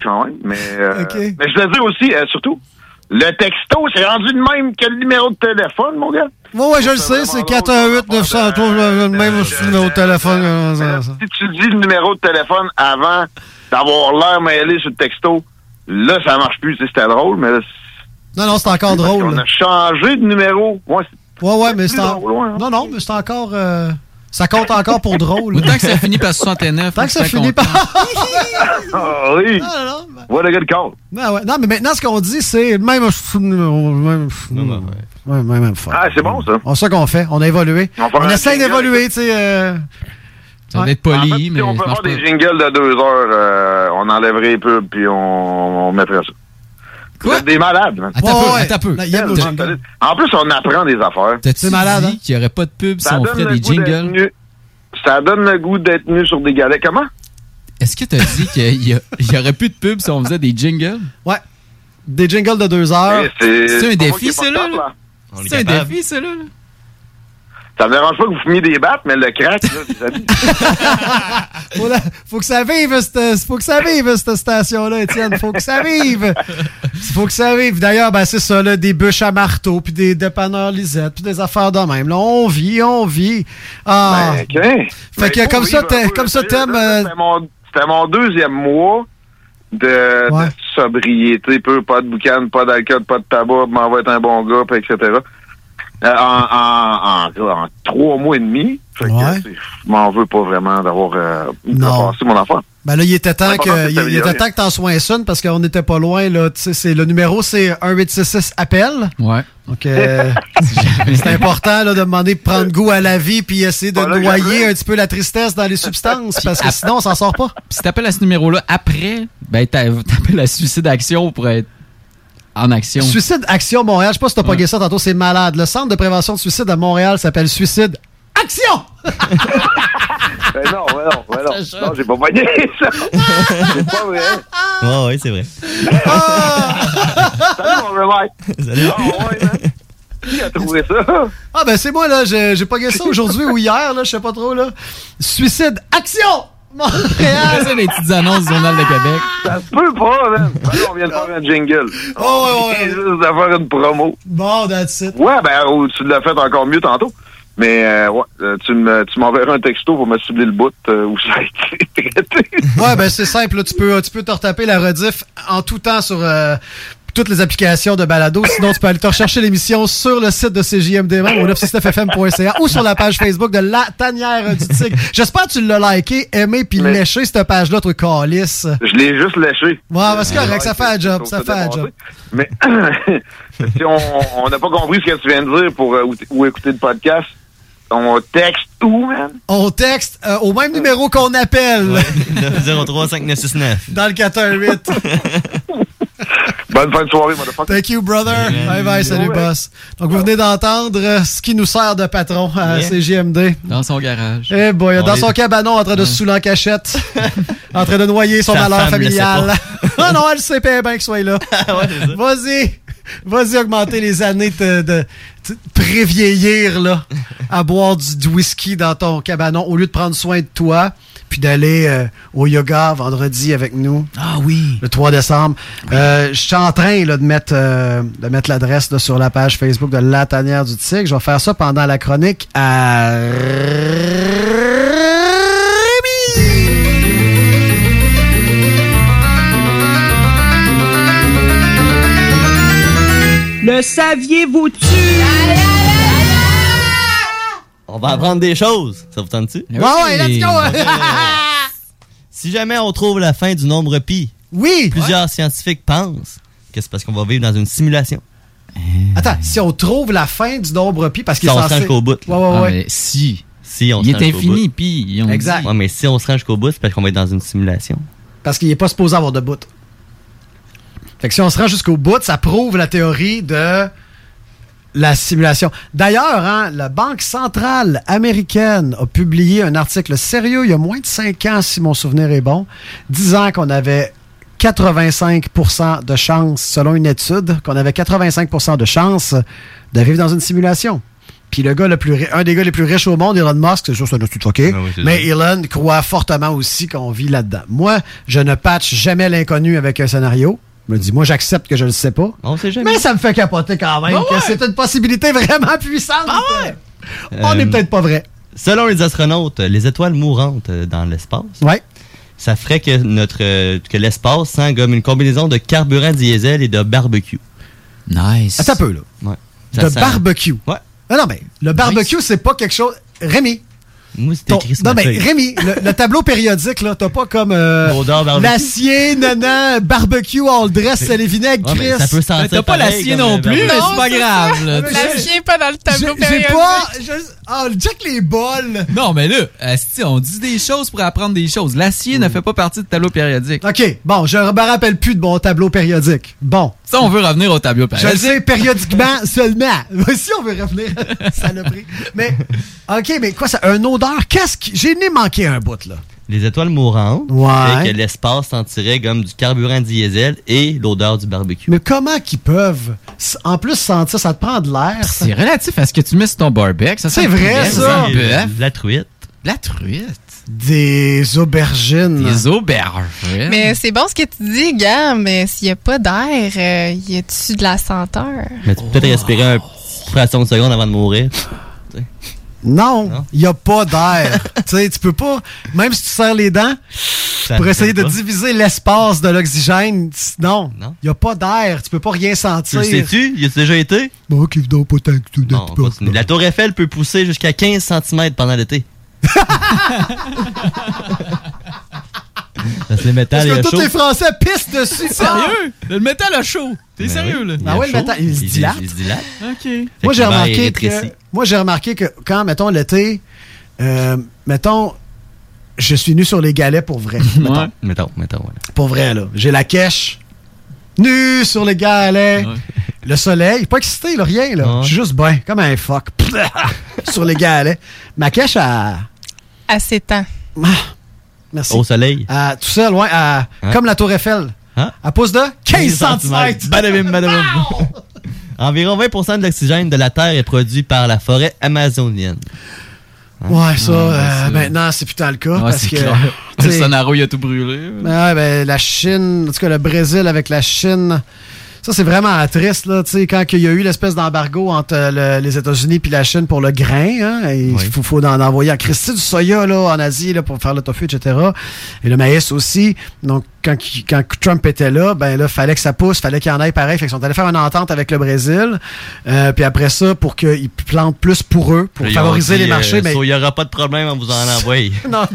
quand même, mais, euh,
Ok.
mais je veux dire aussi, euh, surtout, le texto, c'est rendu de même que le numéro de téléphone, mon gars.
Moi, ouais, je le sais, c'est 418 903 le même numéro de téléphone. euh, ça, ça.
Si tu dis le numéro de téléphone avant d'avoir l'air mêlé sur le texto, là, ça marche plus. Tu sais, C'était drôle, mais là,
Non, non, c'est encore drôle.
on
là.
a changé de numéro. Moi, c'est-
Ouais, ouais, mais c'est en-
hein.
Non, non, mais c'est encore. euh, Ça compte encore pour drôle.
Tant que ça
finit par
69.
Tant que ça finit par.
(laughs)
Ah oui.
ben.
What a good call.
Ah ouais. (laughs) Non, mais maintenant, ce qu'on dit, c'est le même. même- Ouais, même, même fort.
Ah, c'est bon, ça.
On sait qu'on fait. On a évolué.
On va faire
On
un
essaye
jingle.
d'évoluer, tu sais. euh,
Ça va être poli, mais
on peut
ça marche
faire des jingles de deux heures, euh, on enlèverait les pubs, puis on, on mettrait ça. Vous êtes des malades, man.
Attends peu, Ouais, ouais. attends peu. Là, il y a
Quel
le
mentaliste. En plus, on apprend des affaires.
T'as-tu malade,
hein?
hein? dit qu'il n'y aurait pas de pub si
Ça
on
donne
ferait
le
des
goût d'être
jingles?
nu. Ça donne le goût d'être nu sur des galets. Comment?
Est-ce que t'as
(laughs)
dit qu'il n'y aurait plus de pub si on faisait des jingles?
Ouais. Des jingles de deux heures.
Eh, c'est-
Ah, C'est
c'est
un
pas moi qui ai
défi,
pas de
celui-là?
temps, là.
là?
On est
C'est un
capable.
défi, celui-là?
Ça me dérange pas que vous fumiez des battes, mais le crack, là, vous savez.
Faut, la- faut que ça vive, cette, faut que ça vive, cette station-là, Étienne. Faut que ça vive. Faut que ça vive. D'ailleurs, ben, c'est ça, là, des bûches à marteau, puis des dépanneurs Lisette, puis des affaires de même. Là, on vit, on vit. Ah.
Ben, ok.
Fait que
Ben,
comme
oui,
ça,
ben,
t'es-
oui,
comme ça,
c'est-
t'aimes. euh,
C'était mon, c'était mon deuxième mois de, de sobriété, peu, pas de boucan, pas d'alcool, pas de tabac, m'en va être un bon gars, puis etc. Euh, en, en, en- en trois mois et demi, fait que, tu sais, je m'en veux pas vraiment d'avoir euh,
Non.
passé mon enfant.
Ben là, il était temps
Ouais, pendant
que,
que
il, il
t'avais-
était temps que t'en sois une parce qu'on n'était pas loin, là. Tu sais, c'est- le numéro, c'est 1866 appel.
Ouais.
Donc, euh, c'est important, là, de demander de prendre goût à la vie puis essayer de
Voilà,
noyer
j'avais.
un petit peu la tristesse dans les substances parce que sinon, (laughs) on s'en sort pas.
Puis si t'appelles à ce numéro-là après, ben t'a- t'appelles à Suicide Action pour être en action.
Suicide Action Montréal, je sais pas si t'as pogué ça tantôt, c'est malade. Le centre de prévention de suicide à Montréal s'appelle Suicide Action!
(laughs) Ben non, ben non,
(laughs)
ben non. Non, j'ai pas pogné ça. C'est pas vrai. Ah.
Ouais, ouais, c'est vrai.
Salut, mon Robert.
Salut.
Ah, ouais, man. Qui a trouvé ça?
Ah ben c'est moi là, j'ai j'ai pogué ça aujourd'hui ou hier, là, je sais pas trop là. Suicide Action! Montréal!
(laughs) C'est les petites annonces du Journal de Québec.
Ça se peut pas, man. Ben là, on vient de faire un jingle.
Oh,
ouais, ouais. juste de faire une promo.
Bon, that's it.
Ouais, ben, ou tu l'as fait encore mieux tantôt. Mais, euh, ouais, euh, tu me- tu m'enverras un texto pour me cibler le bout euh, où ça a été.
Ouais, ben c'est simple. là. tu peux tu peux te retaper la rediff en tout temps sur euh, toutes les applications de balado. Sinon, tu peux aller te rechercher l'émission sur le site de CJMD même, au 969fm.ca ou sur la page Facebook de La Tanière du Tigre. J'espère que tu l'as liké, aimé puis léché cette page-là, toi, calice. Ouais,
Je l'ai juste léché.
ben, c'est correct, ça fait un job, ça fait un job.
Mais, (coughs) si on on n'a pas compris ce que tu viens de dire pour euh, ou, ou écouter le podcast, on texte où, man?
On texte euh, au même numéro qu'on appelle
903 5969.
dans le 418.
Bonne fin de soirée, motherfucker.
Thank you, brother. Bye bye, salut, boss. Donc, vous venez d'entendre euh, ce qui nous sert de patron à
Yeah.
CJMD.
Dans son garage.
Eh boy,
On
dans
les-
son cabanon en train de se saouler en
(laughs)
cachette, en train de noyer son
Sa
malheur
femme le sait
familial. Ah non, elle sait pas bien qu'il soit là. Vas-y, vas-y augmenter les années de, de, de prévieillir là, à boire du, du whisky dans ton cabanon au lieu de prendre soin de toi. puis d'aller euh, au yoga vendredi avec nous.
Ah oui.
Le 3 décembre. Euh, je suis en train là, de mettre, euh, de mettre l'adresse là, sur la page Facebook de La Tanière du Tigre. Je vais faire ça pendant la chronique à
Le saviez-vous-tu?
On va apprendre des choses. Ça vous tente-tu?
Ouais, ouais, let's go!
(laughs) si jamais on trouve la fin du nombre pi,
oui,
plusieurs scientifiques pensent que c'est parce qu'on va vivre dans une simulation.
Attends, si on trouve la fin du nombre pi, parce qu'il
si
est
on se
censé...
rend jusqu'au bout. Ah,
Ouais, ouais, ouais.
si. Si on
Ah,
se
Il est
rend jusqu'au
infini,
bout.
puis ils ont Exact. dit.
Ouais, mais si on se rend jusqu'au bout, c'est parce qu'on va être dans une simulation.
Parce qu'il n'est pas supposé avoir de bout. Fait que si on se rend jusqu'au bout, ça prouve la théorie de la simulation. D'ailleurs, hein, la Banque centrale américaine a publié un article sérieux il y a moins de 5 ans, si mon souvenir est bon, disant qu'on avait 85 de chance, selon une étude, qu'on avait 85 de chance de vivre dans une simulation. Puis le gars le plus ri- un des gars les plus riches au monde, Elon Musk, c'est sûr, c'est un tout OK.
c'est
Mais Elon croit fortement aussi qu'on vit là-dedans. Moi, je ne patch jamais l'inconnu avec un scénario. Je me dis, moi, j'accepte que je ne le sais pas.
On sait
Mais ça me fait capoter quand même
Ben
que
ouais.
c'est une possibilité (laughs) vraiment puissante. Ah, On est
Euh,
peut-être pas vrai.
Selon les astronautes, euh, les étoiles mourantes euh, dans l'espace, ça ferait que, notre, euh, que l'espace sent comme une combinaison de carburant diesel et de barbecue.
Nice.
Attends un peu, Ah, là.
Ouais.
de barbecue. Ah
Ouais.
Non, non, mais le barbecue, c'est pas quelque chose. Rémi.
Moi,
c'était Non, mais Rémi, le, le tableau périodique, là, t'as pas comme. euh,
barbecue.
l'acier, nanan, barbecue, all dress, c'est les vinaigres,
Ouais,
Chris.
mais ça peut sentir T'as pas pareil l'acier comme euh, non le plus, barbecue. mais c'est pas
Non,
grave,
ça.
là,
Mais
tu
j'ai-
L'acier est pas dans le tableau
(laughs) j'ai- J'ai
périodique.
pas. je- Ah, check les bols.
Non, mais là, asti, on dit des choses pour apprendre des choses. L'acier ne fait pas partie du tableau périodique.
Mm. OK, bon, je me rappelle plus de mon tableau périodique. Bon.
Ça, on veut revenir au tableau
Je le
périodique.
sais périodiquement seulement. (laughs) si on veut revenir, (laughs) saloperie. Mais, OK, mais quoi, ça, un odeur? Qu'est-ce que. J'ai ni manqué un bout, là.
Les étoiles mourantes,
Ouais.
fait que l'espace sentirait comme du carburant diesel et l'odeur du barbecue.
Mais comment qu'ils peuvent, s- en plus, sentir, ça te prend de l'air? ça?
C'est relatif à ce que tu mets sur ton barbecue. Ça
C'est
sent le
vrai,
poulet,
ça.
sent le bœuf.
La truite.
La truite.
Des aubergines.
Des auberges.
Mais c'est bon ce que tu dis, gars, mais s'il n'y a pas d'air, euh, y a-tu de la senteur?
Mais tu peux peut-être respirer un petit fraction de seconde avant de mourir.
Non, il n'y a
(laughs)
pas d'air. tu sais, tu peux pas, même si tu serres les dents, pour
ne
essayer de
pas.
diviser l'espace de l'oxygène, c- non. Il n'y a pas d'air. Tu peux pas rien
Tu
sentir.
le sais-tu? Y a déjà été?
Bon, qu'il donne pas tant que tout
Non, on continue. La tour Eiffel peut pousser jusqu'à 15 cm pendant
(laughs)
l'été. Parce que le métal
Parce
est
que tous
chaud.
les Français pissent dessus.
Sérieux? Le métal a chaud. T'es
Ben
sérieux,
oui.
là?
Ah ouais, le
chaud,
métal, il se dilate.
Il se dilate.
OK.
Moi,
que l'hiver, il
j'ai remarqué que,
rétrécit.
moi, j'ai remarqué que quand, mettons, l'été, euh, mettons, je suis nu sur les galets pour
(laughs)
vrai. mettons.
Mettons, mettons, ouais.
Pour vrai, là. J'ai la cache. Nu sur les galets. Le soleil. Pas excité, là, rien, là. Je suis juste ben, comme un fuck. (laughs) sur les galets. Ma cache à.
À ses temps.
Merci.
Au soleil.
À- tout seul, ouais. à-
Hein?
Comme la Tour Eiffel.
Hein?
À pouce de 15 cm.
Badaboum, badaboum. Environ 20 de l'oxygène de la Terre est produit par la forêt amazonienne.
Hein?
Hein?
Ouais, ça, euh, maintenant, c'est putain le cas. parce que. tu
Le
sais,
sonaro, il a tout brûlé.
Ben ouais, ben, la Chine, en tout cas le Brésil avec la Chine. Ça, c'est vraiment triste, là, tu sais, quand il y a eu l'espèce d'embargo entre euh, le- les États-Unis puis la Chine pour le grain, hein, et il faut, faut en envoyer en Christie du soya, là, en Asie, là, pour faire le tofu, etc. Et le maïs aussi. Donc, quand, qui- quand Trump était là, ben là, fallait que ça pousse, fallait qu'il y en aille pareil. Fait qu'ils sont allés faire une entente avec le Brésil. Euh, puis après ça, pour qu'ils plantent plus pour eux, pour
Ils ont
favoriser
dit,
les marchés,
euh,
ben,
so, Il n'y aura pas de problème, on vous
(laughs)
en envoie.
non.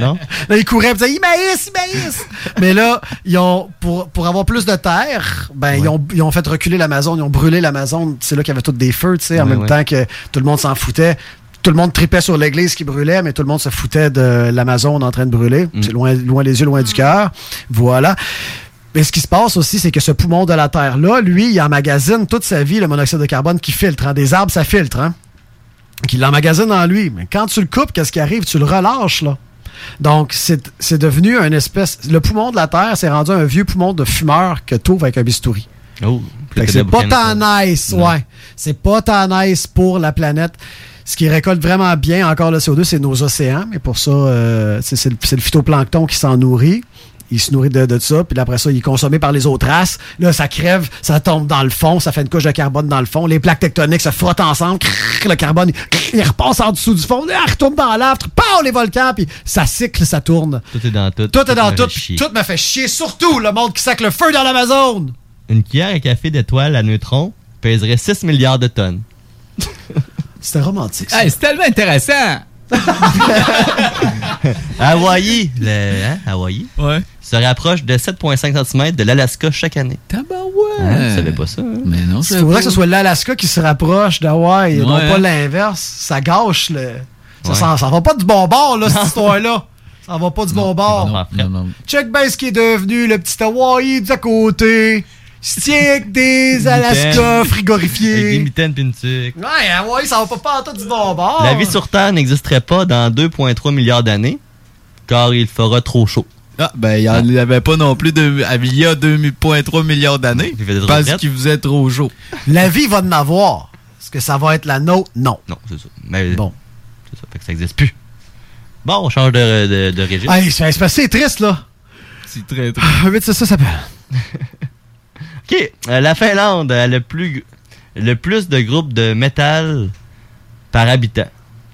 Non?
Là, ils couraient et disaient, il maïs, il maïs. Mais là, ils ont, pour, pour avoir plus de terre, ben, ils, ont, ils ont fait reculer l'Amazon, ils ont brûlé l'Amazon. C'est là qu'il y avait tous des feux, tu sais, en
Ouais,
même
ouais.
temps que tout le monde s'en foutait. Tout le monde tripait sur l'église qui brûlait, mais tout le monde se foutait de l'Amazon en train de brûler.
Mm.
C'est loin, loin les yeux, loin du cœur. Voilà. Mais ce qui se passe aussi, c'est que ce poumon de la Terre-là, lui, il emmagasine toute sa vie le monoxyde de carbone qui filtre. hein. Des arbres, ça filtre. Hein? qui l'emmagasine en lui. Mais quand tu le coupes, qu'est-ce qui arrive? Tu le relâches, là. Donc, c'est c'est devenu une espèce. Le poumon de la Terre s'est rendu un vieux poumon de fumeur que t'ouvres avec un bistouri.
Oh,
Fait que c'est pas tant nice, ouais. C'est pas tant nice pour la planète. Ce qui récolte vraiment bien encore le CO2, c'est nos océans. Mais pour ça, euh, c'est c'est le, c'est le phytoplancton qui s'en nourrit. Il se nourrit de, de ça, puis après ça, il est consommé par les autres races. Là, ça crève, ça tombe dans le fond, ça fait une couche de carbone dans le fond. Les plaques tectoniques se frottent ensemble. crrr, le carbone, il, crrr, il repasse en dessous du fond. Là, il retourne dans l'ave. Pow, les volcans, puis ça cycle, ça tourne.
Tout est dans tout.
Tout est dans
me
tout.
fait chier.
Tout me fait chier. Surtout le monde qui sac le feu dans l'Amazon.
Une cuillère à café d'étoiles à neutrons pèserait 6 milliards de tonnes.
C'était romantique.
ça.
c'est tellement intéressant.
Hawaï, le, hein, Hawaï se rapproche de 7,5 cm de l'Alaska chaque année. Hein, vous savez pas ça? hein?
Mais non,
Il faudrait que ce soit l'Alaska qui se rapproche d'Hawaï,
Ouais,
non pas
hein.
l'inverse. Ça gâche le. Ça,
Ouais.
s'en- ça va pas du bon bord,
(laughs)
là, cette histoire-là. Ça va pas du bon bord.
Non, non.
Check ben ce qui est devenu le petit Hawaï du à côté. Stick des Alaska
mitaines. Avec des
frigorifiés.
mitaines pis une tuque.
Ouais, Hawaï, ça va pas partout du bon bord.
La vie sur Terre n'existerait pas dans 2,3 milliards d'années, car il fera trop chaud.
Ah, ben, il n'y en avait pas non plus de, il y a 2,3 milliards d'années. Parce
retraites.
qu'il faisait trop chaud.
La vie va en avoir. Est-ce que ça va être la nôtre? Non.
Non, c'est ça. Mais bon. C'est ça, fait que ça n'existe plus. Bon, on change de, de- de régime.
Hey, c'est c'est- c'est triste, là. Ah,
C'est très
Vite, c'est ça, ça s'appelle.
OK, euh, la Finlande a le plus, le plus de groupes de métal par habitant,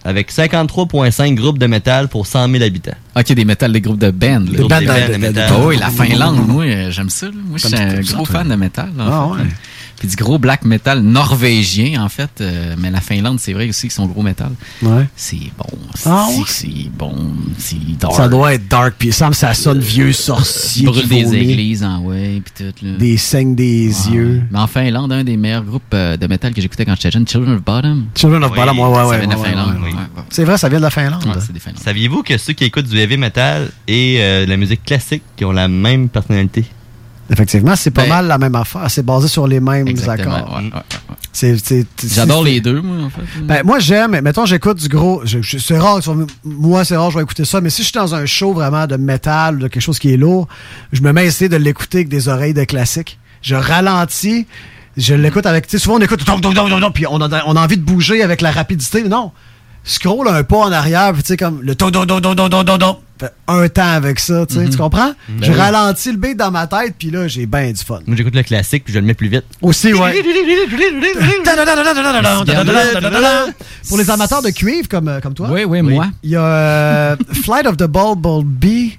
avec 53,5 groupes de métal pour 100 000 habitants.
OK, des métals, des groupes de band. là.
Des bandes, des- des- des-
Ah oui, la Finlande, moi, euh, j'aime ça. là. Moi, je suis
Comme
un
tout-
gros
tout-
hein.
fan de métal. là,
Ah
en fait. Puis du gros black metal norvégien, en fait. euh, mais la Finlande, c'est vrai aussi qu'ils sont gros métal.
Ouais.
C'est bon.
Ah
c'est-
ouais?
C'est bon. C'est dark. Euh,
Ça doit être dark, puis ça me ça sonne vieux sorcier.
Brûle
qui
des
vomit.
églises en ouais, puis tout. Là.
Des saignes des
Ouais.
yeux.
Mais en Finlande, un des meilleurs groupes euh, de métal que j'écoutais quand j'étais jeune, Children of Bottom.
Children of Bottom, ouais, ouais, ouais,
Ça vient de la
ouais,
Finlande.
ouais, ouais.
ouais.
C'est vrai, ça vient de la Finlande.
Saviez-vous que ceux qui écoutent du heavy metal et euh, de la musique classique qui ont la même personnalité?
Effectivement, c'est pas
Ben-
mal la même affaire. C'est basé sur les mêmes accords. C'est- c'est- c'est-
J'adore
c'est-
les deux, moi, en fait.
Mm.
Ben, moi, j'aime. Mettons, j'écoute du gros. je- je- C'est rare. que tu vas me- Moi, c'est rare, je vais écouter ça. Mais si je suis dans un show vraiment de métal ou de quelque chose qui est lourd, je me mets à essayer de l'écouter avec des oreilles de classique. Je ralentis. Je l'écoute avec. Tu sais, souvent, on écoute. Dong, dong, dong, dong, dong, puis on a, on a envie de bouger avec la rapidité. Non. Scroll un pas en arrière, puis tu sais, comme le ton, don, don, don, don, don, don, don. Fait un temps avec ça, tu sais, tu comprends?
Mhm.
Je
Ben oui.
ralentis le beat dans ma tête, puis là, j'ai bien du fun.
Moi, j'écoute le classique puis je le mets plus vite.
Aussi, ouais. (laughs) Pour les amateurs de cuivre comme, euh, comme toi. Oui, oui,
moi.
Il y a euh, Flight of the Bulbul Bee.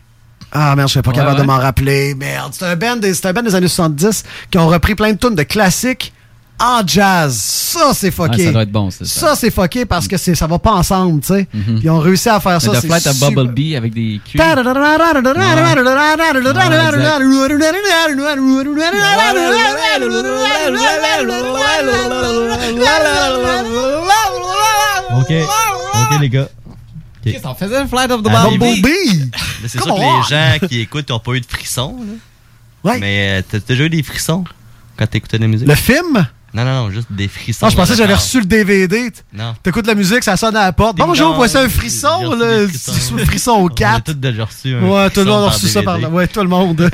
Ah merde, je serais pas
Ouais,
capable de
ouais.
m'en rappeler. Merde, c'est un, band des- c'est un band des années 70 qui ont repris plein de tunes de classiques en jazz. Ça, c'est fucké.
Ouais, ça doit être bon, ça, ça.
Ça, c'est fucké parce que c'est- ça va pas ensemble, tu sais. Puis Ils ont réussi à faire ça.
The
c'est
Flight of
super-
Bubble Bee avec des culs.
OK. OK, les gars. OK.
Ça faisait Flight of the
Ah,
Bumblebee.
Bumblebee. Mais C'est sûr
Come
que
on.
les gens qui écoutent n'ont pas eu de frissons. Là. Mais euh, t'as déjà eu des frissons quand t'écoutais de la musique?
Le film?
Non, non, non, juste des frissons.
Non, Ah, je pensais que
dans le
j'avais
corps.
reçu le DVD.
Non.
T'écoutes la musique, ça sonne à la porte. Bonjour, voici un frisson, là. Sous le (laughs) frisson au 4.
Tout déjà reçu. un
Ouais, tout
frisson
le monde a
par
reçu ça par
DVD.
là. Ouais, tout
(laughs)
le monde.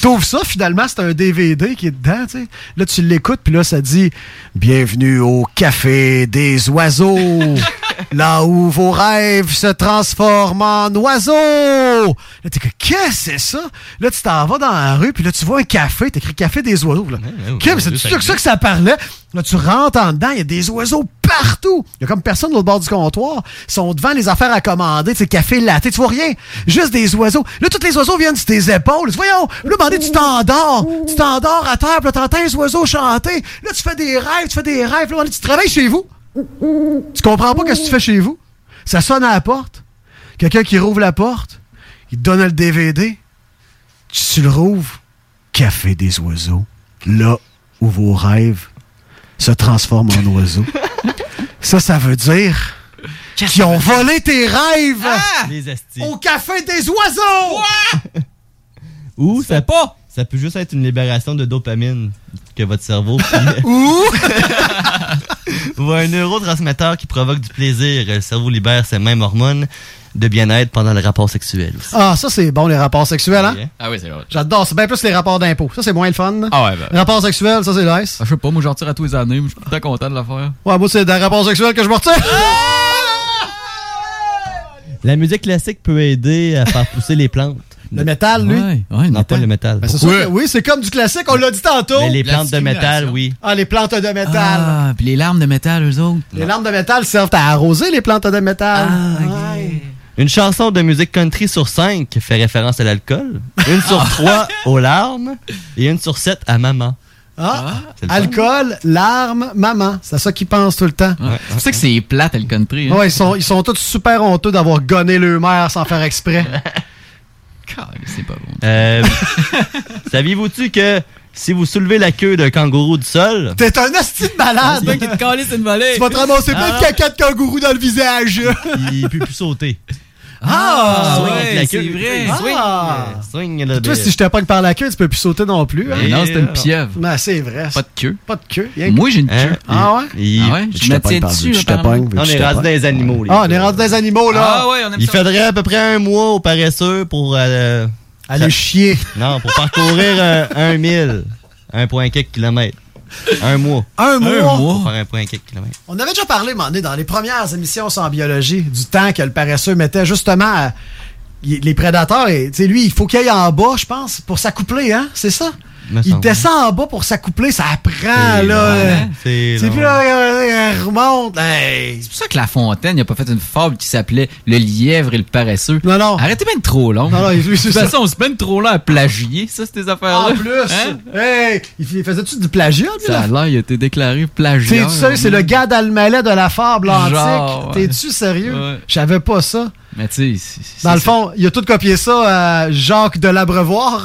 T'ouvres ça, finalement, c'est un DVD qui est dedans, tu sais. Là, tu l'écoutes, puis là, ça dit Bienvenue au café
(laughs)
des oiseaux. là où vos rêves se transforment en oiseaux. Là, t'es que, qu'est-ce que c'est ça? Là, tu t'en vas dans la rue, puis là, tu vois un café, t'écris café des oiseaux. Là. Ok, mais c'est
Dieu, ça
sûr que ça
existe.
que ça parlait. Là, tu rentres en dedans, il y a des oiseaux partout. Il y a comme personne de l'autre bord du comptoir. Ils sont devant les affaires à commander, tu sais, café, latte, tu vois rien. Juste des oiseaux. Là, tous les oiseaux viennent sur tes épaules. Tu dis, Voyons, là, demandé, tu t'endors. Tu t'endors à terre, puis là, t'entends les oiseaux chanter. Là, tu fais des rêves, tu fais des rêves. Là, à un moment donné, tu travailles chez vous. Tu comprends pas ce que tu fais chez vous. Ça sonne à la porte. Quelqu'un qui rouvre la porte, il te donne le DVD. Tu le rouvres. Café des oiseaux. Là où vos rêves se transforment en oiseaux. ça, ça veut dire qu'ils ont volé tes rêves
Les estis.
au café des oiseaux.
Ou ça pas. Ça peut juste être une libération de dopamine que votre
(laughs)
cerveau.
Ou
ou un neurotransmetteur qui provoque du plaisir. Le cerveau libère ces mêmes hormones de bien-être pendant le rapport sexuel aussi.
Ah, ça, c'est bon, les rapports sexuels, hein?
Ah oui, c'est vrai.
J'adore. C'est bien plus les rapports d'impôts. Ça, c'est moins le fun.
Ah ouais, ben.
Rapports sexuels, ça, c'est nice.
Ah, je sais pas, moi j'en tire à tous les années, mais je suis tout le temps content de la faire.
Ouais, moi, c'est dans les rapports sexuels que je me retire.
La musique classique peut aider à faire pousser les plantes.
(laughs) Le métal, lui?
Ouais, non, pas le métal.
Ben, c'est sûr que oui, c'est comme du classique, on l'a dit tantôt.
Mais les plantes de métal, oui.
Ah, les plantes de métal.
Ah, puis les larmes de métal, eux autres.
Les lampes de métal servent à arroser les plantes de métal. Ouais.
Une chanson de musique country sur cinq fait référence à l'alcool. Une sur trois aux larmes. Et une sur sept à maman.
Ah,
C'est le fun.
alcool, larmes, maman. C'est à ça qu'ils pensent tout le temps.
Tu sais que c'est plate, le country. hein?
Ouais, ils sont, ils sont tous super honteux d'avoir gonné leur mère sans faire exprès.
C'est pas bon.
Euh, Saviez-vous-tu que si vous soulevez la queue d'un kangourou du sol,
T'es un hostie de malade!
C'est pas qu'il te calisse une volée.
Tu vas te ramasser plein
Ah.
de caca de kangourou dans le visage!
il peut plus sauter?
Ah,
Swing avec la
ouais,
queue.
c'est vrai.
Swing.
Ah.
Swing le
Toi, si je te pogne par la queue, tu peux plus sauter non plus. hein?
Mais non, c'est une pieuvre.
Ben, c'est vrai.
Pas de queue.
Pas de queue. Y'a que-
Hein?
Ah ouais?
Il-
Ah ouais?
il-
Je me tiens dessus,
Je te
apparemment.
pogne, On
Je te
est rendu
pogne.
dans les animaux. les
Ah, on est rendu dans les animaux, là.
Il faudrait à peu près un mois aux paresseux pour... euh,
Aller
ça-
chier.
Non, pour parcourir euh, un mille, un point quelques kilomètres. Un mois.
Un mois?
Pour faire un point quelques kilomètres.
On avait déjà parlé, m'en dans les premières émissions sans biologie, du temps que le paresseux mettait justement à- il- les prédateurs. Et, tu sais, lui, il faut qu'il aille en bas, je pense, pour s'accoupler, hein? C'est ça?
Me
Il
semble.
descend en bas pour s'accoupler, ça apprend,
C'est
là.
long,
euh,
hein?
C'est
C'est
long.
plus là, euh, euh, remonte. Hey,
C'est pour ça que La Fontaine, il a pas fait une fable qui s'appelait Le lièvre et le paresseux.
Non, non.
Arrêtez même trop long.
Non, non,
de
oui, c'est
toute
ça.
façon, on se mène trop long à plagier, ça, c'est tes affaires-là.
En plus,
Hein?
hey, il f- il faisait-tu du plagiat, lui,
Ça
là?
a l'air, il a été déclaré plagiat.
T'es-tu sérieux? C'est le gars d'Almalet de la fable antique.
Genre, ouais.
T'es-tu sérieux?
Ouais.
Je savais pas ça.
Mais tu sais, c'est- c'est-
Dans le fond, il a tout copié ça à Jacques de l'Abrevoir.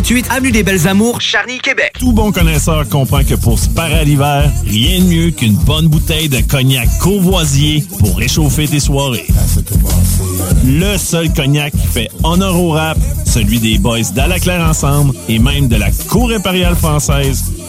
Avenue des Belles Amours, Charny, Québec.
Tout bon connaisseur comprend que pour se parer à l'hiver, rien de mieux qu'une bonne bouteille de cognac courvoisier pour réchauffer tes soirées. Le seul cognac qui fait honneur au rap, celui des boys d'À la Claire Ensemble et même de la Cour impériale française.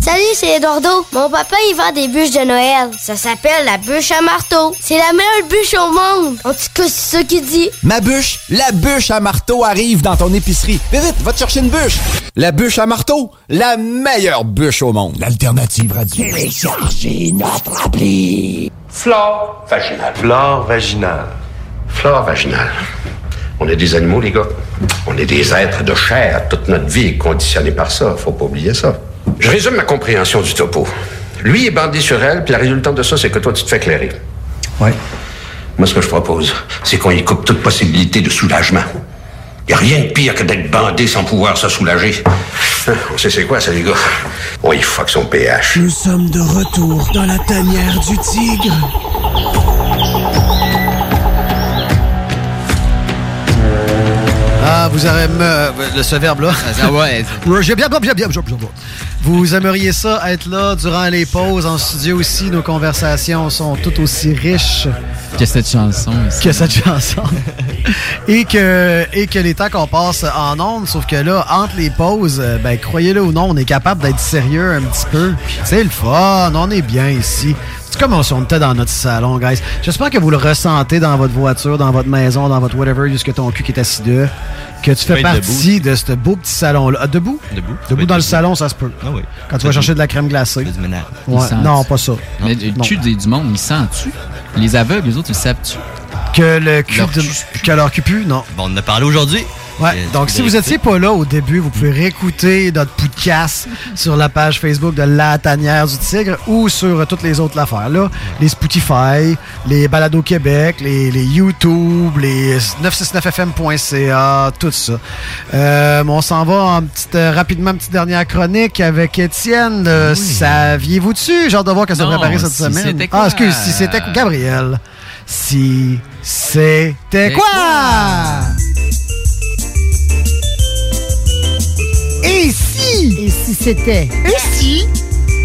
Salut, c'est Eduardo. Mon papa, il vend des bûches de Noël. Ça s'appelle la bûche à marteau. C'est la meilleure bûche au monde. En tout cas, c'est ça qu'il dit.
Ma bûche, la bûche à marteau arrive dans ton épicerie. Vite, vite, va te chercher une bûche. La bûche à marteau, la meilleure bûche au monde. L'alternative radio. Téléchargez notre appli.
Flore vaginale. Flore vaginale. Flore vaginale. On est des animaux, les gars. On est des êtres de chair. Toute notre vie est conditionnée par ça. Faut pas oublier ça. Je résume ma compréhension du topo. Lui est bandé sur elle, puis la résultante de ça, c'est que toi, tu te fais éclairer. Ouais. Moi, ce que je propose, c'est qu'on y coupe toute possibilité de soulagement. Y a rien de pire que d'être bandé sans pouvoir se soulager. (laughs) Hein, On sait c'est quoi, ça, les gars. Oh, il fuck son pH.
Nous sommes de retour dans la tanière du tigre.
Ah, vous avez me- le- ce verbe-là.
Ah
(laughs)
ouais.
J'ai bien, bien, bien, bien, bien, bien. Vous aimeriez ça être là durant les pauses en studio aussi. Nos conversations sont tout aussi riches
Que cette chanson ici.
que cette chanson. et, que, et que les temps qu'on passe en ondes, sauf que là, entre les pauses, euh, ben croyez-le ou non, on est capable d'être sérieux un petit peu. C'est le fun, on est bien ici. C'est comme si on était dans notre salon, guys. J'espère que vous le ressentez dans votre voiture, dans votre maison, dans votre whatever, jusque ton cul qui est assis dessus. Que tu
peux
fais
être
partie de ce beau petit salon-là. Ah, debout?
Debout. Tu peux
Debout
être
dans le salon, ça se peut.
Ah oui.
Quand tu vas chercher de la crème glacée.
Il
Ouais,
sent-
Non, pas ça.
Mais le
Non.
cul des- du monde, il sent-tu? Les aveugles, les autres, ils le savent-tu?
Que le cul de- Que leur cul pue, non.
Bon, on en a parlé aujourd'hui. Euh,
Ouais, donc si vous étiez pas là au début, vous pouvez réécouter notre
(laughs)
podcast sur la page Facebook de La Tanière du Tigre ou sur euh, toutes les autres affaires, là. Les Spotify, les Balados Québec, les, les YouTube, les 969fm.ca, tout ça. Euh, on s'en va en petite, euh, rapidement, une petite dernière chronique avec Étienne. de Saviez-vous dessus? J'ai hâte de voir qu'elle s'est
Ah Non,
préparée cette
si
semaine.
c'était quoi?
Ah, excuse, si c'était Gabriel. Si c'était
C'est
quoi?
Et si Et si c'était Et si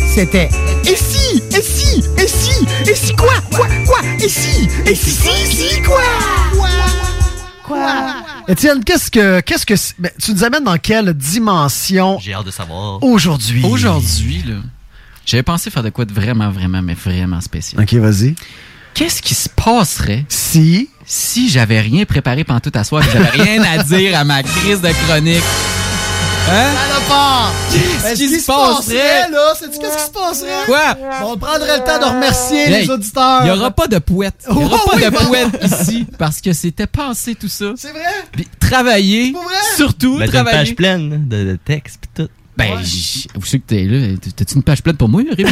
C'était Et si Et si Et si Et si quoi Quoi Quoi Et si Et si si, si, quoi Quoi
Quoi? Étienne, qu'est-ce que. qu'est-ce que c'est- ben, tu nous amènes dans quelle dimension
J'ai hâte de savoir.
aujourd'hui?
Aujourd'hui, là. J'avais pensé faire de quoi de vraiment, vraiment, mais vraiment spécial.
Ok, vas-y.
Qu'est-ce qui se passerait
si.
Si j'avais rien préparé pendant toute la soirée, que j'avais rien à dire à ma crise de chronique. Hein?
Qu'est-ce
qui se passerait?
là? Sais-tu qu'est-ce qui se passerait?
Quoi?
On prendrait le temps de remercier
Hey,
les auditeurs.
Il n'y aura pas de pouette. Il n'y aura
Oh,
pas
oui.
de
(laughs)
pouette ici parce que c'était pensé tout ça.
C'est vrai?
travailler. Surtout
Ben, t'as une
travailler.
page pleine de, de texte pis tout.
Ben, j- vous savez que t'es là, t'as-tu une page pleine pour moi, Rémi?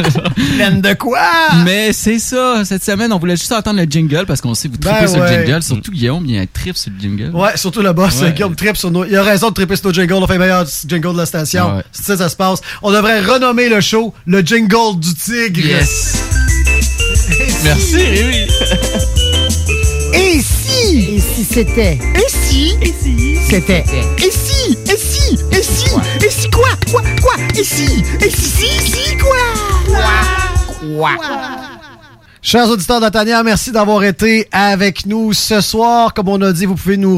(laughs) pleine de quoi?
Mais c'est ça, cette semaine, on voulait juste entendre le jingle parce qu'on sait que vous tripez
Ben
sur le
ouais.
jingle. Surtout Guillaume, il y a un trip sur le jingle.
Ouais, surtout le boss,
Ouais.
Guillaume Trip sur nos. Il a raison de triper sur nos jingles. On fait le meilleur jingle de la station.
Ouais.
C'est ça, ça se passe. On devrait renommer le show le jingle du tigre.
Yes. Merci, Rémi.
Et si Et si c'était Et si Et si C'était Et si Et si Et si Et si quoi Quoi Quoi Et si Et si Si Si quoi Quoi
Chers auditeurs de la Tanière, merci d'avoir été avec nous ce soir. Comme on a dit, vous pouvez nous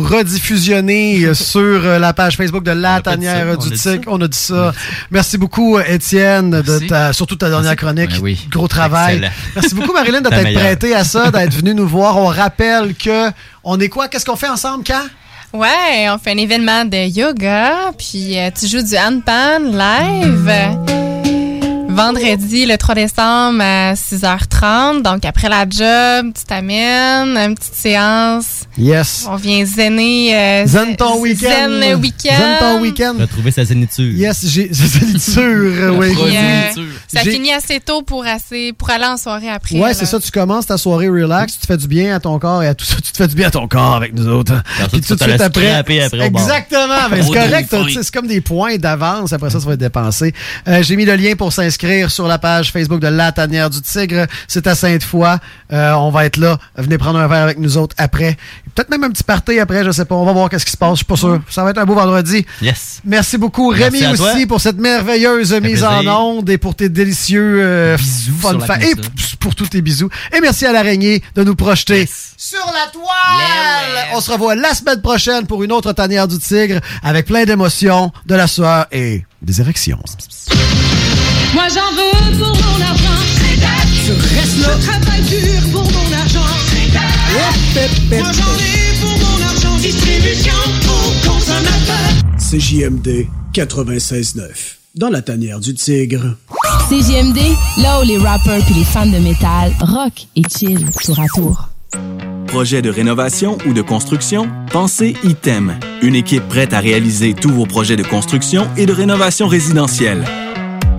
(laughs)
rediffusionner euh, sur euh, la page Facebook de La
pas dit ça,
Tanière
on a
du
dit
Tic. On a dit ça. Merci beaucoup, euh, Étienne, de ta, surtout ta dernière chronique. Gros travail.
Ben Excellent.
Merci beaucoup,
(laughs)
Marilyn, de
Ta
t'être
meilleure.
prêtée à ça, d'être venue nous voir. On rappelle que on est quoi? Qu'est-ce qu'on fait ensemble
(laughs)
quand?
Ouais, on fait un événement de yoga, puis euh, tu joues du handpan live. euh, Vendredi, le 3 décembre à 6h30. Donc, après la job, tu t'amènes, une petite séance.
Yes.
On vient zener. euh,
Zen ton
zen-
week-end.
Zen le week-end.
Zen ton week-end.
Retrouver sa zénitude.
Yes, j'ai. (laughs) Solitude, oui.
Puis, euh, ça
J'ai-
finit assez tôt pour, assez, pour aller en soirée après.
Ouais,
là.
c'est ça, tu commences ta soirée relax, tu te fais du bien à ton corps et à tout ça, tu te fais du bien à ton corps avec nous autres. Puis
tu te laisses scraper après au bar.
Exactement, mais
Au
c'est correct,
demi-fin.
tu sais, c'est comme des points d'avance, après ça, ça va être dépensé. Euh, J'ai mis le lien pour s'inscrire sur la page Facebook de La Tanière du Tigre, c'est à Sainte-Foy, Euh, on va être là, venez prendre un verre avec nous autres après. Peut-être même un petit party après, je sais pas, on va voir qu'est-ce qui se passe, je suis pas sûr. Ça va être un beau vendredi.
Yes.
Merci beaucoup,
Merci
Rémi
à toi.
aussi, pour cette merveilleuse mise en
plaisir.
onde et pour tes délicieux euh, fun
sur la
facts. Et
console.
p- pour tous tes bisous. Et merci à l'araignée de nous projeter. Sur la toile! On se revoit la semaine prochaine pour une autre tanière du tigre avec plein d'émotions, de la sueur et des érections.
Moi j'en veux pour mon argent. Je reste là. Je travaille dur pour mon argent. Moi j'en ai pour mon argent. Distribution pour consommateurs.
CJMD 96.9. Dans la tanière du tigre.
CGMD, là où les rappers puis les fans de métal rock et chill tour à tour.
Projet de rénovation ou de construction? Pensez ITEM, une équipe prête à réaliser tous vos projets de construction et de rénovation résidentielle.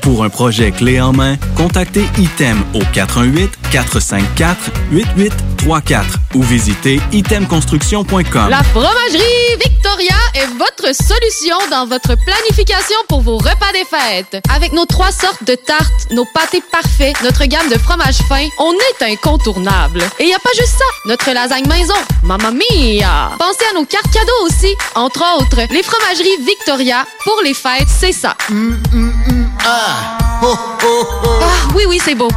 Pour un projet clé en main, contactez ITEM au 418-454-8834 ou visitez itemconstruction.com.
La fromagerie Victoria est votre solution dans votre planification pour vos repas des fêtes. Avec nos trois sortes de tartes, nos pâtés parfaits, notre gamme de fromages fins, on est incontournable. Et y a pas juste ça, notre lasagne maison, mamma mia! Pensez à nos cartes cadeaux aussi. Entre autres, les fromageries Victoria, pour les fêtes, c'est ça. Ah, oui, oui, c'est beau.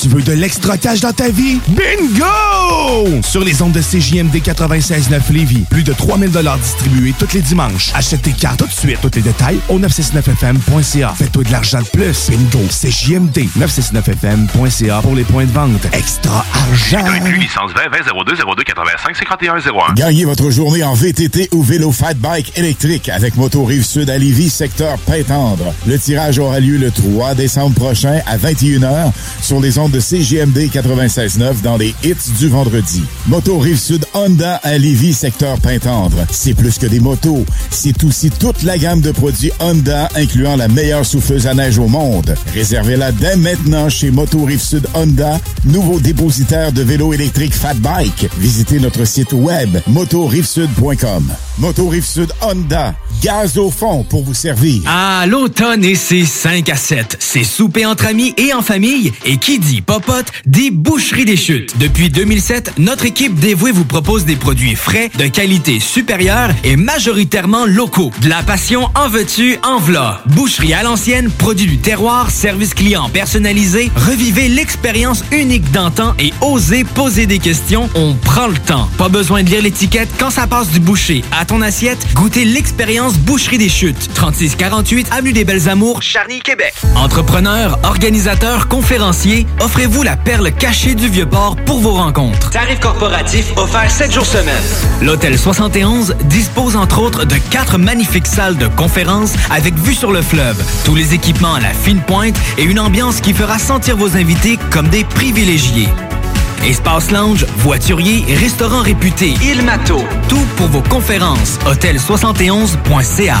Tu veux de l'extra cash dans ta vie? Bingo! Sur les ondes de CJMD 96.9 Lévis, plus de 3000 distribués tous les dimanches. Achète tes cartes tout de suite. Tous les détails au 969FM.ca. Fais-toi de l'argent de plus. Bingo! CJMD 969FM.ca pour les points de vente. Extra argent!
licence 20 20 02 02 85 51 01.
Gagnez votre journée en VTT ou vélo fat bike électrique avec Moto Rive Sud à Lévis, secteur Pintendre. Le tirage aura lieu le 3 décembre prochain à 21h sur les ondes de CGMD 96.9 dans les hits du vendredi. Moto Rive Sud Honda à Lévis, secteur Pintendre. C'est plus que des motos, c'est aussi toute la gamme de produits Honda, incluant la meilleure souffleuse à neige au monde. Réservez-la dès maintenant chez Moto Rive Sud Honda, nouveau dépositaire de vélos électriques Fat Bike. Visitez notre site web motorivesud.com. Moto Rive Sud Honda, gaz au fond pour vous servir.
Ah, l'automne et ses 5 à 7. C'est souper entre amis et en famille. Et qui dit popote, dit boucherie des chutes. Depuis 2007, notre équipe dévouée vous propose des produits frais, de qualité supérieure et majoritairement locaux. De la passion en veux-tu, en v'là. Boucherie à l'ancienne, produits du terroir, service client personnalisé. Revivez l'expérience unique d'antan et osez poser des questions. On prend le temps. Pas besoin de lire l'étiquette quand ça passe du boucher à ton assiette. Goûtez l'expérience boucherie des chutes. 3648 Avenue des Belles Amours, Charny, Québec. Entrepreneurs, organisateurs, conférenciers, offrez-vous la perle cachée du Vieux-Port pour vos rencontres. Tarif corporatif offert 7 jours semaine. L'Hôtel 71 dispose entre autres de quatre magnifiques salles de conférences avec vue sur le fleuve, tous les équipements à la fine pointe et une ambiance qui fera sentir vos invités comme des privilégiés. Espace lounge, voiturier, restaurant réputé, Il Mato, tout pour vos conférences. Hôtel71.ca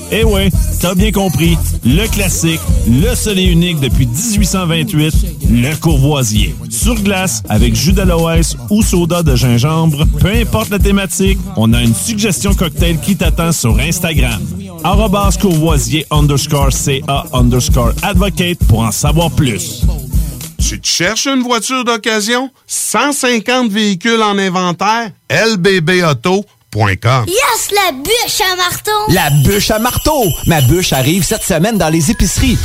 Eh ouais, t'as bien compris, le classique, le seul et unique depuis 1828, le courvoisier. Sur glace, avec jus d'aloès ou soda de gingembre, peu importe la thématique, on a une suggestion cocktail qui t'attend sur Instagram. Arrobas courvoisier underscore CA underscore advocate pour en savoir plus.
Tu te cherches une voiture d'occasion? 150 véhicules en inventaire? lbbauto.com
Yes, la bûche à marteau!
La bûche à marteau! Ma bûche arrive cette semaine dans les épiceries.